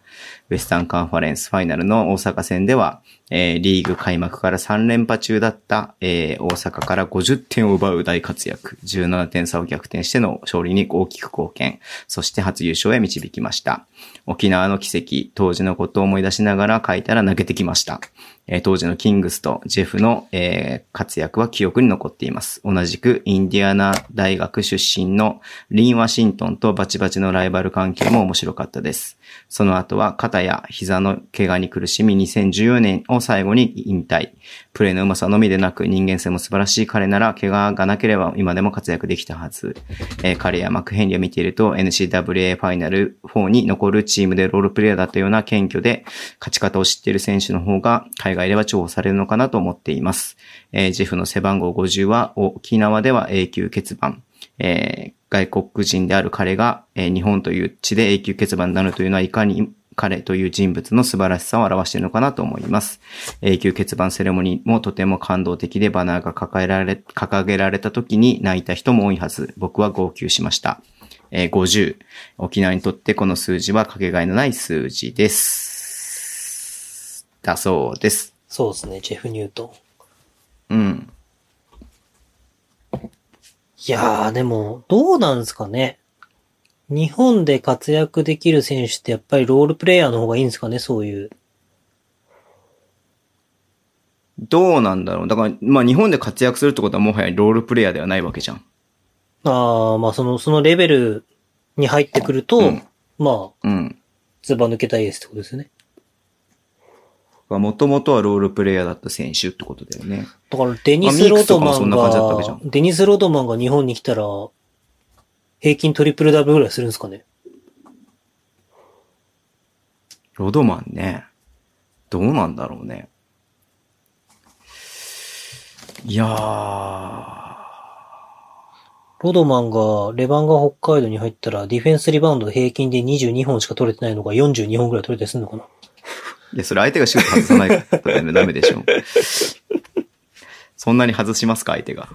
Speaker 2: ウェスタンカンファレンスファイナルの大阪戦では、えーリーグ開幕から3連覇中だった、えー大阪から50点を奪う大活躍、17点差を逆転しての勝利に大きく貢献、そして初優勝へ導きました。沖縄の奇跡、当時のことを思い出しながら書いたら泣けてきました。えー当時のキングスとジェフの、えー活躍は記憶に残っています。同じくインディアナ大学出身のリン・ワシントンとバチバチのライバル関係も面白かったです。その後は肩や膝の怪我に苦しみ2014年を最後に引退。プレーの上手さのみでなく人間性も素晴らしい彼なら怪我がなければ今でも活躍できたはず。えー彼やマクヘンリーを見ていると NCAA ファイナル4に残るチームでロールプレイヤーだったような謙虚で勝ち方を知っている選手の方が海外では重宝されるのかなと思っています。えージェフの背番号50は沖縄では永久欠番。えー外国人である彼が、えー日本という地で永久欠番になるというのはいかに彼という人物の素晴らしさを表しているのかなと思います。永久欠番セレモニーもとても感動的でバナーが掲げられ、掲げられた時に泣いた人も多いはず。僕は号泣しました。えー50。沖縄にとってこの数字はかけがえのない数字です。だそうです。
Speaker 3: そうですね、ジェフ・ニュートン。
Speaker 2: うん。
Speaker 3: いやー、でも、どうなんですかね。日本で活躍できる選手ってやっぱりロールプレイヤーの方がいいんですかね、そういう。
Speaker 2: どうなんだろう。だから、まあ日本で活躍するってことはもはやロールプレイヤーではないわけじゃん。
Speaker 3: ああ、まあその、そのレベルに入ってくると、
Speaker 2: うん
Speaker 3: まあ、
Speaker 2: うん。
Speaker 3: ズバ抜けたいですってことですよね。
Speaker 2: もともとはロールプレイヤーだった選手ってことだよね。
Speaker 3: だから、デニス・ロードマ
Speaker 2: あミークスとかもそん
Speaker 3: ン
Speaker 2: な感じだったわけじゃ
Speaker 3: が
Speaker 2: ん、
Speaker 3: デニス・ロードマンが日本に来たら、平均トリプルダブルぐらいするんですかね。
Speaker 2: ロドマンね。どうなんだろうね。いやー。
Speaker 3: ロードマンが、レバンが北海道に入ったら、ディフェンスリバウンド平均で22本しか取れてないのが42本ぐらい取れたりするのかない
Speaker 2: や、それ相手がシュート外さないとダメでしょ。そんなに外しますか、相手が。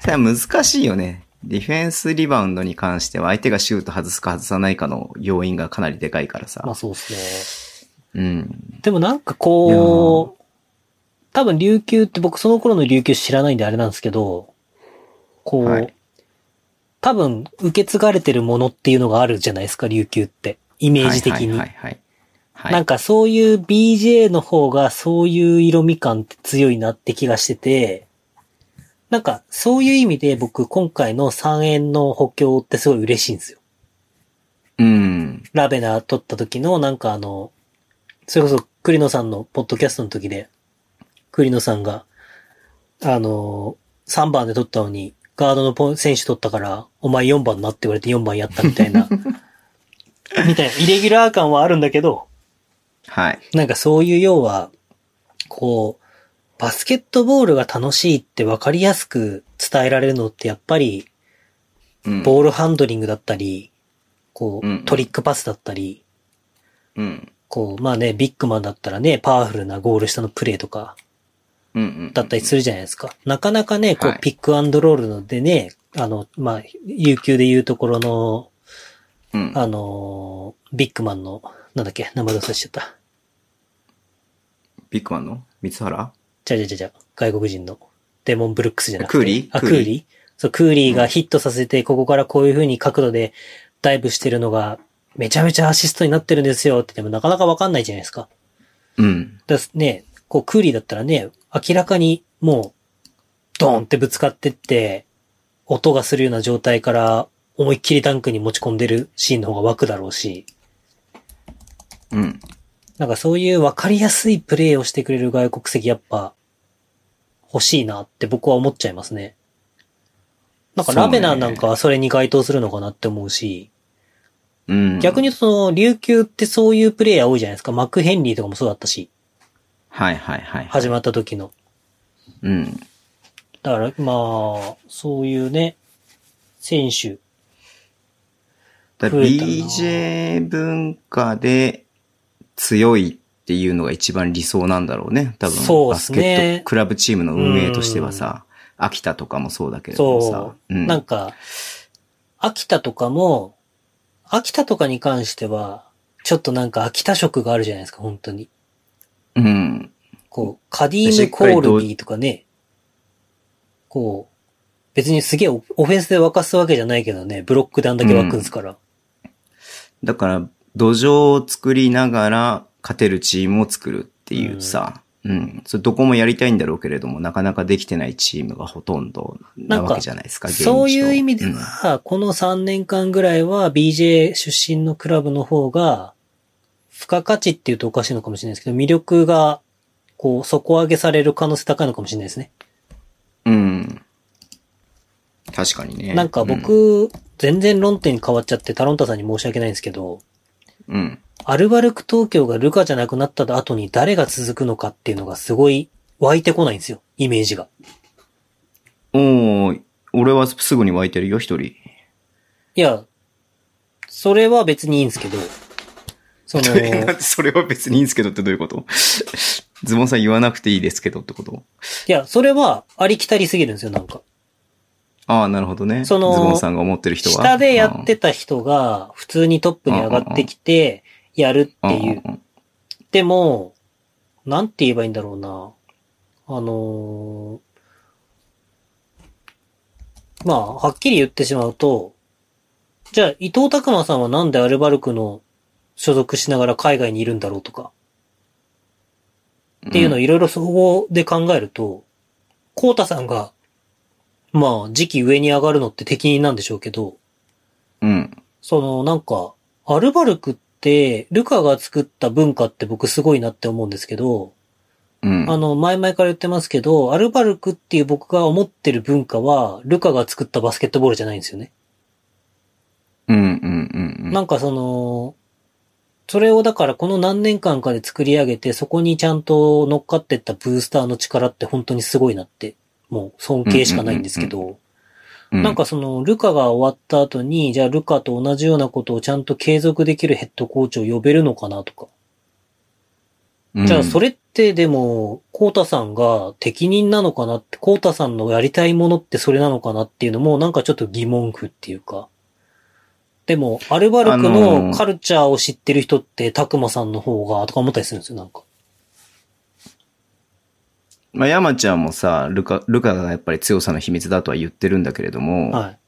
Speaker 2: それは難しいよね。ディフェンスリバウンドに関しては、相手がシュート外すか外さないかの要因がかなりでかいから
Speaker 3: まあ
Speaker 2: さ。
Speaker 3: そうですね。
Speaker 2: うん。
Speaker 3: でもなんかこう、多分琉球って僕その頃の琉球知らないんであれなんですけど、こう、
Speaker 2: はい
Speaker 3: 多分受け継がれてるものっていうのがあるじゃないですか、琉球って。イメージ的に。
Speaker 2: はいはいはい、はい。
Speaker 3: なんかそういう BJ の方がそういう色味感って強いなって気がしてて、なんかそういう意味で僕今回の3円の補強ってすごい嬉しいんですよ。
Speaker 2: うん。
Speaker 3: ラベナー撮った時の、なんかあの、それこそ栗野さんのポッドキャストの時で、栗野さんが、あの、3番で撮ったのに、ガードのポン選手撮ったから、お前4番なって言われて4番やったみたい な、みたいな、イレギュラー感はあるんだけど、
Speaker 2: はい。
Speaker 3: なんかそういう要は、こう、バスケットボールが楽しいって分かりやすく伝えられるのってやっぱり
Speaker 2: うん
Speaker 3: ボールハンドリングだったり、こ
Speaker 2: うんうん
Speaker 3: う、トリックパスだったり、
Speaker 2: うん。
Speaker 3: こう、まあね、ビッグマンだったらね、パワフルなゴール下のプレーとか、
Speaker 2: うんうん。
Speaker 3: だったりするじゃないですか。なかなかね、こ
Speaker 2: は
Speaker 3: う
Speaker 2: い、
Speaker 3: ピックアンドロールのでね、あの、まあ、有給で言うところの、
Speaker 2: うん。
Speaker 3: あのービッグマンの、なんだっけ、名前忘れしちゃった。
Speaker 2: ビッグマンの三原
Speaker 3: ちゃうちゃうちゃうちゃう、外国人の。デモン・ブルックスじゃなくて。
Speaker 2: クーリー
Speaker 3: あ、
Speaker 2: ク
Speaker 3: ク
Speaker 2: ー
Speaker 3: ー
Speaker 2: リー
Speaker 3: リーそう、クーリーがヒットさせて、ここからこういう風に角度でダイブしてるのが、めちゃめちゃアシストになってるんですよって、でもなかなかわかんないじゃないですか。
Speaker 2: うん。
Speaker 3: だすね、こう、クーリーだったらね、明らかにもう、ドーンってぶつかってって、音がするような状態から、思いっきりダンクに持ち込んでるシーンの方が湧くだろうし、
Speaker 2: うん。
Speaker 3: なんかそういう分かりやすいプレーをしてくれる外国籍やっぱ、欲しいなって僕は思っちゃいますね。なんか
Speaker 2: そうね
Speaker 3: ラベナーなんかはそれに該当するのかなって思うし、
Speaker 2: うん。
Speaker 3: 逆に。言うとその、琉球ってそういうプレイヤー多いじゃないですか。マック・ヘンリーとかもそうだったし、
Speaker 2: はいはいはい。
Speaker 3: 始まった時の。
Speaker 2: うん。
Speaker 3: だから、まあ、そういうね、選手。
Speaker 2: だ
Speaker 3: 増えたな
Speaker 2: BJ 文化で強いっていうのが一番理想なんだろうね。多分、
Speaker 3: そう
Speaker 2: バ
Speaker 3: っ
Speaker 2: ス
Speaker 3: す
Speaker 2: ケ
Speaker 3: ね
Speaker 2: ットクラブチームの運営としてはさ、秋田とかもそうだけれどもさ
Speaker 3: そ、う。
Speaker 2: うん
Speaker 3: なんか、秋田とかも、秋田とかに関しては、ちょっとなんか秋田色があるじゃないですか、本当に。
Speaker 2: うん。
Speaker 3: こう、カディーム・コールビーとかね、こう、別にすげえオオフェンスで沸かすわけじゃないけどね、ブロックであんだけ沸くんですから。
Speaker 2: だから、土壌を作りながら勝てるチームを作るっていうさ、うん。それどこもやりたいんだろうけれども、なかなかできてないチームがほとんどなわけじゃないですか、現状
Speaker 3: そういう意味では、この3年間ぐらいは BJ 出身のクラブの方が、付加価値っていうとおかしいのかもしれないですけど、魅力が、こう、底上げされる可能性高いのかもしれないですね。
Speaker 2: うん。うん確かにね。
Speaker 3: なんか僕、全然論点変わっちゃって、タロンタさんに申し訳ないんですけど、
Speaker 2: うん、うん。
Speaker 3: アルバルク東京がルカじゃなくなった後に誰が続くのかっていうのがすごい湧いてこないんですよ、イメージが。
Speaker 2: おー俺はすぐに湧いてるよ、一人。
Speaker 3: いや、それは別にいいんですけど、そ の、
Speaker 2: それは別にいいんですけどってどういうことズボンさん言わなくていいですけどってこと
Speaker 3: いや、それはありきたりすぎるんですよ、なんか。
Speaker 2: ああ、なるほどね。
Speaker 3: その
Speaker 2: ズボンさんが思ってる人は。
Speaker 3: 下でやってた人が、普通にトップに上がってきて、やる
Speaker 2: う
Speaker 3: っ
Speaker 2: ん
Speaker 3: ていう。。でも、なんて言えばいいんだろうな。あのーまあ、はっきり言ってしまうと、じゃあ、伊藤拓馬さんはなんでアルバルクの所属しながら海外にいるんだろうとか、
Speaker 2: っ
Speaker 3: っていうのをいろいろ総合で考えると、コウタさんが、まあ、次期上に上がるのって適任なんでしょうけど、
Speaker 2: うん。
Speaker 3: その、なんか、アルバルクって、ルカが作った文化って僕すごいなって思うんですけど、
Speaker 2: うん。
Speaker 3: あの、前々から言ってますけど、アルバルクっていう僕が思ってる文化は、ルカが作ったバスケットボールじゃないんですよね。
Speaker 2: うんうんうんうん。
Speaker 3: なんかその、それをだからこの何年間かで作り上げて、そこにちゃんと乗っかってったブースターの力って本当にすごいなって、もう尊敬しかないんですけど、
Speaker 2: う
Speaker 3: なん、かその、ルカが終わった後に、じゃあルカと同じようなことをちゃんと継続できるヘッドコーチを呼べるのかなとか。じゃあそ
Speaker 2: れ、
Speaker 3: れってでも、コータさんが適任なのかなって、コータさんのやりたいものってそれなのかなっていうのも、なんかちょっと疑問符っていうか。でも、アルバルク
Speaker 2: あの
Speaker 3: の
Speaker 2: ー
Speaker 3: カルチャーを知ってる人って、タクマさんの方が、とか思ったりするんですよ、なんか。
Speaker 2: まあ、山ちゃんもさ、ルカ、ルカがやっぱり強さの秘密だとは言ってるんだけれども、
Speaker 3: はい。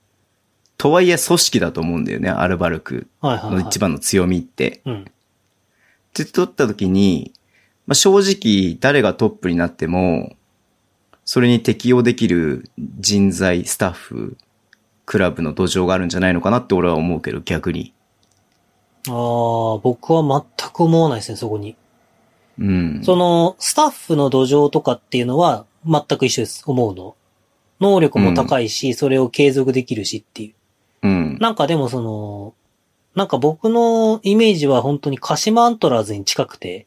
Speaker 2: とはいえ組織だと思うんだよね、アルバルク
Speaker 3: はいはい、
Speaker 2: の
Speaker 3: はい。
Speaker 2: 一番の強みって。
Speaker 3: うん。
Speaker 2: って取った時に、まあ、正直誰がトップになっても、それに適応できる人材、スタッフ、クラブの土壌があるんじゃないのかなって俺は思うけど、逆に。
Speaker 3: ああ、僕は全く思わないですね、そこに。
Speaker 2: うん。
Speaker 3: その、スタッフの土壌とかっていうのは全く一緒です、思うの。能力も高いし、それを継続できるしっていう。
Speaker 2: うん。
Speaker 3: なんかでもその、なんか僕のイメージは本当に鹿島アントラーズに近くて、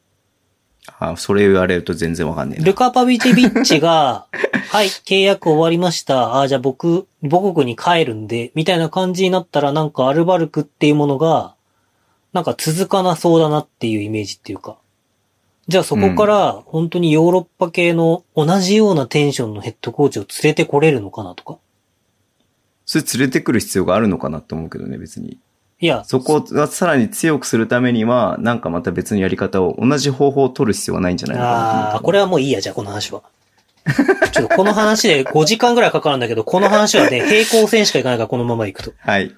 Speaker 2: あ、それ言われると全然わかんねえな
Speaker 3: ル。カ・パビチェビッチが、はい、契約終わりました。ああ、じゃあ僕、母国に帰るんで、みたいな感じになったら、なんかアルバルクっていうものが、なんか続かなそうだなっていうイメージっていうか。じゃあそこから、本当にヨーロッパ系の同じようなテンションのヘッドコーチを連れてこれるのかなとか。
Speaker 2: それ連れてくる必要があるのかなと思うけどね、別に。
Speaker 3: いや、
Speaker 2: そこがさらに強くするためには、なんかまた別のやり方を、同じ方法を取る必要はないんじゃないのかな
Speaker 3: ああ、これはもういいや、じゃあこの話は。 ちょっとこの話で5時間ぐらいかかるんだけど、この話 はね、平行線しかいかないから、このまま行くと。
Speaker 2: はい。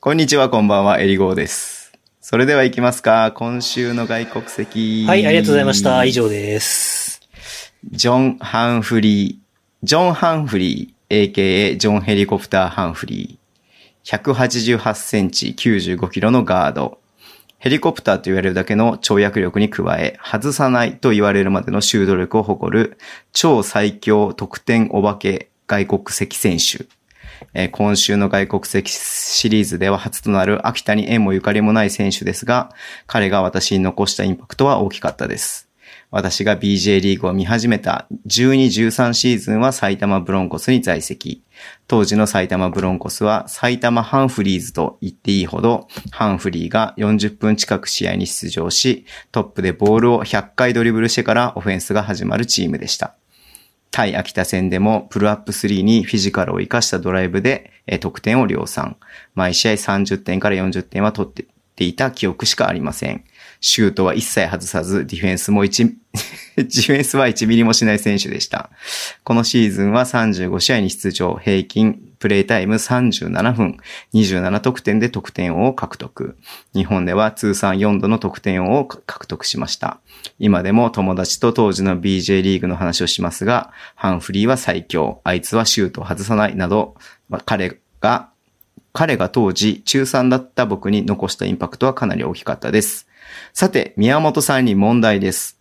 Speaker 2: こんにちは、こんばんは、エリゴーです。それでは行きますか。今週の外国籍。
Speaker 3: はい、ありがとうございました。以。上です。
Speaker 2: ジョン・ハンフリー。ジョン・ハンフリー、AKA ジョン・ヘリコプター・ハンフリー。188センチ、95キロのガード。ヘリコプターと言われるだけの跳躍力に加え、外さないと言われるまでのシュート力を誇る、超最強得点お化け外国籍選手。えー今週の外国籍シリーズでは初となる秋田に縁もゆかりもない選手ですが、彼が私に残したインパクトは大きかったです。私が BJ リーグを見始めた12-13シーズンは埼玉ブロンコスに在籍。当時の埼玉ブロンコスは埼玉ハンフリーズと言っていいほど、ハンフリーが40分近く試合に出場し、トップでボールを100回ドリブルしてからオフェンスが始まるチームでした。対秋田戦でもプルアップ3にフィジカルを活かしたドライブでえー得点を量産。毎試合30点から40点は取ってっていた記憶しかありません。シュートは一切外さず、ディフェンスも1、デ ィフェンスは1ミリもしない選手でした。このシーズンは35試合に出場、平均、プレイタイム37分、27得点で得点王を獲得。日本では通算4度の得点王を獲得しました。今でも友達と当時の BJ リーグの話をしますが、ハンフリーは最強、あいつはシュートを外さないなど、まあ彼が、彼が当時中3だった僕に残したインパクトはかなり大きかったです。さて、宮本さんに問題です。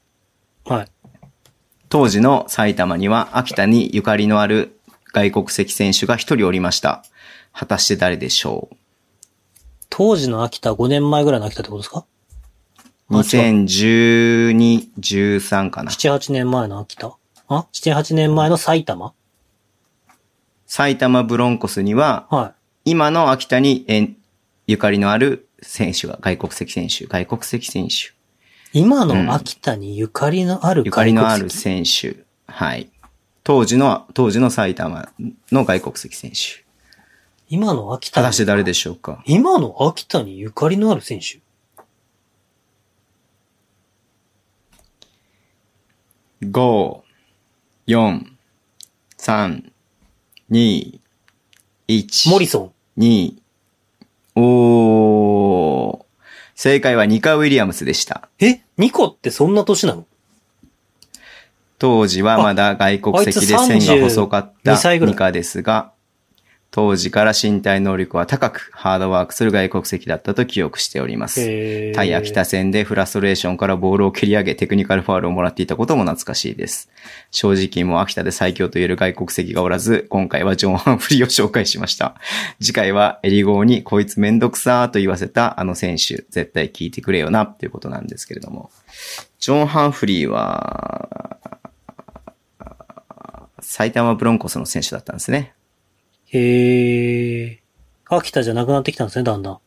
Speaker 3: はい。
Speaker 2: 当時の埼玉には秋田にゆかりのある外国籍選手が一人おりました。果たして誰でしょ
Speaker 3: 当時の秋田、5年前ぐらいの秋田ってことですか
Speaker 2: う
Speaker 3: あ違
Speaker 2: ?2012、13かな。
Speaker 3: ?7、8年前の秋田あ ?7、8年前の埼玉
Speaker 2: 埼玉ブロンコスには、
Speaker 3: は
Speaker 2: 今の秋田に縁ゆかりのある選手が、外国籍選手、外国籍選手、
Speaker 3: い。今の秋田にゆかりのある
Speaker 2: ゆかりのある
Speaker 3: 外国籍
Speaker 2: 選手、はい。当時の、当時の埼玉の外国籍選手。
Speaker 3: 今の秋
Speaker 2: 果
Speaker 3: 田
Speaker 2: たして
Speaker 3: に。
Speaker 2: 誰でしょうか
Speaker 3: 今の秋田にゆかりのある選手
Speaker 2: 5、4、3、2、1。
Speaker 3: モリソン。
Speaker 2: 2、おー。正解はニカ・ウィリアムスでした。
Speaker 3: えニコってそんな年なの
Speaker 2: 当時はまだ外国籍で
Speaker 3: ああい
Speaker 2: 線
Speaker 3: つ
Speaker 2: が細かっ
Speaker 3: 32
Speaker 2: た
Speaker 3: 歳ぐらい
Speaker 2: ニカですが、当時から身体能力は高く、ハードワークする外国籍だったと記憶しております。
Speaker 3: えー
Speaker 2: 対秋田戦でフラストレーションからボールを蹴り上げテクニカルファウルをもらっていたことも懐かしいです。正直もう秋田で最強と言える外国籍がおらず、今回はジョン・ハンフリーを紹介しました。次回はエリゴーにこいつめんどくさーと言わせたあの選手、絶対聞いてくれよなっていうことなんですけれども。ジョン・ハンフリーは、埼玉ブロンコスの選手だったんですね。
Speaker 3: へえ。秋田じゃなくなってきたんですね、だんだん。い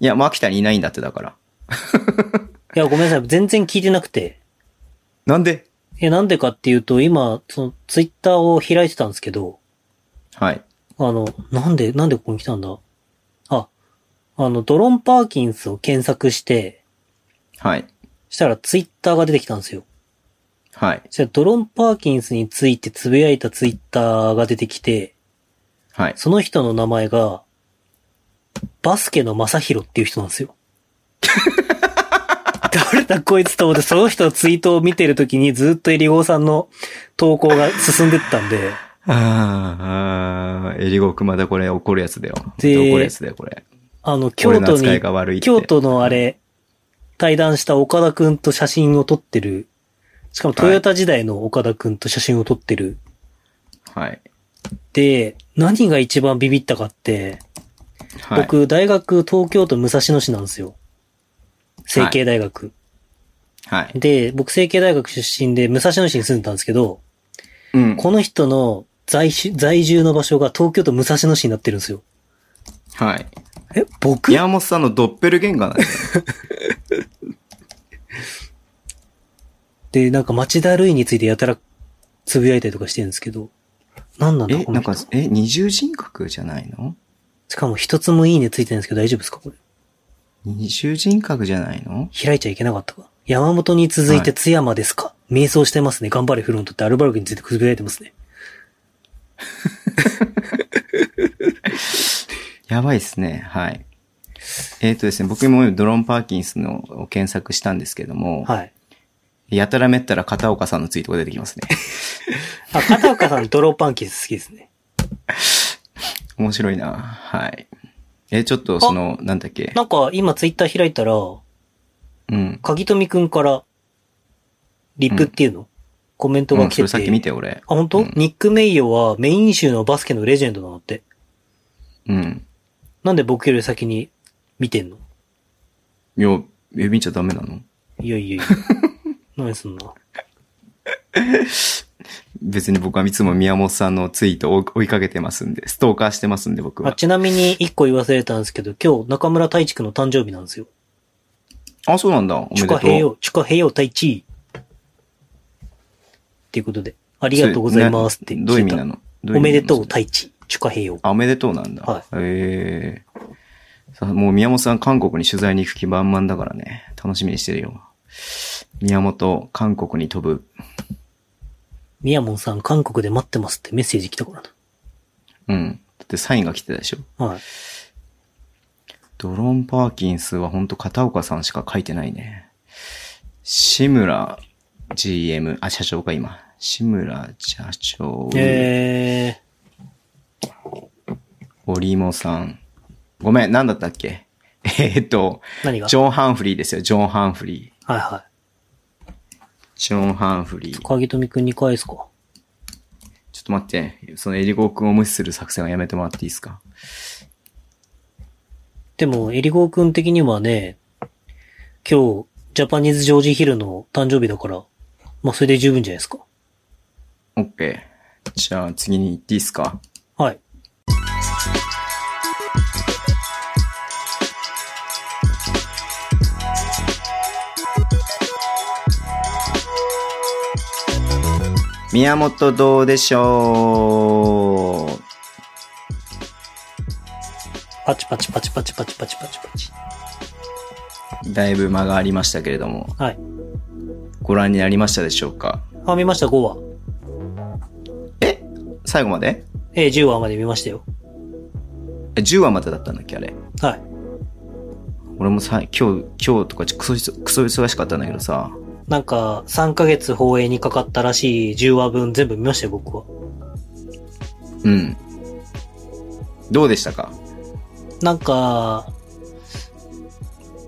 Speaker 2: いや、もう秋田にいないんだってだから。
Speaker 3: や、ごめんなさい。全然聞いてなくて。
Speaker 2: なんで
Speaker 3: え、なんでかっていうと、今、その、ツイッターを開いてたんですけど、
Speaker 2: はい。
Speaker 3: あの、なんで、なんでここに来たんだあ、あの、ドロン・パーキンスを検索して、
Speaker 2: はい。
Speaker 3: したらツイッターが出てきたんですよ。
Speaker 2: はい。
Speaker 3: そしたらドロン・パーキンスについてつぶやいたツイッターが出てきて、
Speaker 2: はい。
Speaker 3: その人の名前が、バスケの正宏っていう人なんで すよ。誰だこいつと思って、その人のツイートを見てるときにずっとエリゴーさんの投稿が進んでったんで、
Speaker 2: あーあー、エリゴくまだこれ怒るやつだよ。
Speaker 3: で
Speaker 2: 怒るやつだよ、これ。
Speaker 3: あの、京
Speaker 2: 俺の
Speaker 3: 都
Speaker 2: 扱いが悪いっ
Speaker 3: に、
Speaker 2: て
Speaker 3: 京都のあれ、対談した岡田くんと写真を撮ってる、しかもトヨタ時代の岡田くんと写真を撮ってる。
Speaker 2: はい。
Speaker 3: で、何が一番ビビったかって、
Speaker 2: はい。
Speaker 3: 僕、大学東京都武蔵野市なんですよ。成形大学。
Speaker 2: はい。
Speaker 3: で、僕、成形大学出身で、武蔵野市に住んでたんですけど、
Speaker 2: うん。
Speaker 3: この人の在し在住の場所が東京都武蔵野市になってるんですよ。
Speaker 2: はい。
Speaker 3: え、僕
Speaker 2: 山本さんのドッペルゲンガーなんですよ。
Speaker 3: で、なんか町田るいについてやたらつぶやいたりとかしてるんですけど、なんなん だ
Speaker 2: え、
Speaker 3: こ
Speaker 2: な
Speaker 3: の
Speaker 2: ん
Speaker 3: 人
Speaker 2: か。、え、二重人格じゃないの
Speaker 3: しかも一つもいいねついてないんですけど大丈夫ですかこれ。
Speaker 2: 二重人格じゃないの
Speaker 3: 開いちゃいけなかったか。山本に続いて津山ですか、瞑想してますね。頑張れフロントってアルバルクについてつぶやいてますね。
Speaker 2: やばいですね。はい。えっ、とですね、僕もドロン・パーキンスのを検索したんですけども、
Speaker 3: はい。
Speaker 2: やたらめったら片岡さんのツイートが出てき ますね。
Speaker 3: あ、片岡さんドローパンケース好きですね。
Speaker 2: 面白いなはい。えちょっとその、なんだっけ
Speaker 3: なんか今ツイッター開いたら、
Speaker 2: うん。
Speaker 3: 鍵富くんから、リップっていうの、コメント
Speaker 2: う
Speaker 3: が
Speaker 2: ん、そ
Speaker 3: 来て
Speaker 2: れ
Speaker 3: て。
Speaker 2: さっき見て、俺。
Speaker 3: あ、本当、
Speaker 2: うん
Speaker 3: ニック・メイヨはメイン州のバスケのレジェンドなのって。
Speaker 2: うん。
Speaker 3: なんで僕より先に見てんの
Speaker 2: いや、え見ちゃダメなの
Speaker 3: いやい やいや。何そんな。
Speaker 2: 別に僕はいつも宮本さんのツイートを追い追いかけてますんで、ストーカーしてますんで、僕
Speaker 3: あ
Speaker 2: は。
Speaker 3: ちなみに一個言わせれたんですけど、今日中村太一くんの誕生日なんですよ。
Speaker 2: あ、そうなんだ。おめ
Speaker 3: チ
Speaker 2: で
Speaker 3: ュカヘ
Speaker 2: とう。
Speaker 3: ヨ、チュカヘヨ太一。っていうことで、ありがとうございますって聞いた。
Speaker 2: どういう意味なのどうい
Speaker 3: お
Speaker 2: 意味
Speaker 3: め
Speaker 2: な
Speaker 3: で
Speaker 2: の
Speaker 3: とう太一、チュカヘヨ。
Speaker 2: あおめでとうなんだ。
Speaker 3: はい
Speaker 2: ええさもう宮本さん韓国に取材に行く気満々だからね。楽しみにしてるよ。宮本、韓国に飛ぶ。
Speaker 3: みやもんさん韓国で待ってますってメッセージ来たから
Speaker 2: うん。だってサインが来てたでしょ。
Speaker 3: な。はい。
Speaker 2: ドロン・パーキンスはほんと片岡さんしか書いてないね。志村 GM、あ、社長か今。志村社長、
Speaker 3: え
Speaker 2: オリモさん。ごめん、なんだったっけえーっと、
Speaker 3: ー、何が
Speaker 2: ジョン・ハンフリーですよ、ジョン・ハンフリー。
Speaker 3: はいは
Speaker 2: ジョン・ハンフリー。
Speaker 3: い。影富くんに返すか。
Speaker 2: ちょっと待って、そのエリゴー君を無視する作戦はやめてもらっていいですか
Speaker 3: でも、エリゴーくん的にはね、今日、ジャパニーズジョージヒルの誕生日だから、まあ、それで十分じゃないですか。
Speaker 2: ?OK。じゃあ次に行っていいですか
Speaker 3: はい。
Speaker 2: 宮本どうでしょう
Speaker 3: パチパチパチパチパチパチパチパチ。
Speaker 2: だいぶ間がありましたけれども、
Speaker 3: はい。
Speaker 2: ご覧になりましたでしょうか
Speaker 3: あ、見ました、5話。
Speaker 2: え最後まで
Speaker 3: えー、10話まで見ましたよ。
Speaker 2: え ?10 話までだったんだっけあれ。
Speaker 3: はい。
Speaker 2: 俺もさ、今日、今日とかクソいそ、クソ忙しかったんだけどさ、
Speaker 3: なんか、3ヶ月放映にかかったらしい10話分全部見ましたよ、僕は。
Speaker 2: うん。どうでしたか
Speaker 3: なんか、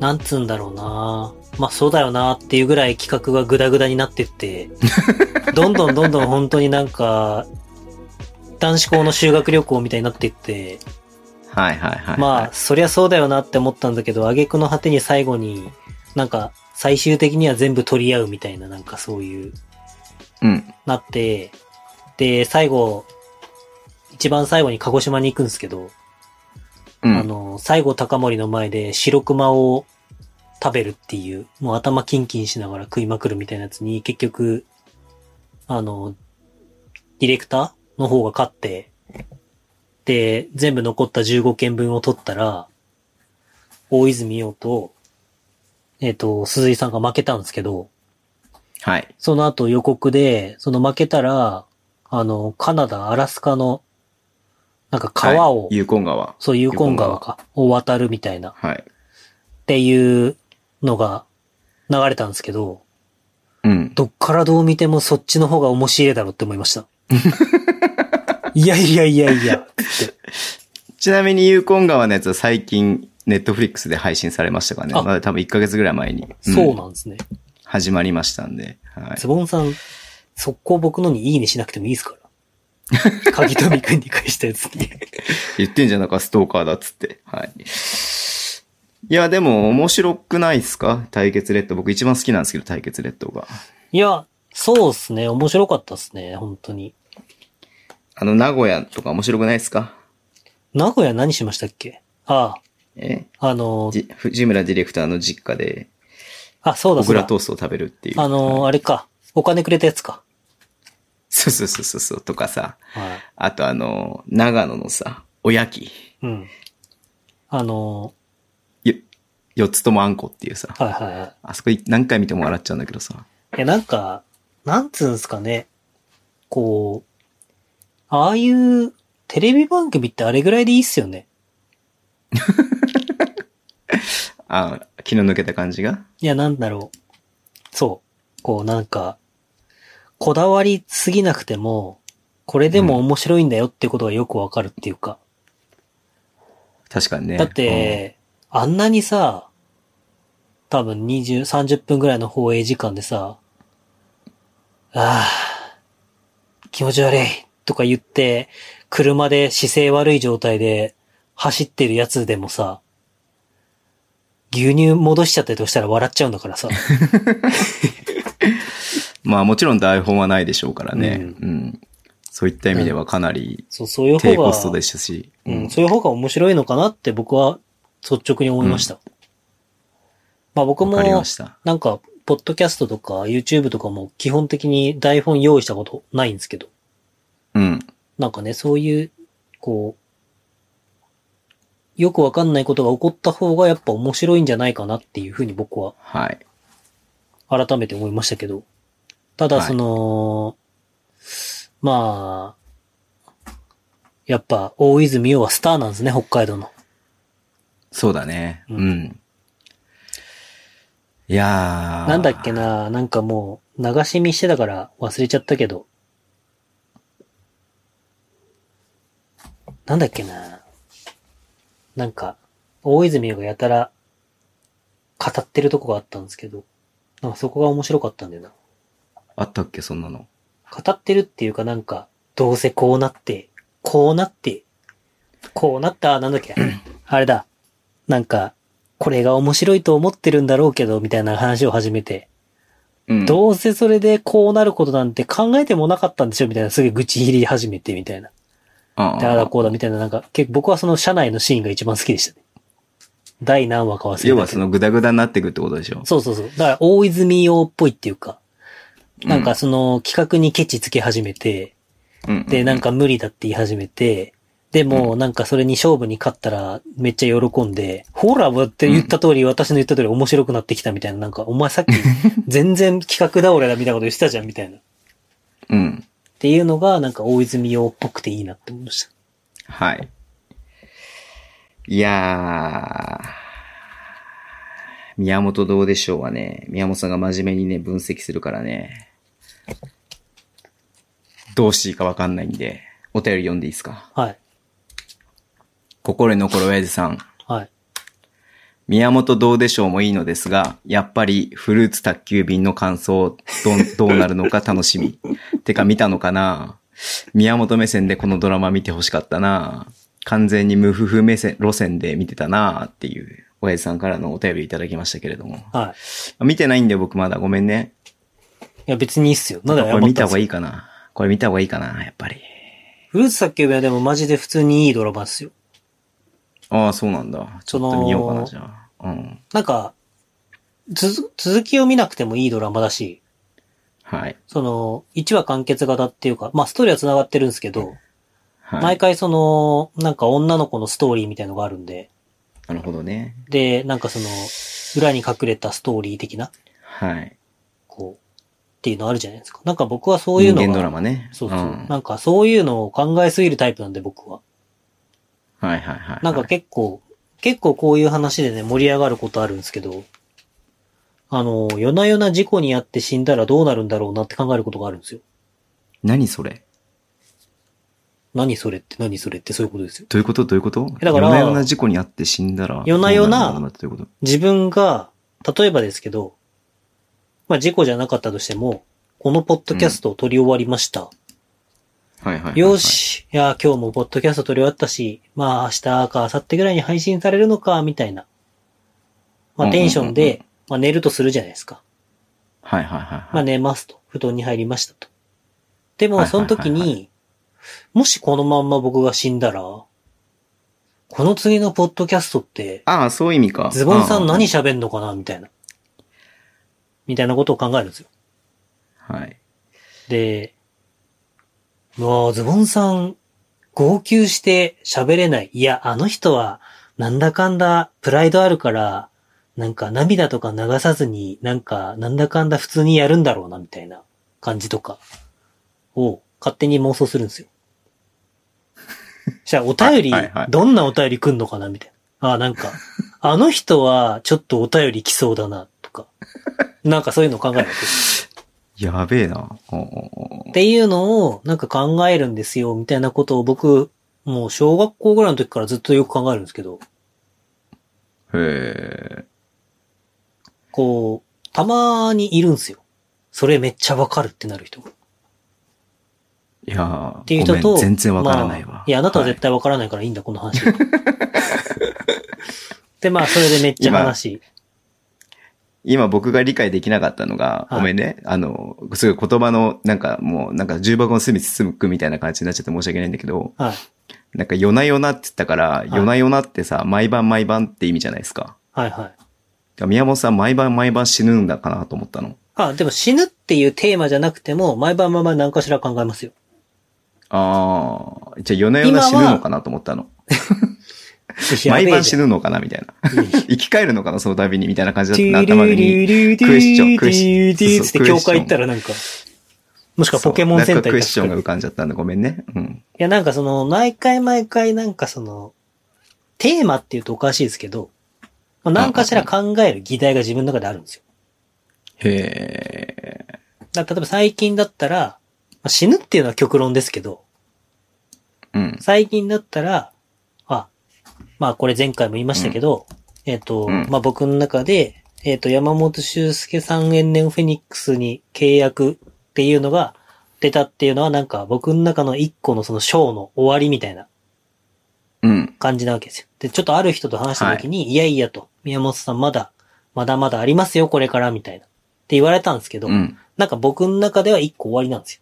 Speaker 3: なんつうんだろうなまあそうだよなっていうぐらい企画がグダグダになって って、どんどんどんどん本当になんか、男子校の修学旅行みたいになってって、
Speaker 2: はいはいはいはい。
Speaker 3: まあ、そりゃそうだよなって思ったんだけど、挙句の果てに最後に、なんか、最終的には全部取り合うみたいな、なんかそういう、
Speaker 2: うん。
Speaker 3: なって、で、最後、一番最後に鹿児島に行くんですけど、
Speaker 2: う
Speaker 3: あ
Speaker 2: ん。
Speaker 3: の、西郷隆盛の前で白熊を食べるっていう、もう頭キンキンしながら食いまくるみたいなやつに、結局、あの、ディレクターの方が勝って、で、全部残った15件分を取ったら、大泉洋と、えっ、と、鈴井さんが負けたんですけど、
Speaker 2: はい。
Speaker 3: その後予告で、その負けたら、あの、カナダ、アラスカの、なんか川を、
Speaker 2: はいユーコン川。
Speaker 3: そう、ユーコン川か、を渡るみたいな、っ
Speaker 2: はい。
Speaker 3: ていうのが流れたんですけど、
Speaker 2: うん。
Speaker 3: どっからどう見てもそっちの方が面白いだろうって思いました。いやいやいやいや、つって。
Speaker 2: ちなみにユーコン川のやつは最近、ネットフリックスで配信されましたからね。
Speaker 3: あ
Speaker 2: まだ多分1ヶ月ぐらい前に。ん
Speaker 3: そうなんですね。
Speaker 2: 始まりましたんで。はい
Speaker 3: ズ。ボンさん、速攻僕のにいいねしなくてもいいです から。鍵富くんに返したやつに。
Speaker 2: 言ってんじゃんなんかストーカーだっつって。はい。いや、でも面白くないですか対決レッド。僕一番好きなんですけど、対決レッドが。
Speaker 3: いや、そうっすね。面白かったっすね。本当に。
Speaker 2: あの、名古屋とか面白くないですか
Speaker 3: 名古屋何しましたっけあ
Speaker 2: え
Speaker 3: あ、あの、
Speaker 2: じ藤村ディレクターの実家で、
Speaker 3: あ、そうだ
Speaker 2: 小
Speaker 3: そう
Speaker 2: 倉
Speaker 3: だ
Speaker 2: ト。ーストを食べるっていう。
Speaker 3: あの、あれか。お金くれたやつか。
Speaker 2: そうそうそうそうそう、とかさ。
Speaker 3: はい。
Speaker 2: あとあの、長野のさ、おやき。
Speaker 3: うん。あの、
Speaker 2: よ四つともあんこっていうさ。
Speaker 3: はいはいはい。
Speaker 2: あそこ何回見ても笑っちゃうんだけどさ。
Speaker 3: いや、なんか、なんつうんすかね。こう、ああいうテレビ番組ってあれぐらいでいいっすよね。
Speaker 2: あ、気の抜けた感じが
Speaker 3: いや、なんだろう。そう。こう、なんか、こだわりすぎなくても、これでも面白いんだよってことがよくわかるっていうか。
Speaker 2: 確かにね。
Speaker 3: だって、あんなにさ、多分20、30分ぐらいの放映時間でさ、ああ、気持ち悪いとか言って、車で姿勢悪い状態で走ってるやつでもさ、牛乳戻しちゃったりとしたら笑っちゃうんだか らさ。
Speaker 2: うん、まあもちろん台本はないでしょうからね。
Speaker 3: う
Speaker 2: うん。そういった意味ではかなり
Speaker 3: そう、そういう方
Speaker 2: 低
Speaker 3: が
Speaker 2: コ、ストでしたし。
Speaker 3: うん、そういう方が面白いのかなって僕は率直に思いました。まあ僕
Speaker 2: わ
Speaker 3: も
Speaker 2: かりました。
Speaker 3: なんか、ポッドキャストとか YouTube とかも基本的に台本用意したことないんですけど、
Speaker 2: うん。
Speaker 3: なんかね、そういう、こう、よくわかんないことが起こった方がやっぱ面白いんじゃないかなっていうふうに僕は
Speaker 2: はい。
Speaker 3: 改めて思いましたけど、ただ
Speaker 2: はい
Speaker 3: その、まあ、やっぱ大泉洋はスターなんですね、北海道の。
Speaker 2: そうだね。
Speaker 3: う
Speaker 2: うんん。いやー。
Speaker 3: なんだっけな、なんかもう流し見してたから忘れちゃったけど。なんだっけな。なんか、大泉洋がやたら語ってるとこがあったんですけど、なんかそこが面白かったんだよな。
Speaker 2: あったっけ、そんなの。
Speaker 3: 語ってるっていうかなんか、どうせこうなって、こうなって、こうなった、なんだっけ、あれだ。なんか、これが面白いと思ってるんだろうけど、みたいな話を始めて、
Speaker 2: うん
Speaker 3: どうせそれでこうなることなんて考えてもなかったんでしょみたいな、すぐ愚痴入り始めてみたいな。
Speaker 2: あ
Speaker 3: だから
Speaker 2: あ
Speaker 3: こうだみたいな、なんか、結構僕はその社内のシーンが一番好きでしたね。第何話か忘れたけど。
Speaker 2: 要はそのグダグダになってくってことでしょ。
Speaker 3: そうそうそう。だから大泉洋っぽいっていうか、なん
Speaker 2: う
Speaker 3: かその企画にケチつけ始めて、
Speaker 2: うん
Speaker 3: で、なんか無理だって言い始めて、でも、なんかそれに勝負に勝ったらめっちゃ喜んで、ほら、だって言った通り、私の言った通り面白くなってきたみたいな、なんか、お 前さっき全然企画倒れだみたいなこと言ってたじゃん、みたいな。
Speaker 2: うん。
Speaker 3: っていうのが、なんか大泉洋っぽくていいなって思いました。
Speaker 2: はい。いやー。宮本どうでしょうはね、宮本さんが真面目にね、分析するからね、どうしていいかわかんないんで、お便り読んでいいですか。
Speaker 3: はい。
Speaker 2: 心に残る親父さん。
Speaker 3: はい。
Speaker 2: 宮本どうでしょうもいいのですが、やっぱりフルーツ宅急便の感想、 どん、どうなるのか楽しみ。てか見たのかな宮本目線でこのドラマ見てほしかったな完全に無夫婦目線、路線で見てたなっていう、親父さんからのお便りいただきましたけれども。
Speaker 3: はい。
Speaker 2: 見てないんで僕まだごめんね。
Speaker 3: いや、別にいいっすよ。なんだ
Speaker 2: こ
Speaker 3: よ、
Speaker 2: れ見た方が
Speaker 3: いい。
Speaker 2: いいかなこれ見た方がいいかなやっぱり。
Speaker 3: フルーツ作曲はでもマジで普通にいいドラマっすよ。
Speaker 2: ああ、そうなんだ。ちょっと見ようか
Speaker 3: そ
Speaker 2: な、
Speaker 3: の
Speaker 2: じゃあ。うん。
Speaker 3: なんか、つ、続きを見なくてもいいドラマだし、
Speaker 2: はい。
Speaker 3: その、1話完結型っていうか、まあストーリーは繋がってるんですけど、
Speaker 2: は
Speaker 3: 毎
Speaker 2: い。
Speaker 3: 回その、なんか女の子のストーリーみたいのがあるんで、
Speaker 2: なるほどね。
Speaker 3: で、なんかその、裏に隠れたストーリー的な、
Speaker 2: はい。
Speaker 3: こう、っていうのあるじゃないですか。なんか僕はそういうの
Speaker 2: 人間ドラ
Speaker 3: が、
Speaker 2: マね。
Speaker 3: そうそう、
Speaker 2: ん
Speaker 3: なんかそういうのを考えすぎるタイプなんで僕は。
Speaker 2: はいはいはい。
Speaker 3: なんか結構、結構こういう話でね、盛り上がることあるんですけど、あの、夜な夜な事故にあって死んだらどうなるんだろうなって考えることがあるんですよ。
Speaker 2: 何それ
Speaker 3: 何それって何それってそういうことですよ。
Speaker 2: どういうことどういうこと
Speaker 3: えだから
Speaker 2: 夜な夜な事故にあって死んだら。
Speaker 3: 夜な夜な
Speaker 2: どうるんだろうってどういうこと
Speaker 3: 自分が、例えばですけど、まあ事故じゃなかったとしても、このポッドキャストを撮り終わりました。
Speaker 2: はいはいはいはい。
Speaker 3: よ。し、いやー、今日もポッドキャスト撮り終わったし、まあ明日か明後日ぐらいに配信されるのか、みたいな。まあ、テンショ
Speaker 2: う
Speaker 3: ン
Speaker 2: んうんうん
Speaker 3: で、まあ、寝るとするじゃないですか。
Speaker 2: はいはいはいはい。
Speaker 3: まあ、寝ますと。布団に入りましたと。で
Speaker 2: は
Speaker 3: も、
Speaker 2: いはい
Speaker 3: そ
Speaker 2: は
Speaker 3: の
Speaker 2: い
Speaker 3: 時に、もしこのまんま僕が死んだら、この次のポッドキャストって、
Speaker 2: ああ、そういう意味か。
Speaker 3: ズボンさ
Speaker 2: あ
Speaker 3: ん
Speaker 2: あ
Speaker 3: 何喋んのかなみたいな。みたいなことを考えるんですよ。
Speaker 2: はい。
Speaker 3: で、うわあズボンさん、号泣して喋れない。いや、あの人は、なんだかんだ、プライドあるから、なんか涙とか流さずに、なんか、なんだかんだ普通にやるんだろうな、みたいな感じとか、を勝手に妄想するんですよ。じゃあ、お便り、
Speaker 2: はいはいはい
Speaker 3: どんなお便り来んのかな、みたいな。ああ、なんか、あの人は、ちょっとお便り来そうだな、とか。なんかそういうのを考えるわけです。
Speaker 2: やべえな。おうおうお
Speaker 3: っ
Speaker 2: う
Speaker 3: ていうのをなんか考えるんですよ、みたいなことを僕、もう小学校ぐらいの時からずっとよく考えるんですけど、
Speaker 2: へえ。
Speaker 3: こう、たまにいるんですよ。それめっちゃわかるってなる人が。っ
Speaker 2: いやーって
Speaker 3: いう人と、
Speaker 2: 全然わからないわ。
Speaker 3: まあいや、あなたは絶対わからないからいいんだ、この 話は。で、まあ、それでめっちゃ話。
Speaker 2: 今僕が理解できなかったのが、
Speaker 3: はい
Speaker 2: ごめんね。あの、すごい言葉の、なんかもう、なんか重箱の隅つつむくみたいな感じになっちゃって申し訳ないんだけど、
Speaker 3: はい。
Speaker 2: なんか夜な夜なって言ったから、夜な夜なってさ、毎晩毎晩って意味じゃないですか。
Speaker 3: はいはい。
Speaker 2: だから宮本さん毎晩毎晩死ぬんだかなと思ったの。
Speaker 3: あ、でも死ぬっていうテーマじゃなくても、毎晩毎晩何かしら考えますよ。
Speaker 2: ああ、じゃあ夜な夜な死ぬのかなと思ったの。毎晩死
Speaker 3: ぬ。
Speaker 2: ぬのかなみたいな。生き返るのかなその度にみたいな感じだ
Speaker 3: トゥ
Speaker 2: っ
Speaker 3: ル
Speaker 2: た頭
Speaker 3: ルル
Speaker 2: に。
Speaker 3: ル
Speaker 2: クエスチョンクエスチョン
Speaker 3: ルルルルつっ
Speaker 2: そ
Speaker 3: て
Speaker 2: うそう
Speaker 3: 教会行ったらなんか、もしくはポケモンセ
Speaker 2: そうなんか
Speaker 3: ンター
Speaker 2: ク
Speaker 3: 行
Speaker 2: エ
Speaker 3: っ
Speaker 2: スチョ
Speaker 3: た
Speaker 2: ンが
Speaker 3: ら。
Speaker 2: 浮
Speaker 3: い
Speaker 2: かんじゃったんでごめんね。うん。
Speaker 3: や、なんかその、毎回毎回なんかその、テーマって言うとおかしいですけど、まあ何かしら考える議題が自分の中であるんですよ。
Speaker 2: へえ。
Speaker 3: だから例えば最近だったら、まあ死ぬっていうのは極論ですけど、
Speaker 2: うん。
Speaker 3: 最近だったら、あ、まあこれ前回も言いましたけど、えっ、と、
Speaker 2: うん
Speaker 3: まあ僕の中で、えっ、と、山本修介さん延年フェニックスに契約っていうのが出たっていうのはなんか僕の中の一個のそのショーの終わりみたいな
Speaker 2: うん。
Speaker 3: 感じなわけですよ。で、ちょっとある人と話した時に、い、やいやと、宮本さんまだ、まだまだありますよ、これからみたいな。って言われたんですけど、
Speaker 2: うん。
Speaker 3: なんか僕の中では一個終わりなんですよ。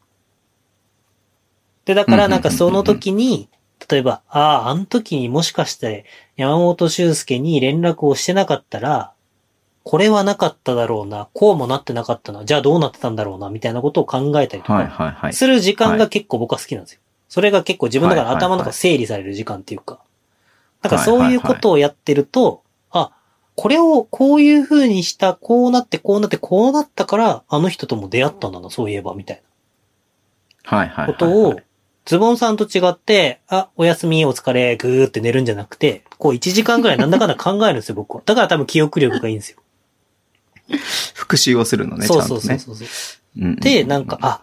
Speaker 3: で、だからなんかその時に、例えば、ああ、あの時にもしかして山本修介に連絡をしてなかったら、これはなかっただろうな、こうもなってなかったな、じゃあどうなってたんだろうな、みたいなことを考えたりと
Speaker 2: はい
Speaker 3: か、
Speaker 2: はいはい。
Speaker 3: する時間
Speaker 2: は
Speaker 3: が結構僕は好きなんですよ。それが結構自分の中
Speaker 2: はい
Speaker 3: で
Speaker 2: はいはい
Speaker 3: 頭の中で整理される時間っていうか。なんかそういうことをやってると、あ、これをこういう風にした、こうなって、こうなって、こうなったから、あの人とも出会ったんだな、そういえば、みたい
Speaker 2: はいはいはいは。
Speaker 3: ないことを、ズボンさんと違って、あ、おやすみ、お疲れ、ぐーって寝るんじゃなくて、こう1時間ぐらいなんだかんだ考えるんですよ、僕は。だから多分記憶力がいいんですよ。
Speaker 2: 復習をするの ね、ちゃん
Speaker 3: そう
Speaker 2: とね。
Speaker 3: そうそうそうそう。
Speaker 2: うんうん
Speaker 3: で、なんか、、あ、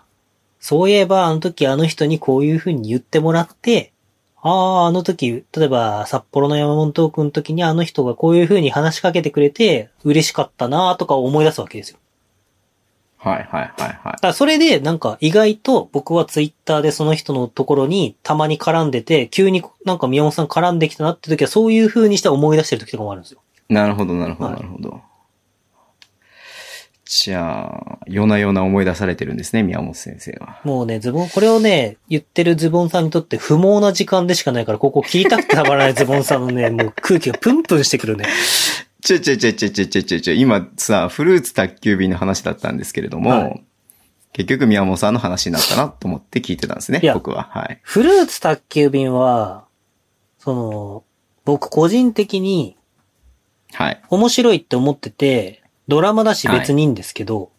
Speaker 3: そういえばあの時あの人にこういう風に言ってもらって、ああ、あの時、例えば札幌の山本君の時にあの人がこういう風に話しかけてくれて嬉しかったなとか思い出すわけですよ。
Speaker 2: はいはいはいは
Speaker 3: だからそれでなんか意外と僕はツイッターでその人のところにたまに絡んでて、急になんか宮本さん絡んできたなって時はそういう風にして思い出してる時とかもあるんですよ。
Speaker 2: い。なるほどなるほど
Speaker 3: は
Speaker 2: ないるほど。じゃあ、夜な夜な思い出されてるんですね、宮本先生は。
Speaker 3: もうね、ズボン、これをね、言ってるズボンさんにとって不毛な時間でしかないから、ここ聞いたくてたまらないズボンさんの ね、もう空気がプンプンしてくるね。
Speaker 2: ちょちょちょちょちょちょちょちょ、今さ、フルーツ宅急便の話だったんですけれども、
Speaker 3: はい
Speaker 2: 結局宮本さんの話になったなと思って聞いてたんですね
Speaker 3: い、や
Speaker 2: 僕は。はい。
Speaker 3: フルーツ宅急便は、その、僕個人的に
Speaker 2: はい。
Speaker 3: 面白いって思ってて、ドラマだし別にいいんですけど、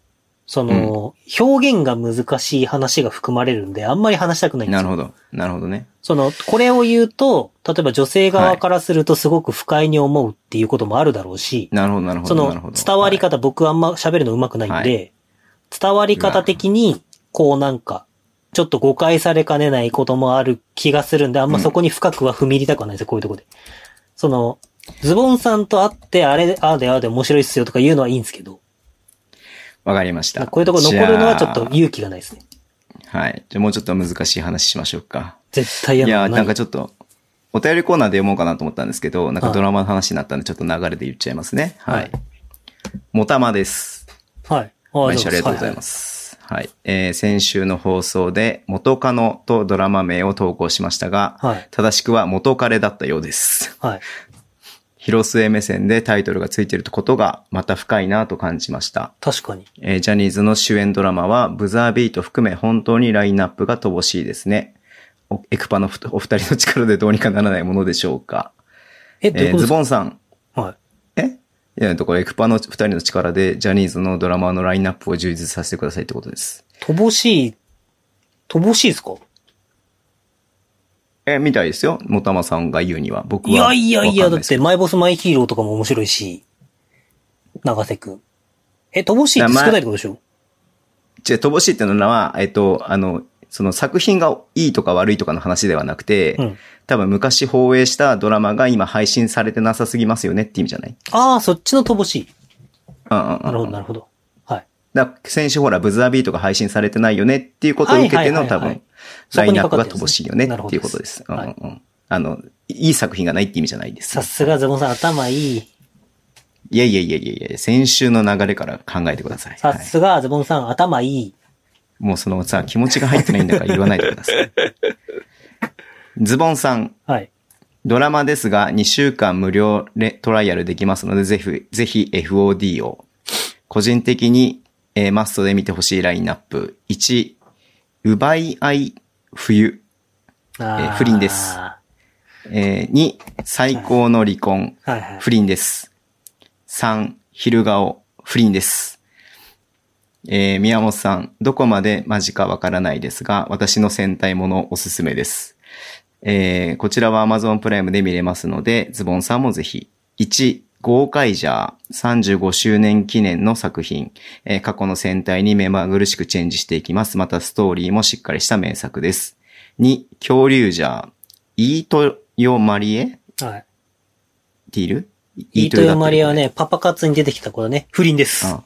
Speaker 3: その、表現が難しい話が含まれるんで、あんまり話したくないんで
Speaker 2: な
Speaker 3: す
Speaker 2: る
Speaker 3: よ。
Speaker 2: ほど。なるほどね。
Speaker 3: その、これを言うと、例えば女性側からするとすごく不快に思うっていうこともあるだろうし、
Speaker 2: なるほど、なるほ
Speaker 3: そ
Speaker 2: ど。なるほ
Speaker 3: の、
Speaker 2: ど
Speaker 3: 伝わり方、僕あんま喋るの上手くないんで、
Speaker 2: は
Speaker 3: 伝わり方的に、こうなんか、ちょっと誤解されかねないこともある気がするんで、あんまそこに深くは踏み入りたくはないですよ、こういうとこで。その、ズボンさんと会って、あれ、ああでああで面白いっすよとか言うのはいいんですけど、
Speaker 2: わかりました。
Speaker 3: こういうとこ残るのはちょっと
Speaker 2: じゃ
Speaker 3: 勇気がないですね。
Speaker 2: あはい。じゃあもうちょっと難しい話しましょうか。
Speaker 3: 絶対
Speaker 2: い
Speaker 3: や
Speaker 2: や、
Speaker 3: らな
Speaker 2: ないんかちょっと、お便りコーナーで読もうかなと思ったんですけど、なんか
Speaker 3: はい
Speaker 2: ドラマの話になったんで、ちょっと流れで言っちゃいますね。は
Speaker 3: はい
Speaker 2: い。もたまです。
Speaker 3: はい。あ。
Speaker 2: 毎週ありがとうございますす。はい。えー先週の放送で、元カノとドラマ名を投稿しましたが、
Speaker 3: はい
Speaker 2: 正しくは元彼だったようです。
Speaker 3: はい。
Speaker 2: 広末目線でタイトルがついていることが、また深いなと感じました。
Speaker 3: 確かに。
Speaker 2: えージャニーズの主演ドラマは、ブザービート含め本当にラインナップが乏しいですね。おエクパのふお二人の力でどうにかならないものでしょうか。
Speaker 3: え、どうい
Speaker 2: え
Speaker 3: う
Speaker 2: ー
Speaker 3: こ
Speaker 2: ズ
Speaker 3: とですか、
Speaker 2: ボンさん。
Speaker 3: はい。
Speaker 2: えいや、とこれエクパの二人の力で、ジャニーズのドラマのラインナップを充実させてくださいってことです。
Speaker 3: 乏しい、乏しいですか
Speaker 2: えー、みたいですよ。もたまさんが言うには。僕
Speaker 3: い
Speaker 2: は
Speaker 3: やいやいや、
Speaker 2: わか
Speaker 3: だ
Speaker 2: んな
Speaker 3: っ
Speaker 2: ですけ
Speaker 3: て、
Speaker 2: ど。
Speaker 3: マイボスマイヒーローとかも面白いし、長瀬くん。え、乏しいって少ないってことでしょ
Speaker 2: じゃあ、乏しいってのは、えっ、と、あの、その作品がいいとか悪いとかの話ではなくて、
Speaker 3: うん。
Speaker 2: 多分昔放映したドラマが今配信されてなさすぎますよねって意味じゃない
Speaker 3: ああ、そっちの乏しい。
Speaker 2: うんうんうんうん。
Speaker 3: なるほど、なるほど。はい。
Speaker 2: だ先週ほら、ブザービートが配信されてないよねっていうことを受けて
Speaker 3: は
Speaker 2: の
Speaker 3: いはい
Speaker 2: 多
Speaker 3: はいはい
Speaker 2: 分、ラインナップが
Speaker 3: そこにかかってるんですね
Speaker 2: 乏しいよね
Speaker 3: なるほ
Speaker 2: っ
Speaker 3: ど
Speaker 2: ていうことです。うん
Speaker 3: は
Speaker 2: う
Speaker 3: い
Speaker 2: んうん。あの、いい作品がないって意味じゃないです
Speaker 3: さ。すがズボンさん、頭いい。
Speaker 2: いやいやいやいやいや、先週の流れから考えてください。は
Speaker 3: さ
Speaker 2: い、
Speaker 3: すがズボンさん、頭いい。
Speaker 2: もうそのさ、気持ちが入ってないんだから言わないでください。ズボンさん、
Speaker 3: はい。
Speaker 2: ドラマですが2週間無料レトライアルできますので、ぜひ、ぜひ FOD を。個人的に、えーマストで見てほしいラインナップ。1、奪い合い冬。
Speaker 3: あ
Speaker 2: え
Speaker 3: ー
Speaker 2: 不倫です
Speaker 3: は
Speaker 2: えー2、最高の離婚。
Speaker 3: いはい。
Speaker 2: 不倫です。3、昼顔。不倫です。えー宮本さん、どこまでマジかわからないですが、私の戦隊ものおすすめです。えーこちらは Amazon プライムで見れますので、ズボンさんもぜひ。1、ゴーカイジャー35周年記念の作品、えー過去の戦隊に目まぐるしくチェンジしていきます。またストーリーもしっかりした名作です。2、恐竜ジャー、イートヨマリエ
Speaker 3: はい。
Speaker 2: ティール
Speaker 3: イートヨマリは。
Speaker 2: イ
Speaker 3: ね、パパ活に出てきた子だね。不倫で
Speaker 2: トヨ
Speaker 3: す。
Speaker 2: マ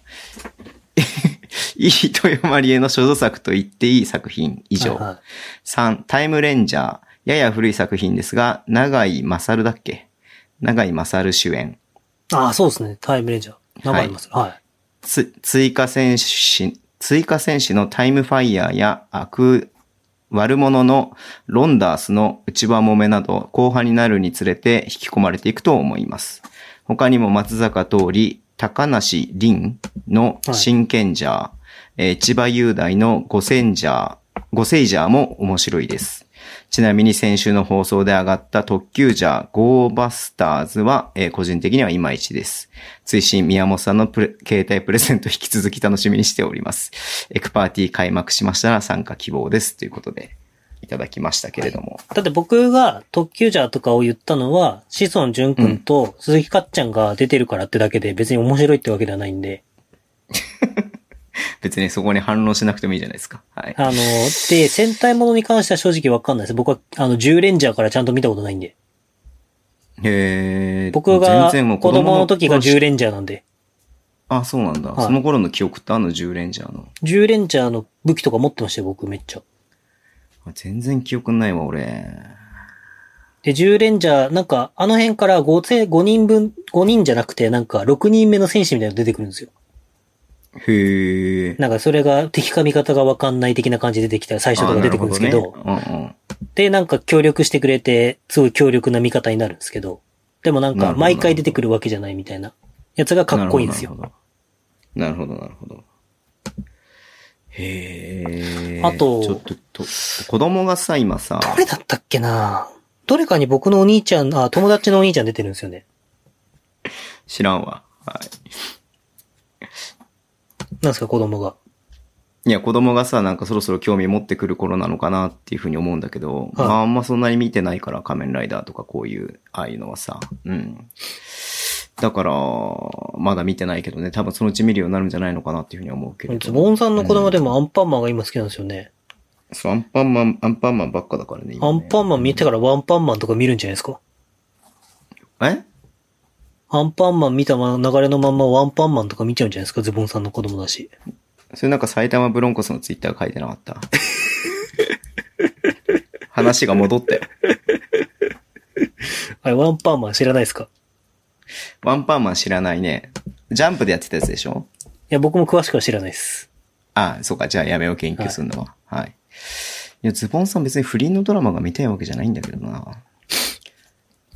Speaker 2: リエうん イートヨマリエの所蔵作と言っていい作品以上。
Speaker 3: はいはい
Speaker 2: 3、タイムレンジャー。やや古い作品ですが、長井勝だっけ長井勝主演。
Speaker 3: ああ、そうですね。タイムレンジャー。名前あります。はい。
Speaker 2: つ、追加戦士、追加戦士のタイムファイヤーや悪、悪者のロンダースの内輪揉めなど、後半になるにつれて引き込まれていくと思います。他にも松坂通り、高梨凛の真剣ジャー、えー千葉雄大の五千ジャー、五星ジャーも面白いです。ちなみに先週の放送で上がった特急ジャーゴーバスターズは、えー個人的にはいまいちです。追伸宮本さんのプレ携帯プレゼント引き続き楽しみにしております。エクパーティー開幕しましたら参加希望です。ということで、いただきましたけれども。
Speaker 3: だって僕が特急ジャーとかを言ったのは、志尊淳君と鈴木かっちゃんが出てるからってだけで別に面白いってわけではないんで。
Speaker 2: 別にそこに反論しなくてもいいじゃないですか。はい。
Speaker 3: あの、で、戦隊ものに関しては正直わかんないです。僕は、あの、10レンジャーからちゃんと見たことないんで。
Speaker 2: へー
Speaker 3: 僕が
Speaker 2: 全然もう
Speaker 3: 子供の時が10
Speaker 2: 頃
Speaker 3: レンジャーなんで。
Speaker 2: あ、そうなんだ。
Speaker 3: はい
Speaker 2: その頃の記憶ってあんの10レンジャーの。
Speaker 3: 10レンジャーの武器とか持ってましたよ、僕めっちゃ。
Speaker 2: 全然記憶ないわ、俺。
Speaker 3: で、10レンジャー、なんか、あの辺から5せ、5人分、5人じゃなくて、なんか、6人目の戦士みたいなの出てくるんですよ。
Speaker 2: へー
Speaker 3: なんか、それが、敵か味方がわかんない的な感じで出てきたら最初とか出てくるんですけど、
Speaker 2: あなるほねうんうん。
Speaker 3: で、なんか協力してくれて、すごい強力な味方になるんですけど、でもなん
Speaker 2: なる
Speaker 3: か、
Speaker 2: ほど
Speaker 3: 毎回出てくるわけじゃないみたいな、やつがかっこいいんですよ。
Speaker 2: なるほど、なるほど。なるほどへえ。
Speaker 3: あと
Speaker 2: ちょっとと、子供がさ、今さ、
Speaker 3: どれだったっけなどれかに僕のお兄ちゃん、あ、友達のお兄ちゃん出てるんですよね。
Speaker 2: 知らんわ。はい。
Speaker 3: なんですか、子供が。
Speaker 2: いや、子供がさ、なんかそろそろ興味持ってくる頃なのかなっていうふうに思うんだけど、まあ、あんまそんなに見てないから、仮面ライダーとかこういう、ああいうのはさ、うん。だから、まだ見てないけどね、多分そのうち見るようになるんじゃないのかなっていうふうには思うけれど。
Speaker 3: ズボンさんの子供でもアンパンマンが今好きなんですよね。
Speaker 2: そう、アンパンマン、アンパンマンばっかだからね、今
Speaker 3: ア
Speaker 2: ね
Speaker 3: ンパンマン見てからワンパンマンとか見るんじゃないですか。
Speaker 2: え
Speaker 3: アンパンマン見たま流れのまんまワンパンマンとか見ちゃうんじゃないですか、ズボンさんの子供だし。
Speaker 2: それなんか埼玉ブロンコスのツイッター書いてなかった 話が戻ったよ。
Speaker 3: あれ、ワンパンマン知らないですか
Speaker 2: ワンパンマン知らないね。ジャンプでやってたやつでしょ
Speaker 3: いや、僕も詳しくは知らないです。
Speaker 2: ああ、そうか。じゃあやめよう、研究するのは。はい。い、や、ズボンさん別に不倫のドラマが見たいわけじゃないんだけどな。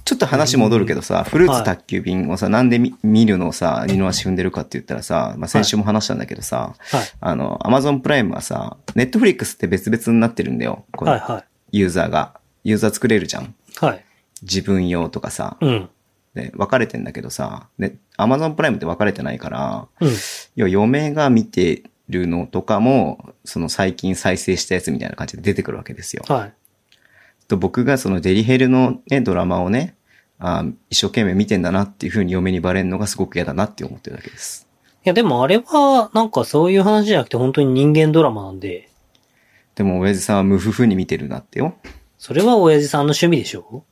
Speaker 2: ちょっと話戻るけどさ、フルーツ宅急便をさ、なんで見見るのをさ、二の足踏んでるかって言ったらさ、まあ、先週も話したんだけどさ、
Speaker 3: はい。
Speaker 2: あの、アマゾンプライムはさ、ネットフリックスって別々になってるんだよ。こ
Speaker 3: はい、
Speaker 2: の
Speaker 3: は
Speaker 2: ユーザーが。ユーザー作れるじゃん。
Speaker 3: い。はい。
Speaker 2: 自分用とかさ。
Speaker 3: うん。
Speaker 2: で、分かれてんだけどさ、で、アマゾンプライムって分かれてないから、
Speaker 3: うん。
Speaker 2: 要は嫁が見てるのとかも、その最近再生したやつみたいな感じで出てくるわけですよ。
Speaker 3: はい。
Speaker 2: と僕がそのデリヘルのね、ドラマをね、あー一生懸命見てんだなっていう風に嫁にバレるのがすごく嫌だなって思ってるだけです。
Speaker 3: いや、でもあれは、なんかそういう話じゃなくて本当に人間ドラマなんで、
Speaker 2: でも親父さんは無夫婦に見てるなってよ。
Speaker 3: それは親父さんの趣味でしょ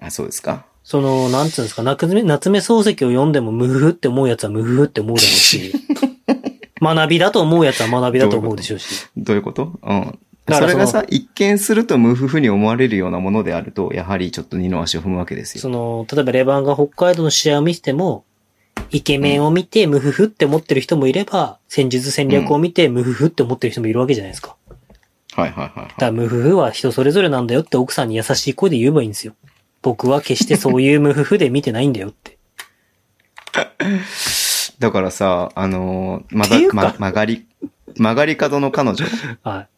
Speaker 2: あ、そうですか。
Speaker 3: その、なんつうんですか、夏目、夏目漱石を読んでも無夫婦って思うやつは無夫婦って思うだろ うし、学びだと思うやつは学びだと思うでしょうし。
Speaker 2: どういうことうん。
Speaker 3: だ
Speaker 2: そ
Speaker 3: から
Speaker 2: れ
Speaker 3: そ
Speaker 2: が
Speaker 3: の
Speaker 2: さ、一見すると無夫婦に思われるようなものであると、やはりちょっと二の足を踏むわけです
Speaker 3: そ
Speaker 2: よ。
Speaker 3: の、例えばレバンが北海道の試合を見てても、イケメンを見て無夫婦って思ってる人もいれば、戦術戦略を見て無夫婦って思ってる人もいるわけじゃないですか。
Speaker 2: はいはいはい、
Speaker 3: だから無夫婦は人それぞれなんだよって奥さんに優しい声で言えばいいんですよ。僕は決してそういう無夫婦で見てないんだ よって。
Speaker 2: だからさ、あのーま
Speaker 3: っていう
Speaker 2: が、
Speaker 3: か
Speaker 2: ま、曲がり、曲がり角の彼女
Speaker 3: はい。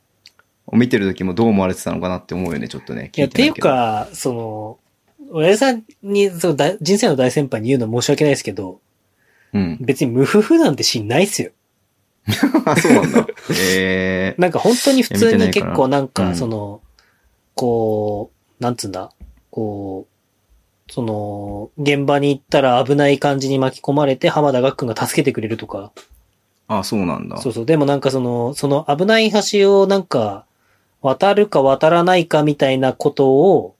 Speaker 2: を見てる時もどう思われてたのかなって思うよね、ちょっとね。
Speaker 3: いや、って
Speaker 2: ないいうけど、
Speaker 3: か、その、親父さんに、そうだ、人生の大先輩に言うのは申し訳ないですけど、
Speaker 2: うん。
Speaker 3: 別に無夫婦なんてシーンないっすよ。
Speaker 2: あ、そうなん だ。ええ
Speaker 3: なんか本当に普通
Speaker 2: いや
Speaker 3: に
Speaker 2: 見てないから
Speaker 3: 結構なん
Speaker 2: う
Speaker 3: か、
Speaker 2: ん
Speaker 3: その、こう、なんつうんだ、こう、その、現場に行ったら危ない感じに巻き込まれて浜田学君が助けてくれるとか、
Speaker 2: あ、そうなんだ。
Speaker 3: そうそう。でもなんかその、その危ない橋をなんか、渡るか渡らないかみたいなことを、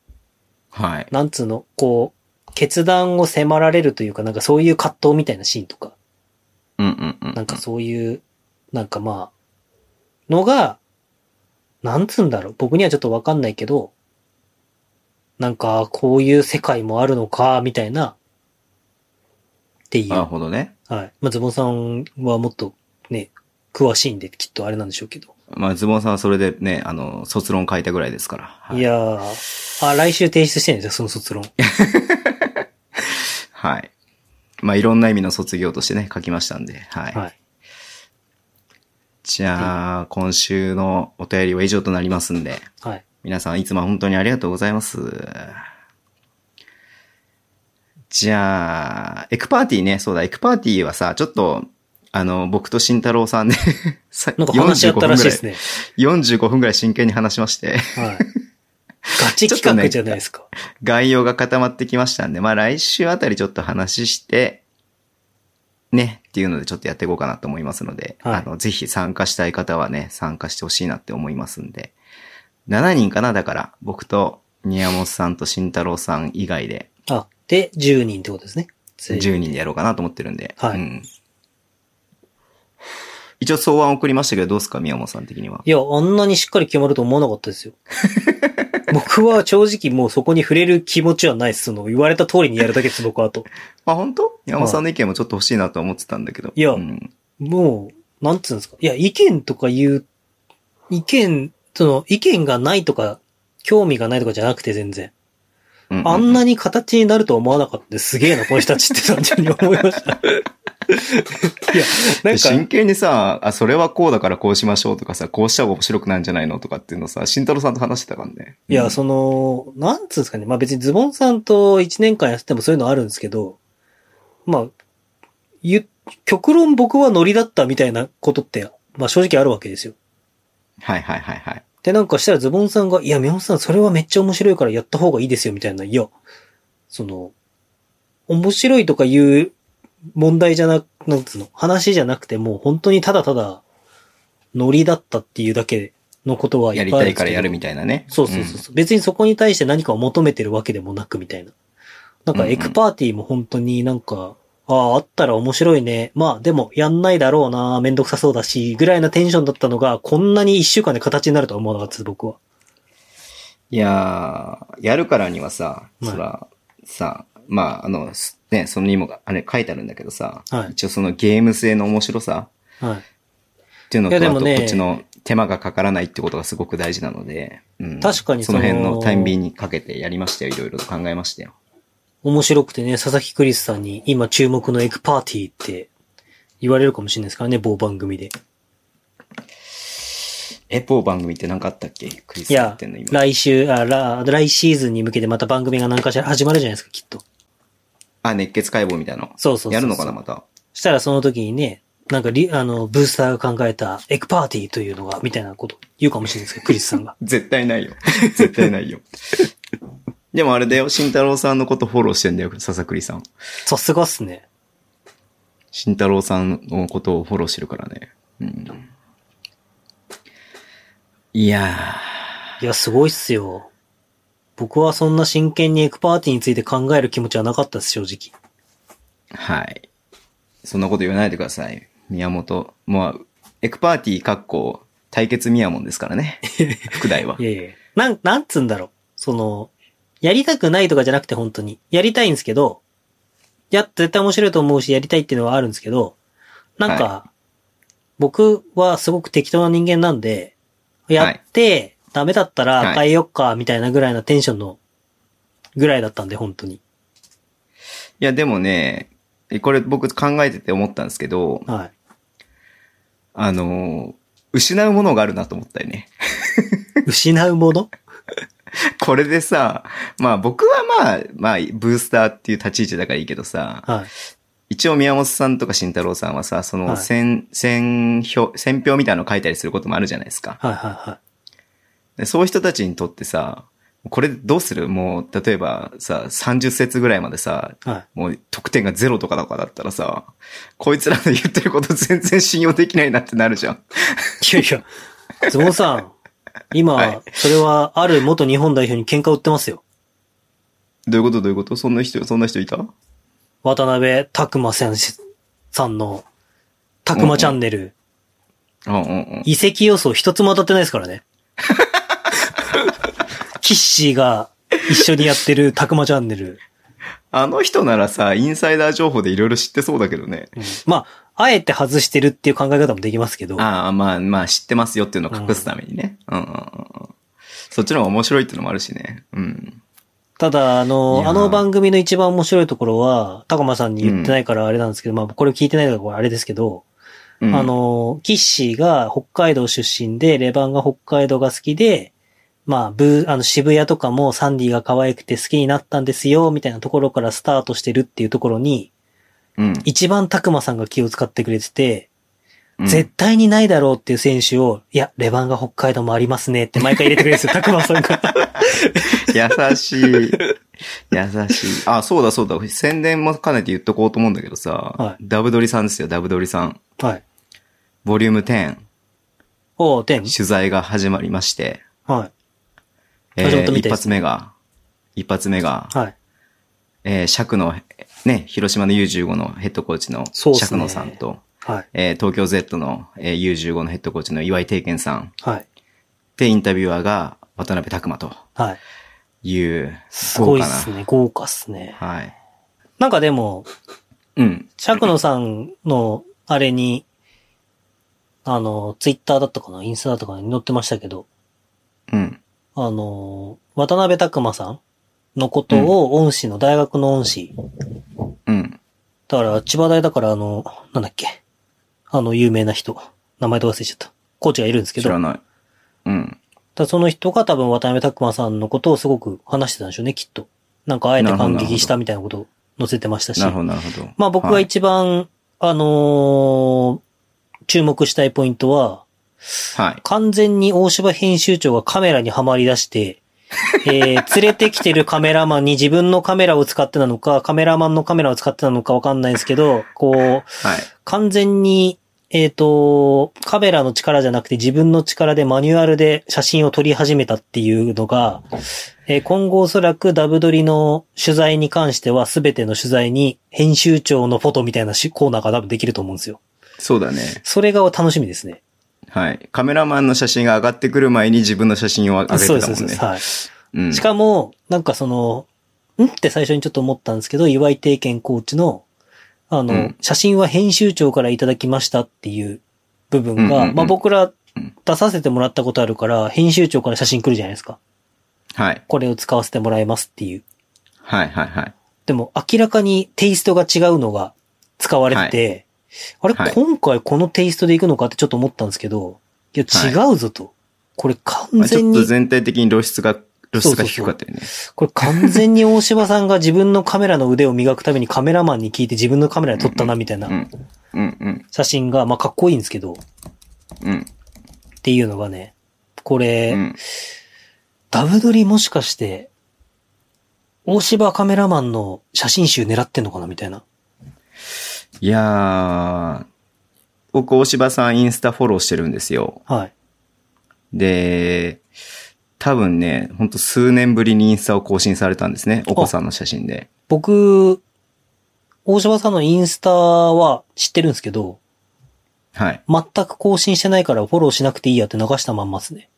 Speaker 2: はい。
Speaker 3: なんつうの、こう、決断を迫られるというか、なんかそういう葛藤みたいなシーンとか、
Speaker 2: うんうんうん。
Speaker 3: なんかそういう、なんかまあ、のが、なんつうんだろう、僕にはちょっとわかんないけど、なんか、こういう世界もあるのか、みたいな、っていう。
Speaker 2: なる
Speaker 3: はい。
Speaker 2: ほどね。
Speaker 3: まあ、ズボンさんはもっとね、詳しいんで、きっとあれなんでしょうけど。、
Speaker 2: まあ、ズボンさんはそれでね、あの、卒論書いたぐらいですから。はい
Speaker 3: やー、あ、来週提出してるんですよ、その卒論。
Speaker 2: はい。まあ、いろんな意味の卒業としてね、書きましたんで。はい。
Speaker 3: はい。
Speaker 2: じゃあ、今週のお便りは以上となりますんで、
Speaker 3: はい。
Speaker 2: 皆さんいつも本当にありがとうございます。じゃあ、エクパーティーね、そうだ、エクパーティーはさ、ちょっと、あの、僕と慎太郎さんで、 さ
Speaker 3: なんか話し合ったらしいですね。
Speaker 2: 45分ぐらい真剣に話しまして、
Speaker 3: はい。ガチ企画じゃないですか。
Speaker 2: 概要が固まってきましたんで、まあ来週あたりちょっと話して、ね、っていうのでちょっとやっていこうかなと思いますので、
Speaker 3: はい
Speaker 2: あの、ぜひ参加したい方はね、参加してほしいなって思いますんで、7人かなだから、僕と宮本さんと慎太郎さん以外で、
Speaker 3: あ、で、10人ってことですね。
Speaker 2: 10人でやろうかなと思ってるんで、
Speaker 3: はい
Speaker 2: うん一応草案送りましたけど、どうですか宮本さん的には。
Speaker 3: いや、あんなにしっかり決まると思わなかった ですよ。僕は正直もうそこに触れる気持ちはないです。その、言われた通りにやるだけです、僕はあと。
Speaker 2: まあ本当宮本さんの意見もちょっと欲しいなと思ってたんだけど。
Speaker 3: いや
Speaker 2: うん
Speaker 3: もう、なんつうんですか。いや、意見とか言う、意見、その、意見がないとか、興味がないとかじゃなくて全然。
Speaker 2: うんうん
Speaker 3: あんなに形になるとは思わなかったです。すげえな、この人たちって単純に思いました。いや、な
Speaker 2: で
Speaker 3: んか、
Speaker 2: 真剣にさ、あ、それはこうだからこうしましょうとかさ、こうした方が面白くないんじゃないのとかっていうのをさ、慎太郎さんと話してたからね。
Speaker 3: いや、その、なんつうんですかね。まあ別にズボンさんと一年間やっててもそういうのあるんですけど、まあ、ゆ、極論僕はノリだったみたいなことって、まあ正直あるわけですよ。
Speaker 2: うん。はいはいはいはい。
Speaker 3: で、なんかしたらズボンさんが、いや、宮本さんそれはめっちゃ面白いからやった方がいいですよみたいな、いや、その、面白いとかいう問題じゃな、なんつうの、話じゃなくてもう本当にただただノリだったっていうだけのことはい
Speaker 2: や
Speaker 3: っ
Speaker 2: り
Speaker 3: ぱいあ
Speaker 2: た
Speaker 3: るん
Speaker 2: い
Speaker 3: ですけど。
Speaker 2: からやるみたいなね。
Speaker 3: そうそうそうそう。別にそこに対して何かを求めてるわけでもなくみたいな。なんかエクパーティーも本当になんか、ああ、あったら面白いね。まあでもやんないだろうな。めんどくさそうだし、ぐらいなテンションだったのが、こんなに一週間で形になるとは思わなかったです、僕は。
Speaker 2: いやー、やるからにはさ、
Speaker 3: はい
Speaker 2: そら、さ、まあ、あの、すね、そのにもが、あれ書いてあるんだけどさ、
Speaker 3: はい
Speaker 2: 一応そのゲーム性の面白さっ
Speaker 3: はい。
Speaker 2: ていうの
Speaker 3: い
Speaker 2: と、
Speaker 3: やで
Speaker 2: あ
Speaker 3: も
Speaker 2: と
Speaker 3: ね
Speaker 2: こっちの手間がかからないってことがすごく大事なので、うん
Speaker 3: 確かに
Speaker 2: そ
Speaker 3: そ
Speaker 2: の
Speaker 3: の
Speaker 2: 辺のタイミングにかけてやりましたよ。いろいろと考えましたよ。
Speaker 3: 面白くてね、佐々木クリスさんに今注目のエクパーティーって言われるかもしれないですからね、某番組で。
Speaker 2: エポー番組って何かあったっけクイ
Speaker 3: い
Speaker 2: ズやっ
Speaker 3: や
Speaker 2: てんの、今。
Speaker 3: 来週あら、来シーズンに向けてまた番組が何かしら始まるじゃないですか、きっと。
Speaker 2: あ、熱血解剖みたいなの。
Speaker 3: そうそうそうそう
Speaker 2: やるのかな、また。。
Speaker 3: したらその時にね、なんかリ、あの、ブースターが考えたエクパーティーというのが、みたいなこと言うかもしれないですけど、クリスさんが
Speaker 2: 絶対ないよ。絶対ない よ。でもあれだよ、慎太郎さんのことフォローしてんだよ、笹栗さん。
Speaker 3: さすがっすね。
Speaker 2: 慎太郎さんのことをフォローしてるからね。うん。いや
Speaker 3: いや、すごいっすよ。僕はそんな真剣にエクパーティーについて考える気持ちはなかったです、正直。。
Speaker 2: ー、はい。そんなこと言わないでください。宮本。まあ、エクパーティーかっこ対決宮本ですから ね。副題はい
Speaker 3: やいやなん、なんつうんだろう。その、やりたくないとかじゃなくて本当に。やりたいんですけど、や、絶対面白いと思うし、やりたいっていうのはあるんですけど、なんか、僕はすごく適当な人間なんで、やって、ダメだった
Speaker 2: は
Speaker 3: ら
Speaker 2: い
Speaker 3: 変えよっか、みたいなぐらいなテンションの、ぐらいだったんで、本当に。
Speaker 2: いや、でもね、これ僕考えてて思ったんですけど、
Speaker 3: はい。
Speaker 2: あのー、失うものがあるなと思ったよね。
Speaker 3: 失うもの
Speaker 2: これでさ、まあ僕はまあ、まあ、ブースターっていう立ち位置だからいいけどさ、
Speaker 3: はい。
Speaker 2: 一応宮本さんとか慎太郎さんはさ、その
Speaker 3: はい
Speaker 2: 選、選票、選票みたいなの書いたりすることもあるじゃないですか。
Speaker 3: はいはいは
Speaker 2: でそういう人たちにとってさ、これどうするもう、例えばさ、30節ぐらいまでさ、
Speaker 3: い。はい。
Speaker 2: もう得点がゼロとかとかだったらさ、こいつらの言ってること全然信用できないなってなるじゃん。
Speaker 3: いやいや、ズボンさん、今、
Speaker 2: はい
Speaker 3: それはある元日本代表に喧嘩売ってますよ。
Speaker 2: どういうことどういうことそんな人、そんな人いた
Speaker 3: 渡辺拓馬選手さんの、拓馬チャンネル、
Speaker 2: うんうんうん。
Speaker 3: 遺跡予想一つも当たってないで すからね。キッシーが一緒にやってる拓馬チャンネル。
Speaker 2: あの人ならさ、インサイダー情報でいろいろ知ってそうだけどね。
Speaker 3: うんまあ、あえて外してるっていう考え方もできますけど、
Speaker 2: ああ、まあまあ知ってますよっていうのを隠すためにね。うん、うん、うんうん。そっちの方が面白いっていうのもあるしね。うん。
Speaker 3: ただ、あ
Speaker 2: い
Speaker 3: の、
Speaker 2: やー
Speaker 3: あの番組の一番面白いところは、高間さんに言ってないからあれなんですけど、まあ、これ聞いてないからあれですけど、
Speaker 2: うん、
Speaker 3: あ、の、キッシーが北海道出身で、レバンが北海道が好きで、まあ、ブー、あの、渋谷とかもサンディが可愛くて好きになったんですよ、みたいなところからスタートしてるっていうところに、
Speaker 2: うん。
Speaker 3: 一番タクマさんが気を使ってくれてて、
Speaker 2: うん
Speaker 3: 絶対にないだろうっていう選手を、いや、レバンが北海道もありますねって毎回入れてくれ るんですよ、タクマさんが。
Speaker 2: 優しい。 優しい。あ、そうだそうだ。宣伝も兼ねて言っとこうと思うんだけどさ。
Speaker 3: はい
Speaker 2: ダブドリさんですよ、ダブドリさん。
Speaker 3: はい。
Speaker 2: ボリューム10、
Speaker 3: おう、天。
Speaker 2: 取材が始まりまして。
Speaker 3: は
Speaker 2: え
Speaker 3: 始まった
Speaker 2: ー、
Speaker 3: み
Speaker 2: 一
Speaker 3: たいです
Speaker 2: 発目が、一発目が、
Speaker 3: い。はい。
Speaker 2: えー、尺の、ね、広島の U15 のヘッドコーチの
Speaker 3: そうっすね
Speaker 2: 尺野さんと、
Speaker 3: はい。
Speaker 2: えー東京 Z の、えー U15 のヘッドコーチの岩井定健さん
Speaker 3: はい。
Speaker 2: でインタビュアーが渡辺拓馬と
Speaker 3: はい。
Speaker 2: いう、
Speaker 3: すごいっ
Speaker 2: 豪華な
Speaker 3: すね、豪華っすね。
Speaker 2: はい。
Speaker 3: なんかでも、
Speaker 2: うん。
Speaker 3: 釈野さんの、あれに、あの、ツイッターだったかな、インスタだったかな、に載ってましたけど、
Speaker 2: うん。
Speaker 3: あの、渡辺拓馬さんのことを恩師の、大学の恩師、
Speaker 2: うん。
Speaker 3: だから、千葉大だから、あの、なんだっけ、あの、有名な人、名前と忘れちゃった、コーチがいるんですけ
Speaker 2: 知
Speaker 3: ど、
Speaker 2: ら
Speaker 3: だか
Speaker 2: ない。うん。
Speaker 3: らその人が多分渡辺拓馬さんのことをすごく話してたんでしょうね、きっと。なんか、あえて感激したみたいなことを載せてましたし。
Speaker 2: なるほど、なるほど。
Speaker 3: まあ僕が
Speaker 2: はい
Speaker 3: 一番、あのー注目したいポイントは、
Speaker 2: はい。
Speaker 3: 完全に大柴編集長がカメラにはまり 出して、えー、連れてきてるカメラマンに自分のカメラを使ってなのか、カメラマンのカメラを使ってなのかわかんないですけど、こう、
Speaker 2: はい。
Speaker 3: 完全に、えっ、と、カメラの力じゃなくて自分の力でマニュアルで写真を撮り始めたっていうのが、えー今後おそらくダブドリの取材に関しては全ての取材に編集長のフォトみたいなしコーナーが多分できると思うんですよ。
Speaker 2: そうだね。
Speaker 3: それが楽しみですね。
Speaker 2: はい。カメラマンの写真が上がってくる前に自分の写真を上げてた
Speaker 3: そうで
Speaker 2: も
Speaker 3: す、そ
Speaker 2: ん
Speaker 3: うで
Speaker 2: ね
Speaker 3: す。。はい。
Speaker 2: うん。
Speaker 3: しかも、なんかその、んって最初にちょっと思ったんですけど、岩井定健コーチの、あの、
Speaker 2: うん
Speaker 3: 写真は編集長からいただきましたっていう部分
Speaker 2: うん
Speaker 3: が、
Speaker 2: うんうん
Speaker 3: まあ僕ら
Speaker 2: うん
Speaker 3: 出させてもらったことあるから、編集長から写真来るじゃないですか。
Speaker 2: はい。
Speaker 3: これを使わせてもらいますっていう。
Speaker 2: はいはいはい。
Speaker 3: でも明らかにテイストが違うのが使われてて、あれ、
Speaker 2: はい
Speaker 3: 今回このテイストでいくのかってちょっと思ったんですけど、いや
Speaker 2: はい
Speaker 3: 違うぞと。これ完
Speaker 2: まあち
Speaker 3: 全
Speaker 2: ょっと
Speaker 3: に、
Speaker 2: 全体的に露出が、露出が低かったよね。
Speaker 3: これ完全に大柴さんが自分のカメラの腕を磨くためにカメラマンに聞いて自分のカメラで撮ったなみたいな
Speaker 2: うん。うんうん。
Speaker 3: 写真が、まあかっこいいんですけど、っ
Speaker 2: うん。
Speaker 3: ていうのがね、これ、
Speaker 2: うん。
Speaker 3: ダブドリもしかして、大柴カメラマンの写真集狙ってんのかなみたいな。
Speaker 2: いやー、僕、大柴さんインスタフォローしてるんですよ。
Speaker 3: はい。
Speaker 2: で、多分ね、ほんと数年ぶりにインスタを更新されたんですね。お子さんの写真で。
Speaker 3: 僕、大柴さんのインスタは知ってるんですけど、
Speaker 2: はい。
Speaker 3: 全く更新してないからフォローしなくていいやって流したまんまですね。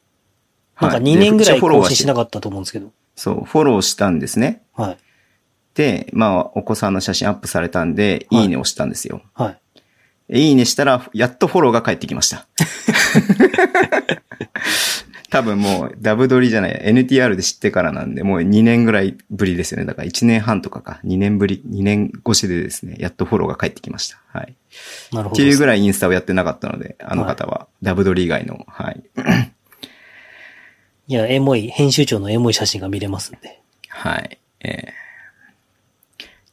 Speaker 3: なんか
Speaker 2: はい
Speaker 3: 2年ぐら
Speaker 2: で
Speaker 3: い
Speaker 2: フォロー
Speaker 3: 更
Speaker 2: はし
Speaker 3: 新してなかったと思うんですけど。
Speaker 2: そう、フォローしたんですね。
Speaker 3: はい。
Speaker 2: で、まあ、お子さんの写真アップされたんで、
Speaker 3: はい
Speaker 2: いいねを押したんですよ。
Speaker 3: はい。
Speaker 2: いいねしたら、やっとフォローが返ってきま した。多分もう、ダブドリじゃない、NTR で知ってからなんで、もう2年ぐらいぶりですよね。だから1年半とかか、2年ぶり、2年越しでですね、やっとフォローが返ってきました。はい。
Speaker 3: なるほど。
Speaker 2: っていうぐ
Speaker 3: らい。
Speaker 2: らいインスタをやってなかったので、あの方は、ダブドリ以外の、はい。
Speaker 3: いや、エモい、編集長のエモい写真が見れますんで。
Speaker 2: はい。えー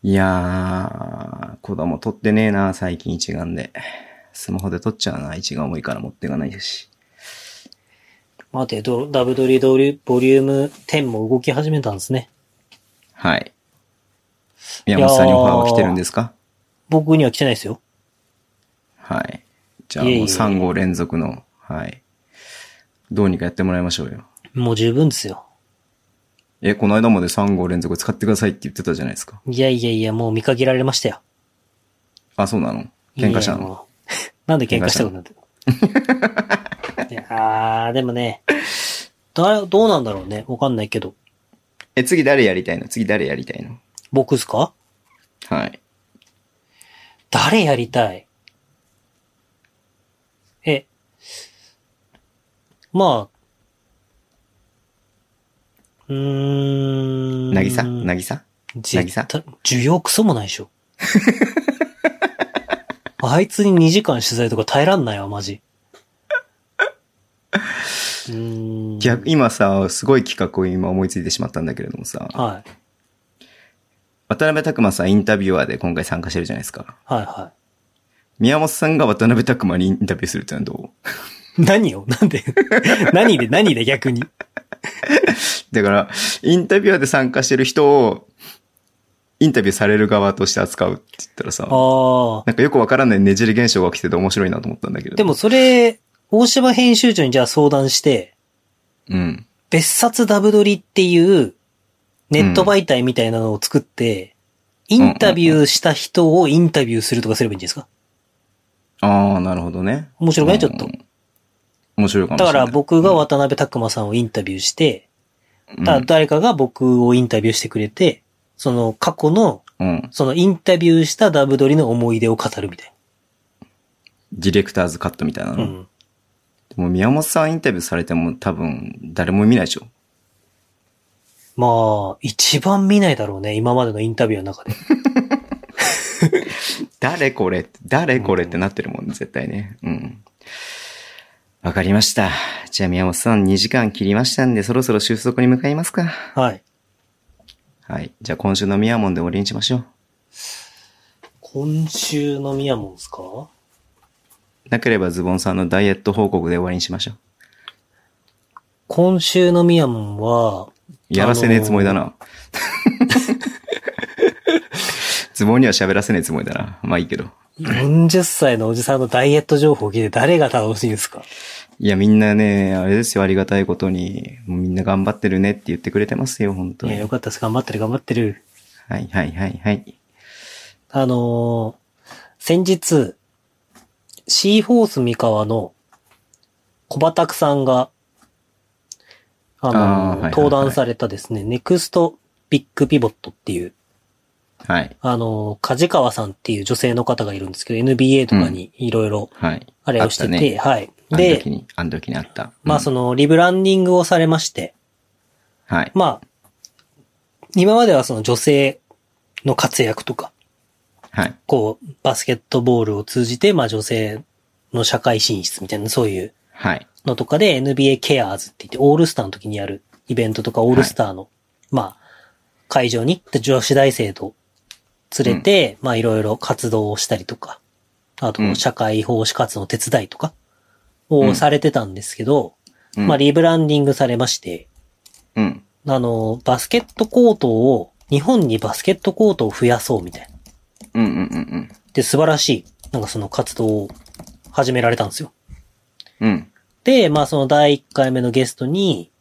Speaker 2: いやー、子供撮ってねえな、最近一眼で。スマホで撮っちゃうな、一眼重いから持っていかないし。
Speaker 3: 待て、ドダブドリドリボリューム10も動き始めたんですね。
Speaker 2: はい。宮本さんにオファーは来てるんですか
Speaker 3: 僕には来てないですよ。
Speaker 2: はい。じゃあ
Speaker 3: いえいえ
Speaker 2: も
Speaker 3: いうえ
Speaker 2: 3号連続の、はい。どうにかやってもらいましょうよ。
Speaker 3: もう十分ですよ。
Speaker 2: え、この間まで3号連続使ってくださいって言ってたじゃないですか。
Speaker 3: いやいやいや、もう見限られましたよ。
Speaker 2: あ、そうなの喧嘩した
Speaker 3: いや
Speaker 2: の
Speaker 3: もう なんで喧嘩したことになってるいやー、でもね、だ、どうなんだろうね。わかんないけど。
Speaker 2: え、次誰やりたいの次誰やりたいの
Speaker 3: 僕っすか
Speaker 2: はい。
Speaker 3: 誰やりたいえ、まあ、うーん。
Speaker 2: なぎさなぎさ
Speaker 3: 絶
Speaker 2: なぎさ
Speaker 3: 対需要クソもないでしょ。 あいつに2時間取材とか耐えらんないわ、マジ。うーん。
Speaker 2: 逆、今さ、すごい企画を今思いついてしまったんだけれどもさ、
Speaker 3: はい。
Speaker 2: 渡辺拓馬さんインタビュアーで今回参加してるじゃないですか。
Speaker 3: はいは
Speaker 2: 宮本さんが渡辺拓馬にインタビューするってのはどう
Speaker 3: い。何をなんで 何で何で逆に。
Speaker 2: だから、インタビュアーで参加してる人を、インタビューされる側として扱うって言ったらさ、
Speaker 3: ああ。
Speaker 2: なんかよくわからないねじれ現象が起きてて面白いなと思ったんだけど。
Speaker 3: でも、それ、大島編集長にじゃあ相談して、
Speaker 2: うん。
Speaker 3: 別冊ダブドリっていうネット媒体みたいなのを作って、インタビューした人をインタビューするとかすればいいんじゃないですか
Speaker 2: ああ、なるほどね。
Speaker 3: 面白くないちょっと
Speaker 2: うん面白いかもし
Speaker 3: だ
Speaker 2: れな
Speaker 3: か
Speaker 2: い。
Speaker 3: ら僕が渡辺拓馬さんをインタビューして、
Speaker 2: うん、
Speaker 3: だ誰かが僕をインタビューしてくれて、その過去の、
Speaker 2: うん。
Speaker 3: そのインタビューしたダブドリの思い出を語るみたい
Speaker 2: ディレクターズカットみたいな
Speaker 3: な。
Speaker 2: の。
Speaker 3: うん。
Speaker 2: でも宮本さんインタビューされても多分誰も見ないでしょ。
Speaker 3: まあ、一番見ないだろうね、今までのインタビューの中で。
Speaker 2: 誰これ誰これってなってるもん、絶対ね。うん。わかりました。じゃあ宮本さん2時間切りましたんで、そろそろ収束に向かいますか。
Speaker 3: はい。
Speaker 2: はい。じゃあ今週のミヤモンで終わりにしましょう。
Speaker 3: 今週のミヤモンですか
Speaker 2: なければズボンさんのダイエット報告で終わりにしましょう。
Speaker 3: 今週のミヤモンは、
Speaker 2: やらせねえつもりだな。 ズボンには喋らせねえつもりだな。まあいいけど。
Speaker 3: 40歳のおじさんのダイエット情報を聞いて誰が楽しいんですか
Speaker 2: いや、みんなね、あれですよ、ありがたいことに、もうみんな頑張ってるねって言ってくれてますよ、本
Speaker 3: い
Speaker 2: 当
Speaker 3: や、
Speaker 2: に。
Speaker 3: よ
Speaker 2: はい
Speaker 3: かったです。頑張ってる、頑張ってる。
Speaker 2: はいはいはい。
Speaker 3: あのー先日、シーフォース三河の小畑さんが、
Speaker 2: あー
Speaker 3: ああ
Speaker 2: はい
Speaker 3: の
Speaker 2: はいはい
Speaker 3: 登壇されたですね、ネクストビッグピボットっていう、
Speaker 2: はい。
Speaker 3: あの、梶川さんっていう女性の方がいるんですけど、NBA とかにいろいろ
Speaker 2: はい。
Speaker 3: あれをしてて、
Speaker 2: あったね
Speaker 3: はい。
Speaker 2: あの
Speaker 3: で
Speaker 2: 時、に、あの時にあった。
Speaker 3: まあそ
Speaker 2: の、
Speaker 3: の、リブランディングをされまして、
Speaker 2: はい。
Speaker 3: まあ、今まではその女性の活躍とか、
Speaker 2: はい。
Speaker 3: こう、バスケットボールを通じて、まあ女性の社会進出みたいな、そういう
Speaker 2: はい。
Speaker 3: のとかで NBA ケアーズって言って、オールスターの時にやるイベントとか、オールスターの、まあ、会場に行って女子大生と連れて、まあいろいろ活動をしたりとか、あ
Speaker 2: う
Speaker 3: と
Speaker 2: ん
Speaker 3: 社会奉仕活動の手伝いとか
Speaker 2: う
Speaker 3: を
Speaker 2: ん
Speaker 3: されてたんですけど、
Speaker 2: うん
Speaker 3: まあリブランディングされまして、
Speaker 2: うん。
Speaker 3: あの、バスケットコートを、日本にバスケットコートを増やそうみたいな。
Speaker 2: うんうんうん
Speaker 3: で、素晴らしい、なんかその活動を始められたんですよ。
Speaker 2: うん。うん。
Speaker 3: で、まあその第1回目のゲストに、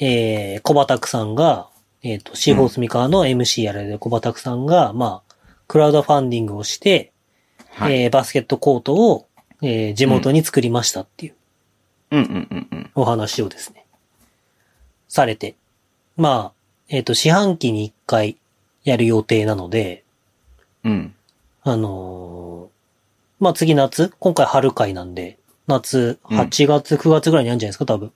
Speaker 3: えー、小畑さんが、えっ、と、シーホースミカーの MC やられる小畑さんが、まあ、クラウドファンディングをして、
Speaker 2: はい。
Speaker 3: えー、バスケットコートを、えー、地元に作りましたっていう
Speaker 2: うんうんうんうん。
Speaker 3: お話をですね、されて。まあ、えっ、と、四半期に1回やる予定なので、
Speaker 2: うん。
Speaker 3: あのーまあ次夏今回春会なんで、夏、
Speaker 2: うん
Speaker 3: 8月、9月ぐらいにあるんじゃないですか、多分。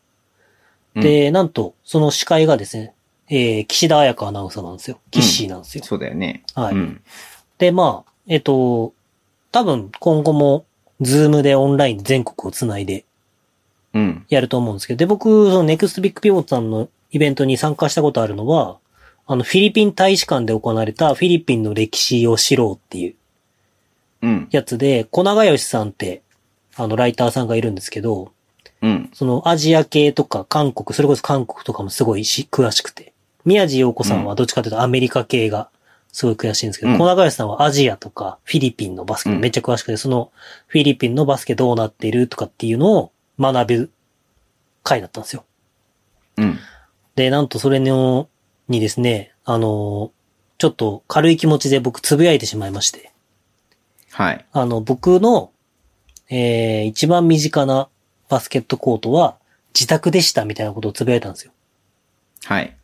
Speaker 2: うん
Speaker 3: で、なんと、その司会がですね、えー、岸田彩香アナウンサーなんですよ。キッシーなんですよ。
Speaker 2: そうだよね。
Speaker 3: はい
Speaker 2: うん。
Speaker 3: で、まあ、えっと、多分今後も、ズームでオンライン全国をつないで
Speaker 2: うん。
Speaker 3: やると思うんですけど、で、僕、そのネクストビッグピボットさんのイベントに参加したことあるのは、あの、フィリピン大使館で行われたフィリピンの歴史を知ろうっていう
Speaker 2: うん。
Speaker 3: やつで、小長吉さんって、あの、ライターさんがいるんですけど、
Speaker 2: うん。
Speaker 3: そのアジア系とか韓国、それこそ韓国とかもすごいし、詳しくて。宮地洋子さん
Speaker 2: う
Speaker 3: は
Speaker 2: ん
Speaker 3: どっちかというとアメリカ系がすごい詳しいんですけど、
Speaker 2: うん
Speaker 3: 小長吉さんはアジアとかフィリピンのバスケ
Speaker 2: うん
Speaker 3: めっちゃ詳しくて、そのフィリピンのバスケどうなってるとかっていうのを学ぶ回だったんですよ。
Speaker 2: うん。
Speaker 3: で、なんとそれの、にですね、あの、ちょっと軽い気持ちで僕つぶやいてしまいまして。
Speaker 2: はい。
Speaker 3: あの、僕の、えー、一番身近なバスケットコートは自宅でしたみたいなことをつぶやいたんですよ。
Speaker 2: はい。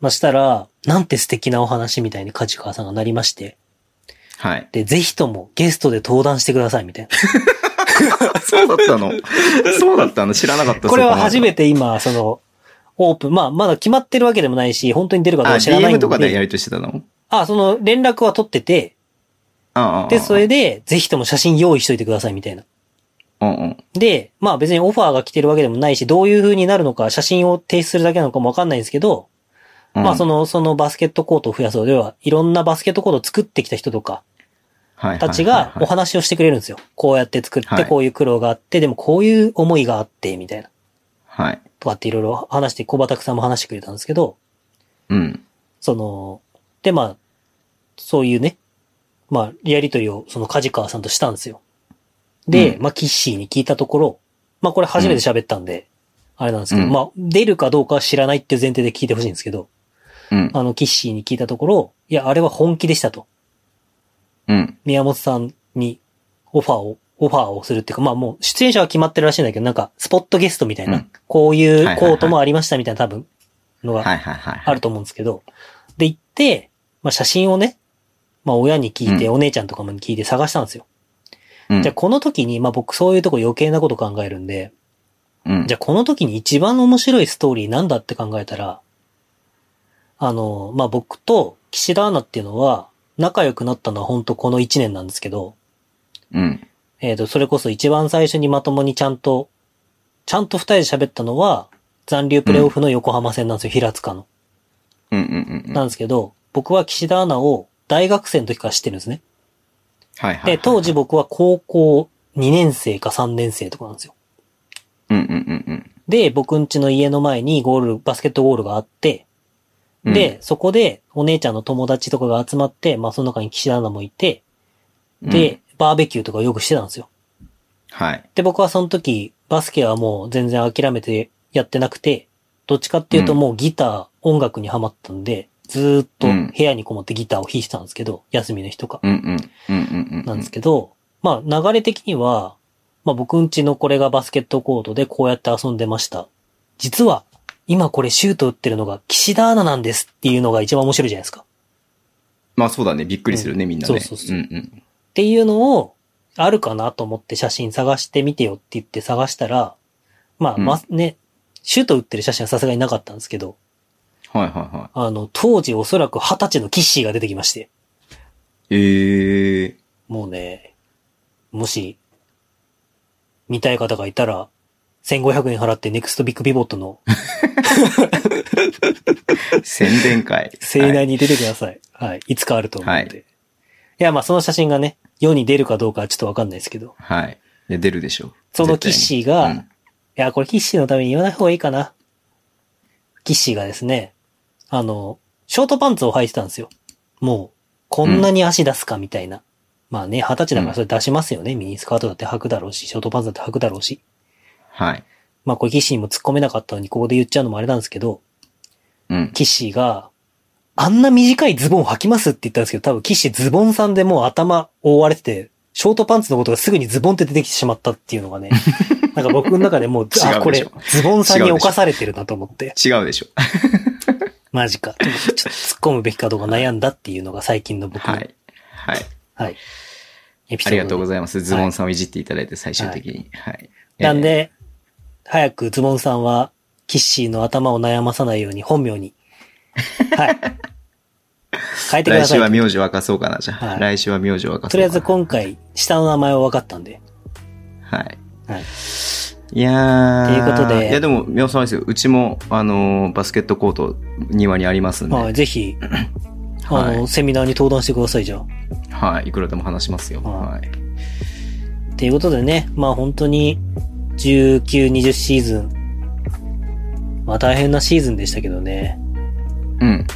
Speaker 3: まあ、したら、なんて素敵なお話みたいに梶川さんがなりまして、
Speaker 2: はい。
Speaker 3: で、ぜひともゲストで登壇してくださいみたいな。
Speaker 2: そうだったのそうだったの知らなか った
Speaker 3: これは初め
Speaker 2: て。
Speaker 3: て今、その、オープン、まあ、まだ決まってるわけでもないし、本当に出るかどう
Speaker 2: あ、
Speaker 3: か知らないん
Speaker 2: DM
Speaker 3: で。
Speaker 2: とかでやりとりしてたの
Speaker 3: あ、その、連絡は取ってて、
Speaker 2: ああああ。
Speaker 3: で、それで、ぜひとも写真用意しといてくださいみたいな。
Speaker 2: うんうん。
Speaker 3: で、まあ別にオファーが来てるわけでもないし、どういう風になるのか、写真を提出するだけなのかもわかんないんですけど、まあそ
Speaker 2: の、
Speaker 3: の、そのバスケットコートを増やそう。では、いろんなバスケットコートを作ってきた人とか、
Speaker 2: はい
Speaker 3: たちがお話をしてくれるんですよ。こうやって作っ
Speaker 2: は
Speaker 3: て、
Speaker 2: い
Speaker 3: こういう苦労があって、でもこういう思いがあって、みたいな。
Speaker 2: はいはいはい。はい。
Speaker 3: とかっていろいろ話して、小畑さんも話してくれたんですけど、
Speaker 2: うん。
Speaker 3: その、でまあ、そういうね、まあ、やりとりをその梶川さんとしたんですよ。で、
Speaker 2: うん
Speaker 3: まあ、キッシーに聞いたところ、まあ、これ初めて喋ったんで、あれなんですけど、
Speaker 2: うん
Speaker 3: まあ、出るかどうかは知らないっていう前提で聞いてほしいんですけど、
Speaker 2: うん。
Speaker 3: あの、キッシーに聞いたところ、いや、あれは本気でしたと。
Speaker 2: うん。
Speaker 3: 宮本さんにオファーを、オファーをするっていうか、まあもう出演者は決まってるらしいんだけど、なんか、スポットゲストみたいな、
Speaker 2: うん
Speaker 3: こうい
Speaker 2: はい
Speaker 3: う
Speaker 2: はいはい
Speaker 3: コートもありましたみたいな多分、のが
Speaker 2: はいはいはい。
Speaker 3: あると思うんですけど、で、行って、まあ、写真をね、まあ、親に聞いて、
Speaker 2: う
Speaker 3: お姉ちゃんとかも聞いて探したんですよ。
Speaker 2: うん。
Speaker 3: じゃあ、この時に、まあ、僕そういうとこ余計なこと考えるんで、
Speaker 2: うん。
Speaker 3: じゃあ、この時に一番面白いストーリーなんだって考えたら、あの、まあ、僕と岸田アナっていうのは、仲良くなったのは本当この1年なんですけど、
Speaker 2: うん。
Speaker 3: えっ、と、それこそ一番最初にまともにちゃんと、ちゃんと二人で喋ったのは、残留プレイオフの横浜戦なんですよ、平塚の。
Speaker 2: うんうんうんうん。
Speaker 3: なんですけど、僕は岸田アナを大学生の時から知ってるんですね。
Speaker 2: はいはい。
Speaker 3: で、当時。僕は高校2年生か3年生とかなんですよ。
Speaker 2: うんうんうんうん。
Speaker 3: で、僕ん家の家の前にゴール、バスケットゴールがあって、
Speaker 2: うん
Speaker 3: で、、そこでお姉ちゃんの友達とかが集まって、まあその中に岸田アナもいて、で、
Speaker 2: うん
Speaker 3: バーベキューとかをよくしてたんですよ。
Speaker 2: はい。
Speaker 3: で、僕はその時、バスケはもう全然諦めてやってなくて、どっちかっていうともうギター、音楽にハマったんで、ずーっと部屋にこもってギターを弾いてたんですけど、休みの日とか。
Speaker 2: うんうん。うんうんうん。
Speaker 3: なんですけど、まあ流れ的には、まあ僕んちのこれがバスケットコートでこうやって遊んでました。実は、今これシュート打ってるのが岸田アナなんですっていうのが一番面白いじゃないですか。
Speaker 2: まあそうだね。びっくりするね、
Speaker 3: うん
Speaker 2: みんなね。
Speaker 3: そうそうそうん
Speaker 2: うん。
Speaker 3: っていうのを、あるかなと思って写真探してみてよって言って探したら、まあ、
Speaker 2: うん
Speaker 3: ま、ね、シュート打ってる写真はさすがになかったんですけど、
Speaker 2: はいはいは
Speaker 3: あの、当時おそらく二十歳のキッシーが出てきまして、
Speaker 2: い。ええ
Speaker 3: もうね、もし、見たい方がいたら、1500円払ってネクストビッグピボットの
Speaker 2: 宣伝 会。
Speaker 3: 盛
Speaker 2: は
Speaker 3: 大
Speaker 2: い
Speaker 3: に出てください。はい、い。つかあると思うんで。
Speaker 2: はい
Speaker 3: い、や、まあその写真がね、世に出るかどうかはちょっとわかんないですけど、
Speaker 2: はい。いや出るでしょう。
Speaker 3: その
Speaker 2: 絶対
Speaker 3: キッ
Speaker 2: に
Speaker 3: シーが、
Speaker 2: うん
Speaker 3: いや、これキッシーのために言わない方がいいかな。キッシーがですね、あの、ショートパンツを履いてたんですよ。もう、こんなに足出すかみたいな。まあね、二十歳だからそれ出しますよね。ミニスカートだって履くだろうし、ショートパンツだって履くだろうし。
Speaker 2: はい。
Speaker 3: まあこれキッシーにも突っ込めなかったのに、ここで言っちゃうのもあれなんですけど、
Speaker 2: うん。
Speaker 3: キッシーが、あんな短いズボン履きますって言ったんですけど、多分キッシーズボンさんでもう頭覆われてて、ショートパンツのことがすぐにズボンって出てきてしまったっていうの がね、なんか僕の中でもう、
Speaker 2: 違うでし
Speaker 3: あ、
Speaker 2: ょ
Speaker 3: これ、ズボンさんに侵されてるなと思って、
Speaker 2: 違うでしょ。
Speaker 3: マジか。ちょっと突っ込むべきかどうか悩んだっていうのが最近の僕の、
Speaker 2: は
Speaker 3: はい、
Speaker 2: い。はい。
Speaker 3: エピソ
Speaker 2: あ
Speaker 3: ード
Speaker 2: り
Speaker 3: で。
Speaker 2: がとうございます。ズボンさんをいじっていただいて、最終的に。はい。
Speaker 3: なんで、早くズボンさんは、キッシーの頭を悩まさないように本名に、 はい。変
Speaker 2: え
Speaker 3: え
Speaker 2: ー、
Speaker 3: てくだ
Speaker 2: 来
Speaker 3: さ
Speaker 2: 週
Speaker 3: い
Speaker 2: は
Speaker 3: と。
Speaker 2: 名字沸かそうかな、じゃ
Speaker 3: は
Speaker 2: あ。
Speaker 3: い
Speaker 2: 来週は名字沸かそうかな。
Speaker 3: とりあえず今回、下の名前は分かったんで、
Speaker 2: はい。
Speaker 3: はい。
Speaker 2: いやー。
Speaker 3: ということで
Speaker 2: いや、でも、宮本さんあれですよ。うちも、あのーバスケットコート庭にありますんで。
Speaker 3: はい、ぜひ、あの、
Speaker 2: はい
Speaker 3: セミナーに登壇してください、じゃあ。
Speaker 2: はい。いくらでも話しますよ。
Speaker 3: は
Speaker 2: はい。
Speaker 3: っていうことでね、まあ本当に、19、20シーズン、まあ大変なシーズンでしたけどね、
Speaker 2: うん。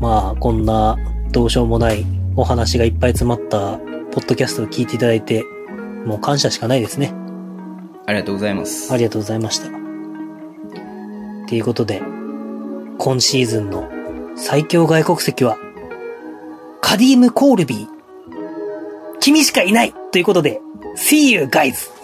Speaker 3: まあこんな、どうしようもないお話がいっぱい詰まった、ポッドキャストを聞いていただいて、もう感謝しかないですね。
Speaker 2: ありがとうございます。
Speaker 3: ありがとうございました。っていうことで、今シーズンの最強外国籍は、カディーム・コールビー。君しかいないということで、See you guys!